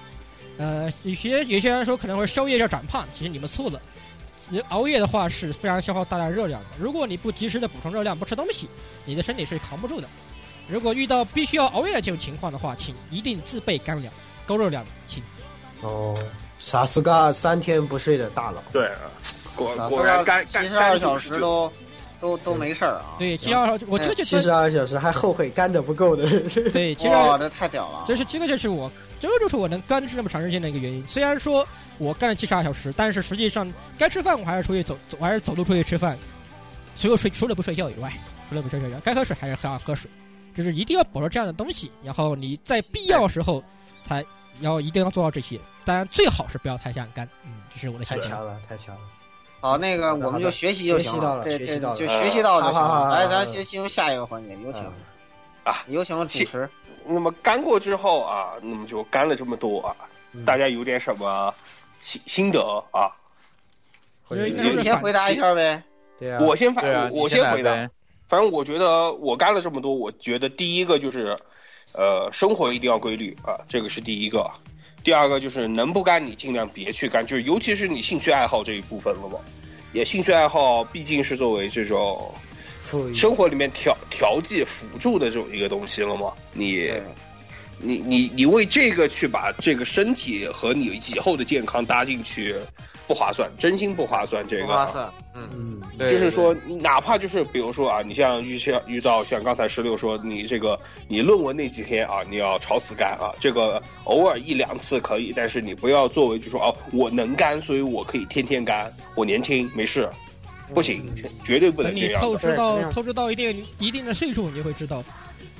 呃，有些有些人说可能会宵夜要长胖，其实你们错了。你熬夜的话是非常消耗大量热量的，如果你不及时的补充热量，不吃东西，你的身体是扛不住的。如果遇到必须要熬夜的这种情况的话，请一定自备干粮、高热量的，请
哦，萨斯嘎三天不睡的大佬，
对，啊果
啊
果然
说到
干
七
干
十二
干
小
净
时
就
都都都没事儿啊。
对，七十二我这个就
七十二小时还后悔干的不够的，
对，其实
哇，这太屌了！
这是这个就是我，这个就是我能干这么长时间的一个原因。虽然说我干了七十二小时，但是实际上该吃饭我还是出去走，走我还是走路出去吃饭。除了睡，除了不睡觉以外，除了不睡觉以外，该喝水还是喝喝水，就是一定要保持这样的东西。然后你在必要时候才要一定要做到这些，当然最好是不要太想干。嗯，这是我的
太
想法。
强了，太强了。
好，那个我们就学习就行这这就学习到就行了。来，咱先进入下一个环节，有请
嗯
啊，
有请主持。
那么干过之后啊，那么就干了这么多啊，
嗯
大家有点什么心心得啊？
回
因为
你先回答一下呗。
对啊，
我先反，
对啊，
我我
你先来
回答。
呗。
反正我觉得我干了这么多，我觉得第一个就是，呃，生活一定要规律啊，这个是第一个。第二个就是能不干你尽量别去干，就是尤其是你兴趣爱好这一部分了嘛。也兴趣爱好毕竟是作为这种
富
嗯
裕
生活里面调调剂辅助的这种一个东西了嘛，你
对
你你你为这个去把这个身体和你以后的健康搭进去，不划算，真心不划算。这个啊
不划算，嗯，
嗯，
对
就是说，，你哪怕就是比如说啊，你像遇像遇到像刚才石榴说，你这个你论文那几天啊，你要朝死干啊，这个偶尔一两次可以，但是你不要作为就说哦，我能干，所以我可以天天干，我年轻没事，不行，绝对不
等
能
你
这样
透
的。
支
对这
到
样
透支到一定一定的岁数，你就会知道，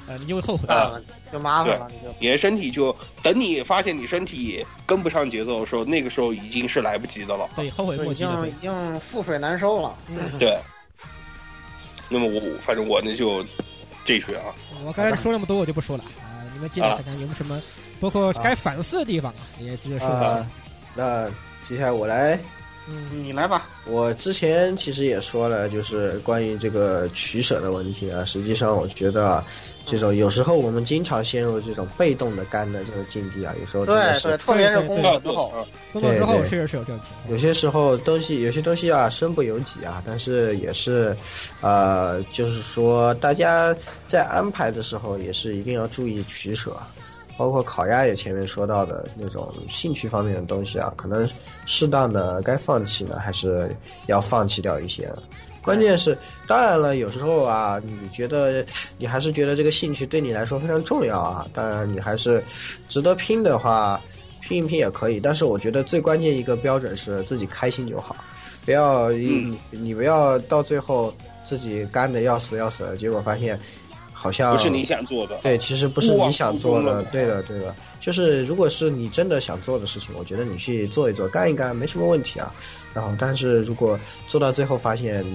呃，你就会后悔。
啊
就麻烦了，你就
你的身体就等你发现你身体跟不上节奏的时候，那个时候已经是来不及的了。
对，嗯后悔
就
莫
已
及的
经
会
已。经覆水难收了。
对，那么我反正我那就这句啊，
我刚才说那么多，我就不说了啊、你们记得
啊
看看有没有什么，包括该反思的地方啊，也就是说一下
啊。那接下来我来
嗯，
你来吧，
我之前其实也说了，就是关于这个取舍的问题啊。实际上，我觉得啊这种有时候我们经常陷入这种被动的干的这个境地啊，有时候真的
对
是
对，特别是工
嗯
作之后，
啊
工作之后
对
确实是有这种情况。
有些时候东西，有些东西啊，身不由己啊，但是也是，呃，就是说大家在安排的时候，也是一定要注意取舍，包括烤鸭也前面说到的那种兴趣方面的东西啊，可能适当的该放弃呢，还是要放弃掉一些。关键是，当然了，有时候啊，你觉得你还是觉得这个兴趣对你来说非常重要啊，当然你还是值得拼的话，拼一拼也可以，但是我觉得最关键一个标准是自己开心就好，不要
嗯
你、你不要到最后自己干的要死要死的，结果发现好像
呃不是你想做的。
对，其实不是
勿忘
你想做
初衷
的
了，
对的对的，就是如果是你真的想做的事情，我觉得你去做一做，干一干没什么问题啊。然后，但是如果做到最后发现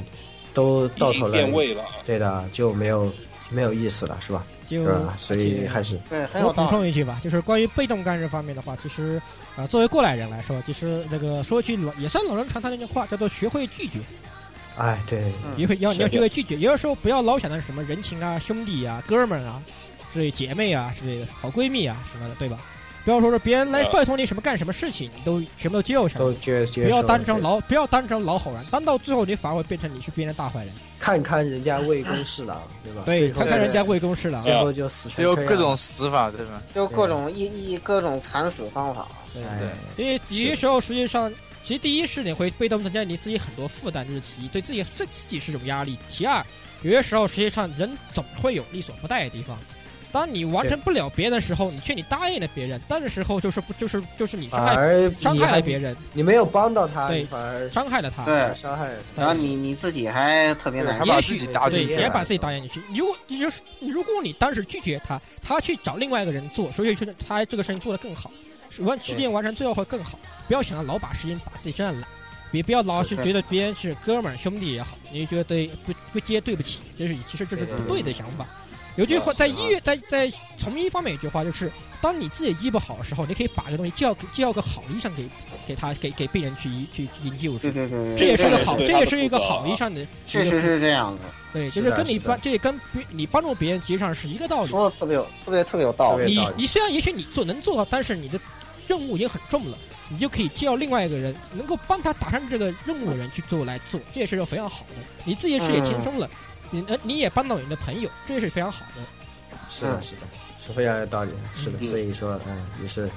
都到
已经
头了
变，味了啊！
对的就没有没有意思了，是吧？
就是
吧？所以
而且
还是
对，很有
我补
道理。
充一句吧，就是关于被动干这方面的话，其实，啊、作为过来人来说，其实那个说句老也算老人常谈的一句话，叫做学会拒绝，
哎，对，
嗯
也会要
是
你要学会拒绝。有的时候不要老想着什么人情啊、兄弟啊、哥们儿啊、之类姐妹啊之类的好闺蜜啊什么的，对吧？不要说是别人来
啊
拜托你什么干什么事情，你都全部都接受上
都。接接
不要
受
当
了
成
对
老不要当成老好人，当到最后你反而会变成你是别人的大坏人。
看看人家魏公侍郎，对吧？
对，
最后
看看
就
人家
死
魏公啊侍郎，
最
啊
后就死
只
成
有
这
各
样
种死法，对吧？
就各种一一各种惨死方法，
哎
对
因为有些时候实际上，其实第一是你会被动增加你自己很多负担，这是其一，对自己对自己是一种压力；其二，有些时候实际上人总会有力所不逮的地方。当你完成不了别人的时候，你却你答应了别人，但是时候就是不就是就是你伤
反
害
而
伤
你
害
还
了别人，
你没有帮到他，
对
你反而
伤害了他。
对
伤害了
然后你你自己还特别难
还
受。
把
也
自
许
己搭
对，
进去
也
了
把自己搭进去。如果你就是如果你当时拒绝他，他去找另外一个人做，所以说他这个事情做得更好，是完事情完成最后会更好。不要想着老把事情把自己身上揽，别不要老
是
是
的
觉得别人是哥们儿兄弟也好，你就觉得对不不接对不起，这是其实这是
对对
不
对
对的想法。有句话
是
在
啊
医院在在从医方面有句话就是，当你自己医不好的时候，你可以把这东西叫叫个好医生给给他给给病人去医去去医救
对
治，
对对，
这也是
对
个
对
好，
对
这
他
也
的
是
负
一个
责
好
啊
医生的
确
一个
实是这样子，
对，
是
就是
的
跟你
是的
帮，这也跟别你帮助别人，其实上是一个道理。
说的特别有特别特别有道
对
理。
有
你
道理
你虽然也许你做能做到，但是你的任务已经很重了，你就可以叫另外一个人能够帮他达成这个任务的人去做来做，这也是非常好的。你自己的事也轻松了，你呃你也帮到你的朋友，这也是非常好的。
是的，
嗯
是的，是非常有道理的，是的。
嗯
所以说，嗯，也是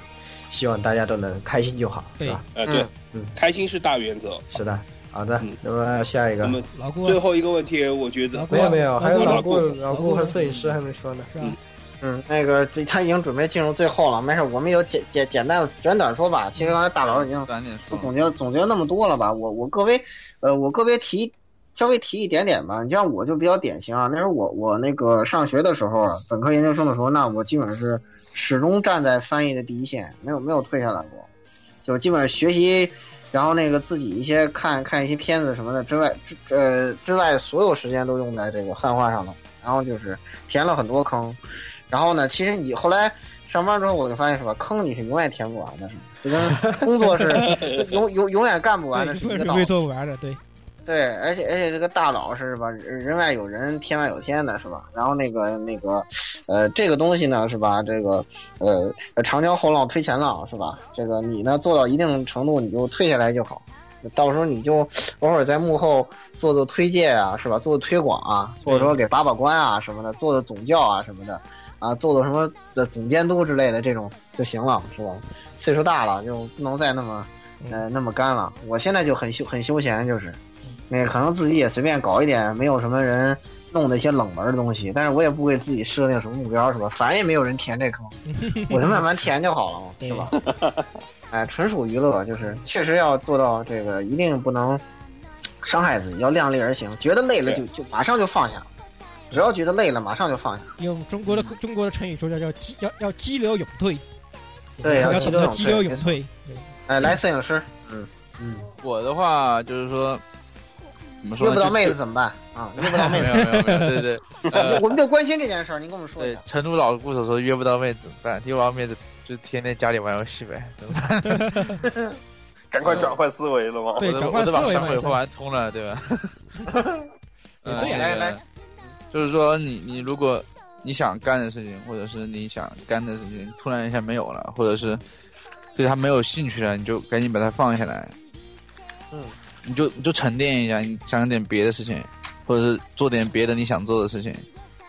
希望大家都能开心就好，
对
是吧？
呃，
嗯
对
嗯，
开心是大原则。
是的，好的
嗯，
那么下一个
那，么
老顾
最后一个问题，我觉得
老顾
没有没有，还有
老
老
顾
顾
老
老
顾
顾和摄影师还没说呢。
是吧
嗯？
嗯，那个这他已经准备进入最后了，没事，我们有简简简单简短说吧。其实刚才大佬已经
赶紧说，
总结总结那么多了吧，我我各位，呃，我各位提稍微提一点点吧。你像我就比较典型啊，那时候我我那个上学的时候，啊本科研究生的时候，那我基本上是始终站在翻译的第一线，没有没有退下来过，就是基本上学习，然后那个自己一些看看一些片子什么的之外，之呃之外，所有时间都用在这个汉化上了，然后就是填了很多坑，然后呢，其实你后来。上班之后我就发现是吧，坑你是永远填不完的，就跟工作是永永永远干不完的
对，
是
永
一
远是
个道
会
理。
做不完的，对，
对，而且而且这个大佬是吧，人人外有人，天外有天的是吧？然后那个那个，呃，这个东西呢是吧？这个呃，长江后浪推前浪是吧？这个你呢做到一定程度你就退下来就好，到时候你就偶尔在幕后做做推介啊是吧？做做推广啊，或者说给把把关啊什么的，做做总教啊什么的，啊，做做什么的总监督之类的这种就行了是吧？岁数大了就不能再那么呃那么干了。我现在就很休很休闲就是。那个可能自己也随便搞一点没有什么人弄的一些冷门的东西，但是我也不给自己设定什么目标，是吧？反正也没有人填 这坑，我就慢慢填就好了嘛， 是吧？哎，纯属娱乐，就是确实要做到这个，一定不能伤害自己，要量力而行。觉得累了就就马上就放下，只要觉得累了马上就放下。
用中国的中国的成语说叫叫激要要激流勇退，
对要
要
激
懂
流
得
勇
激
退
流
没
勇
错
退，对
哎，来摄影师，嗯嗯，
我的话就是说，怎么说
约
呢？
不到
就
妹子，怎么办啊？约不 到
没
妹
有
子，
没有没有，对 对，呃，
我们就关心这件事儿，您跟我们说一
对
下。，
成都老故手说约不到妹子怎么办？约不到妹子就天天家里玩游戏呗。对吧
赶快转换思维了吗？
对
我，
转
都
换
我
思
都把
维
上
嘛
回
也
会
是，
玩通了，对 吧？嗯
对呀
那个
来来
就是说你你如果你想干的事情，或者是你想干的事情突然一下没有了，或者是对他没有兴趣了，你就赶紧把它放下来。
嗯，
你就你就沉淀一下，你想点别的事情，或者是做点别的你想做的事情。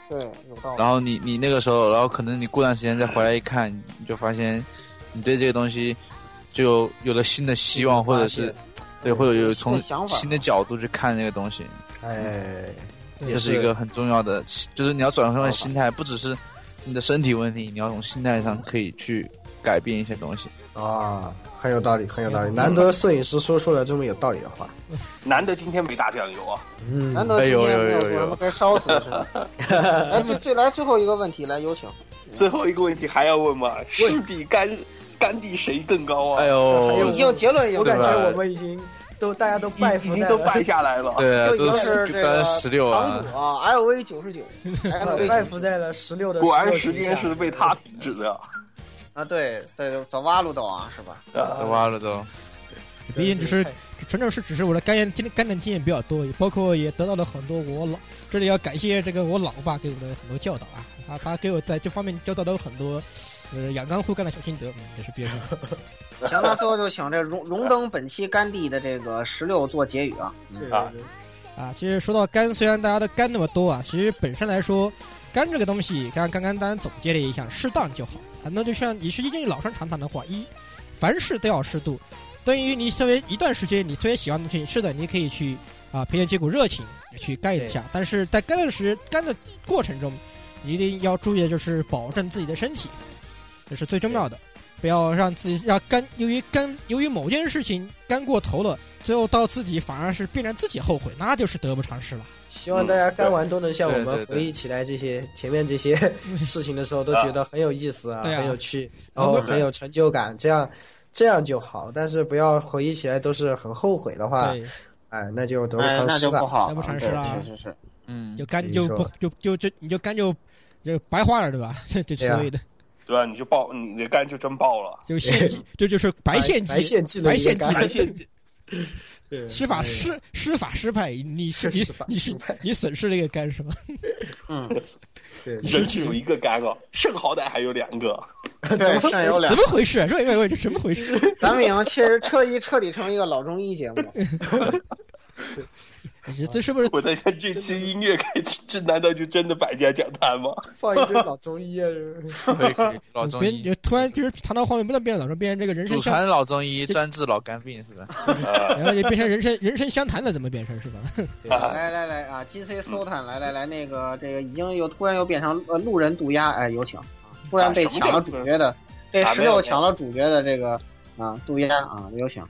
对，有道理
然。后你你那个时候，然后可能你过段时间再回来一看，你就发现你对这个东西就有有了新的希望，或者是对，或者有
有
从
新的想法
新的角度去看这个东西，
哎，
这是一个很重要的，就是你要转换心态，不只是你的身体问题，你要从心态上可以去改变一些东西。
啊，很有道理，很有道理，
嗯
难得摄影师说出了这么有道理的话。
难得今天没打酱油啊，
嗯，
难道
哎
今
呦
天
呦
没有
呦
做什么
呦
跟烧死的似 的？来，最最来最后一个问题，来有请。
最后一个问题还要问吗？士比甘甘地谁更高啊？
哎呦，
已经结论已经
嗯我感觉
对吧
我们已经都大家都拜
已
服
已经
在
都
了
拜下来了。
对啊，
就已
都
经
是
是这
当
个
十六
堂
啊，
主啊，LV 九 十九
拜
，LV
拜服在了十六的
果然
16
时
底
间
下
是被他停止的。
啊，对对，走弯路都啊，是吧？
都挖了都。
毕竟只是纯粹是只是我的干练经干练经验比较多，也包括也得到了很多我老这里要感谢这个我老爸给我的很多教导啊，他他给我在这方面教导了我很多，呃养肝护肝的小心得，嗯也是别人
行，那最后就请这荣荣登本期甘地的这个十六做结语啊。
对对
啊
对
啊。其实说到肝，虽然大家的肝那么多啊，其实本身来说，肝这个东西，刚刚刚当然总结了一下，适当就好。啊，那就像也是一句老生常谈的话，一凡事都要适度。对于你特别一段时间你特别喜欢的东西，是的，你可以去啊培养这股热情去干一下，但是在干的时干的过程中，你一定要注意的就是保证自己的身体，这是最重要的。不要让自己要干，由于干由于某件事情干过头了，最后到自己反而是变成自己后悔，那就是得不偿失了。
希望大家干完都能像我
对对
们
对
回忆起来这些前面这些 事情的时候，都觉得很有意思啊，
对啊
很有趣，然后很有成就感，这样这样就好。但是不要回忆起来都是很后悔的话，
对，
哎，那就得不
哎，
偿
那
失
就不
了。
好
得
了，
不偿失
对
了啊
是是是，
嗯，
就干
你
就
说
不就就就你就干就就白花了，对吧？ 这
对
所
啊
谓的
对吧？你就爆，你的肝就真爆了。
就献 祭，这就是白献
白
祭，
献祭的
白
一个
献祭
干，，
白献祭，
对
施法失施法失败，你是你
施法
你
失
是
败
你损失了一个肝 是吧？
嗯，
对对
人只有一个肝啊，肾好歹还有两个。
对，肾有两
怎。么回事？啊这这这怎么回事？
咱们已经其实彻底彻底成一个老中医节目，
这这是不是
我在想，这期音乐开始，这难道就真的百家讲坛 吗？
放一堆老中医啊，
嗯可以可以，老中
别
医
人突然就是谈到画面不能变成老中，变成这个人
祖
生相，
传老中医专治老肝病是吧？
啊
然后就变成人生人生相谈了，怎么变成是吧？
来来来啊，金 C 搜探，来来来，那个这个已经又突然又变成呃路人渡鸦，哎，有请，突然被抢了主角的，被
啊
十
没有
六抢了主角的这个啊渡鸦啊，有请，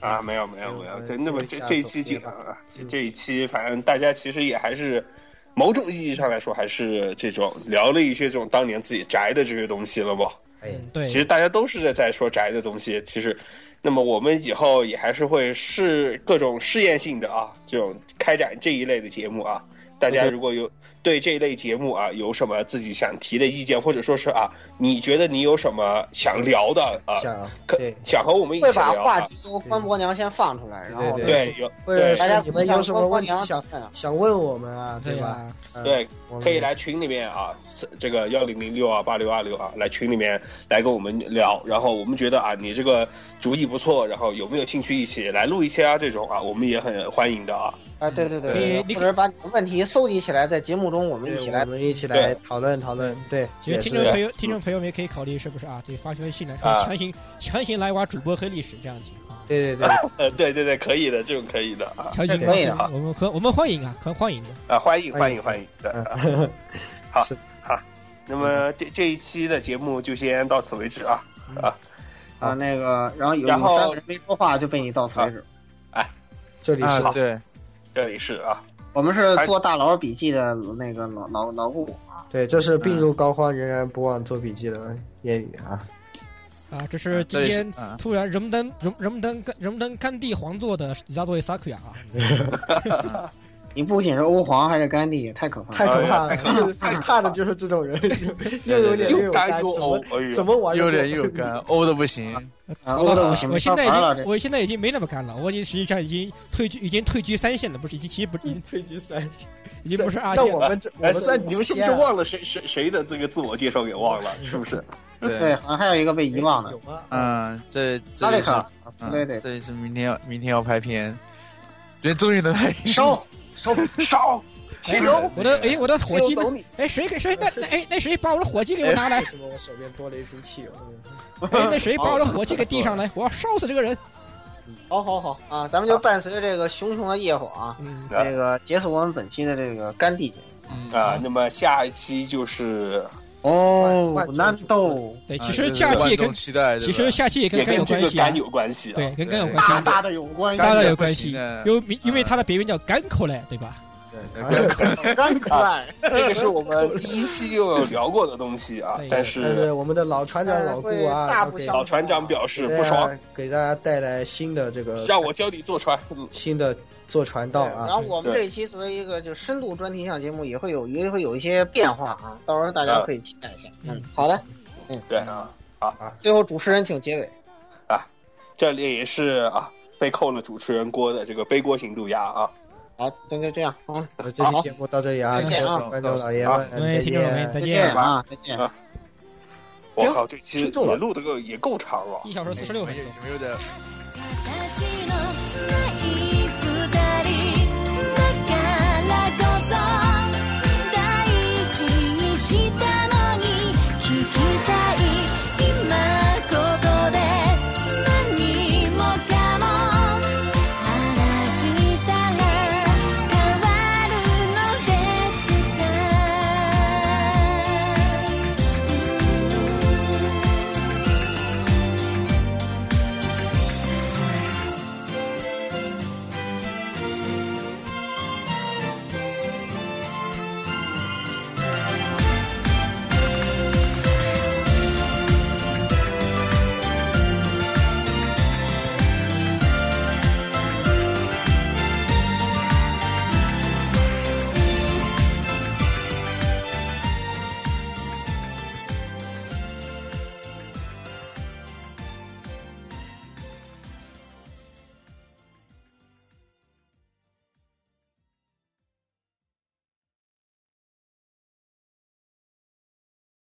啊，没有没有没有，真的吗？这这一期这啊，
嗯
这一期反正大家其实也还是某种意义上来说，还是这种聊了一些这种当年自己宅的这些东西了嘛。
哎，
嗯对
其，实大家都是在说宅的东西，其实，那么我们以后也还是会试各种试验性的啊，这种开展这一类的节目啊。大家如果有对这一类节目啊有什么自己想提的意见，或者说是啊，你觉得你有什么想聊的啊，
想
可
哎对
想和我们一
会
起
把
聊
话
啊？
题由关伯娘先放出来，然后
对
对，有
或者
对
大家
是你们有什么问题
互相
想
关关
想问我们啊，
对
吧？
吧？
嗯
对，
我们
可以来群里面啊，这个幺零零六啊，八六二六啊，来群里面来跟我们聊。然后我们觉得啊，你这个主意不错，然后有没有兴趣一起来录一些啊？这种啊，我们也很欢迎的啊。
啊，对对
对
对，或者把你的问题搜集起来，在节目中我们
对
一起
我
来。
们一起来讨论讨论，对，
其
也
实听众
是
的
朋友，听众朋友们也可以考虑是不是啊？对，发消信来说
啊
强行强行来挖主播和历史这样子啊，
对对对，
呃，对对对，可以的，这种可以的啊
强行
对
挖
可以的
主播我们可我们欢迎啊，可欢迎的。
啊，欢迎
欢
欢
迎
迎欢迎的。啊
嗯
好
是
那么这这一期的节目就先到此为止啊。
啊，那个，然后有
然
有
后
三个人没说话，就被你到此为止。
这里是
啊，对，
这里是啊，
我们是做大佬笔记的那个老老老顾，
对，这是
嗯
病入膏肓仍然不忘做笔记的谚语啊，
嗯
啊，这是今
这里是
天
啊，
突然荣登荣荣登干荣登甘地皇座的伊扎佐伊萨克亚啊，
你不仅是欧皇，还是甘地，也太可怕
太
了。
哎
可怕了，就是最怕的就是这种人，又有点又有
干
干，
又
怎
欧
么，
哎呦
怎么玩
又
都
有点又 有干，欧的不行，
啊，
好吧
欧的不行，
我
没
现
上
在
牌了
已经
这。
我现在已经没那么干了，我已经实际上已经退居已经退居三线了，不是已经其实不已经
退居三，
已经不是二
那
线
我
了。
们这我
哎
们算
你们是不
几
是
啊
忘了谁谁谁的这个自我介绍给忘了？是不是？
对
对，，好像还有一个被遗忘的
有吗？
嗯，这这
阿
里
雷
是，
卡，对
嗯，
对，
这里是明天要明天要拍片，觉得终于能来，
收
烧，
哎我的哎，我的火机呢
走？你
哎，谁给谁那那哎那谁把我的火机给 我拿来？
为什么我手边多了一瓶汽油呢？
哎，那谁把我的火机给递上来？我要烧死这个人！
好好好啊，咱们就伴随这个熊熊的业火啊，
嗯，
啊
这个结束我们本期的这个甘地。
嗯
啊，，那么下一期就是
哦
万众
难
瞩
道
对，哎
啊
其
这
实
是
下期
万
也
众
跟
期待，
其实下期
也
也跟肝有
跟这
关
个
系啊
肝，有关系啊。
对，跟肝有
对
关系
大
啊，
大的有关系？
当然
肝
有
的不
关
行
系
的，
因为因为它的别名叫甘口嘞，对吧？
对，
干 快！
这个是我们第一期就有聊过的东西啊
对，
但
但
是
是我们的老船长老顾啊，
哎大
都
不
给
相
老船长表示
给
不
大
爽，
家给大家带来新的这个
让我教你坐船。嗯
新的坐船道
然后
啊，
我们这一期作为一个就深度专题项节目，也会有也会有一些变化啊，到时候大家可以期待一下。
嗯
嗯，好的，
对
嗯
啊，
最后主持人请结尾。
这里也是啊，被扣了主持人锅的这个背锅型渡鸦啊。
好，那就这样啊，
我这期节目到这里啊，
再见啊
观众老爷们，
各位
再
听众朋友
见
们，再。
再
见
见。啊，再见。
我靠，这期
听众了
也录的个也够长了。
一小时四十六
有
分
没
钟
有。有没有的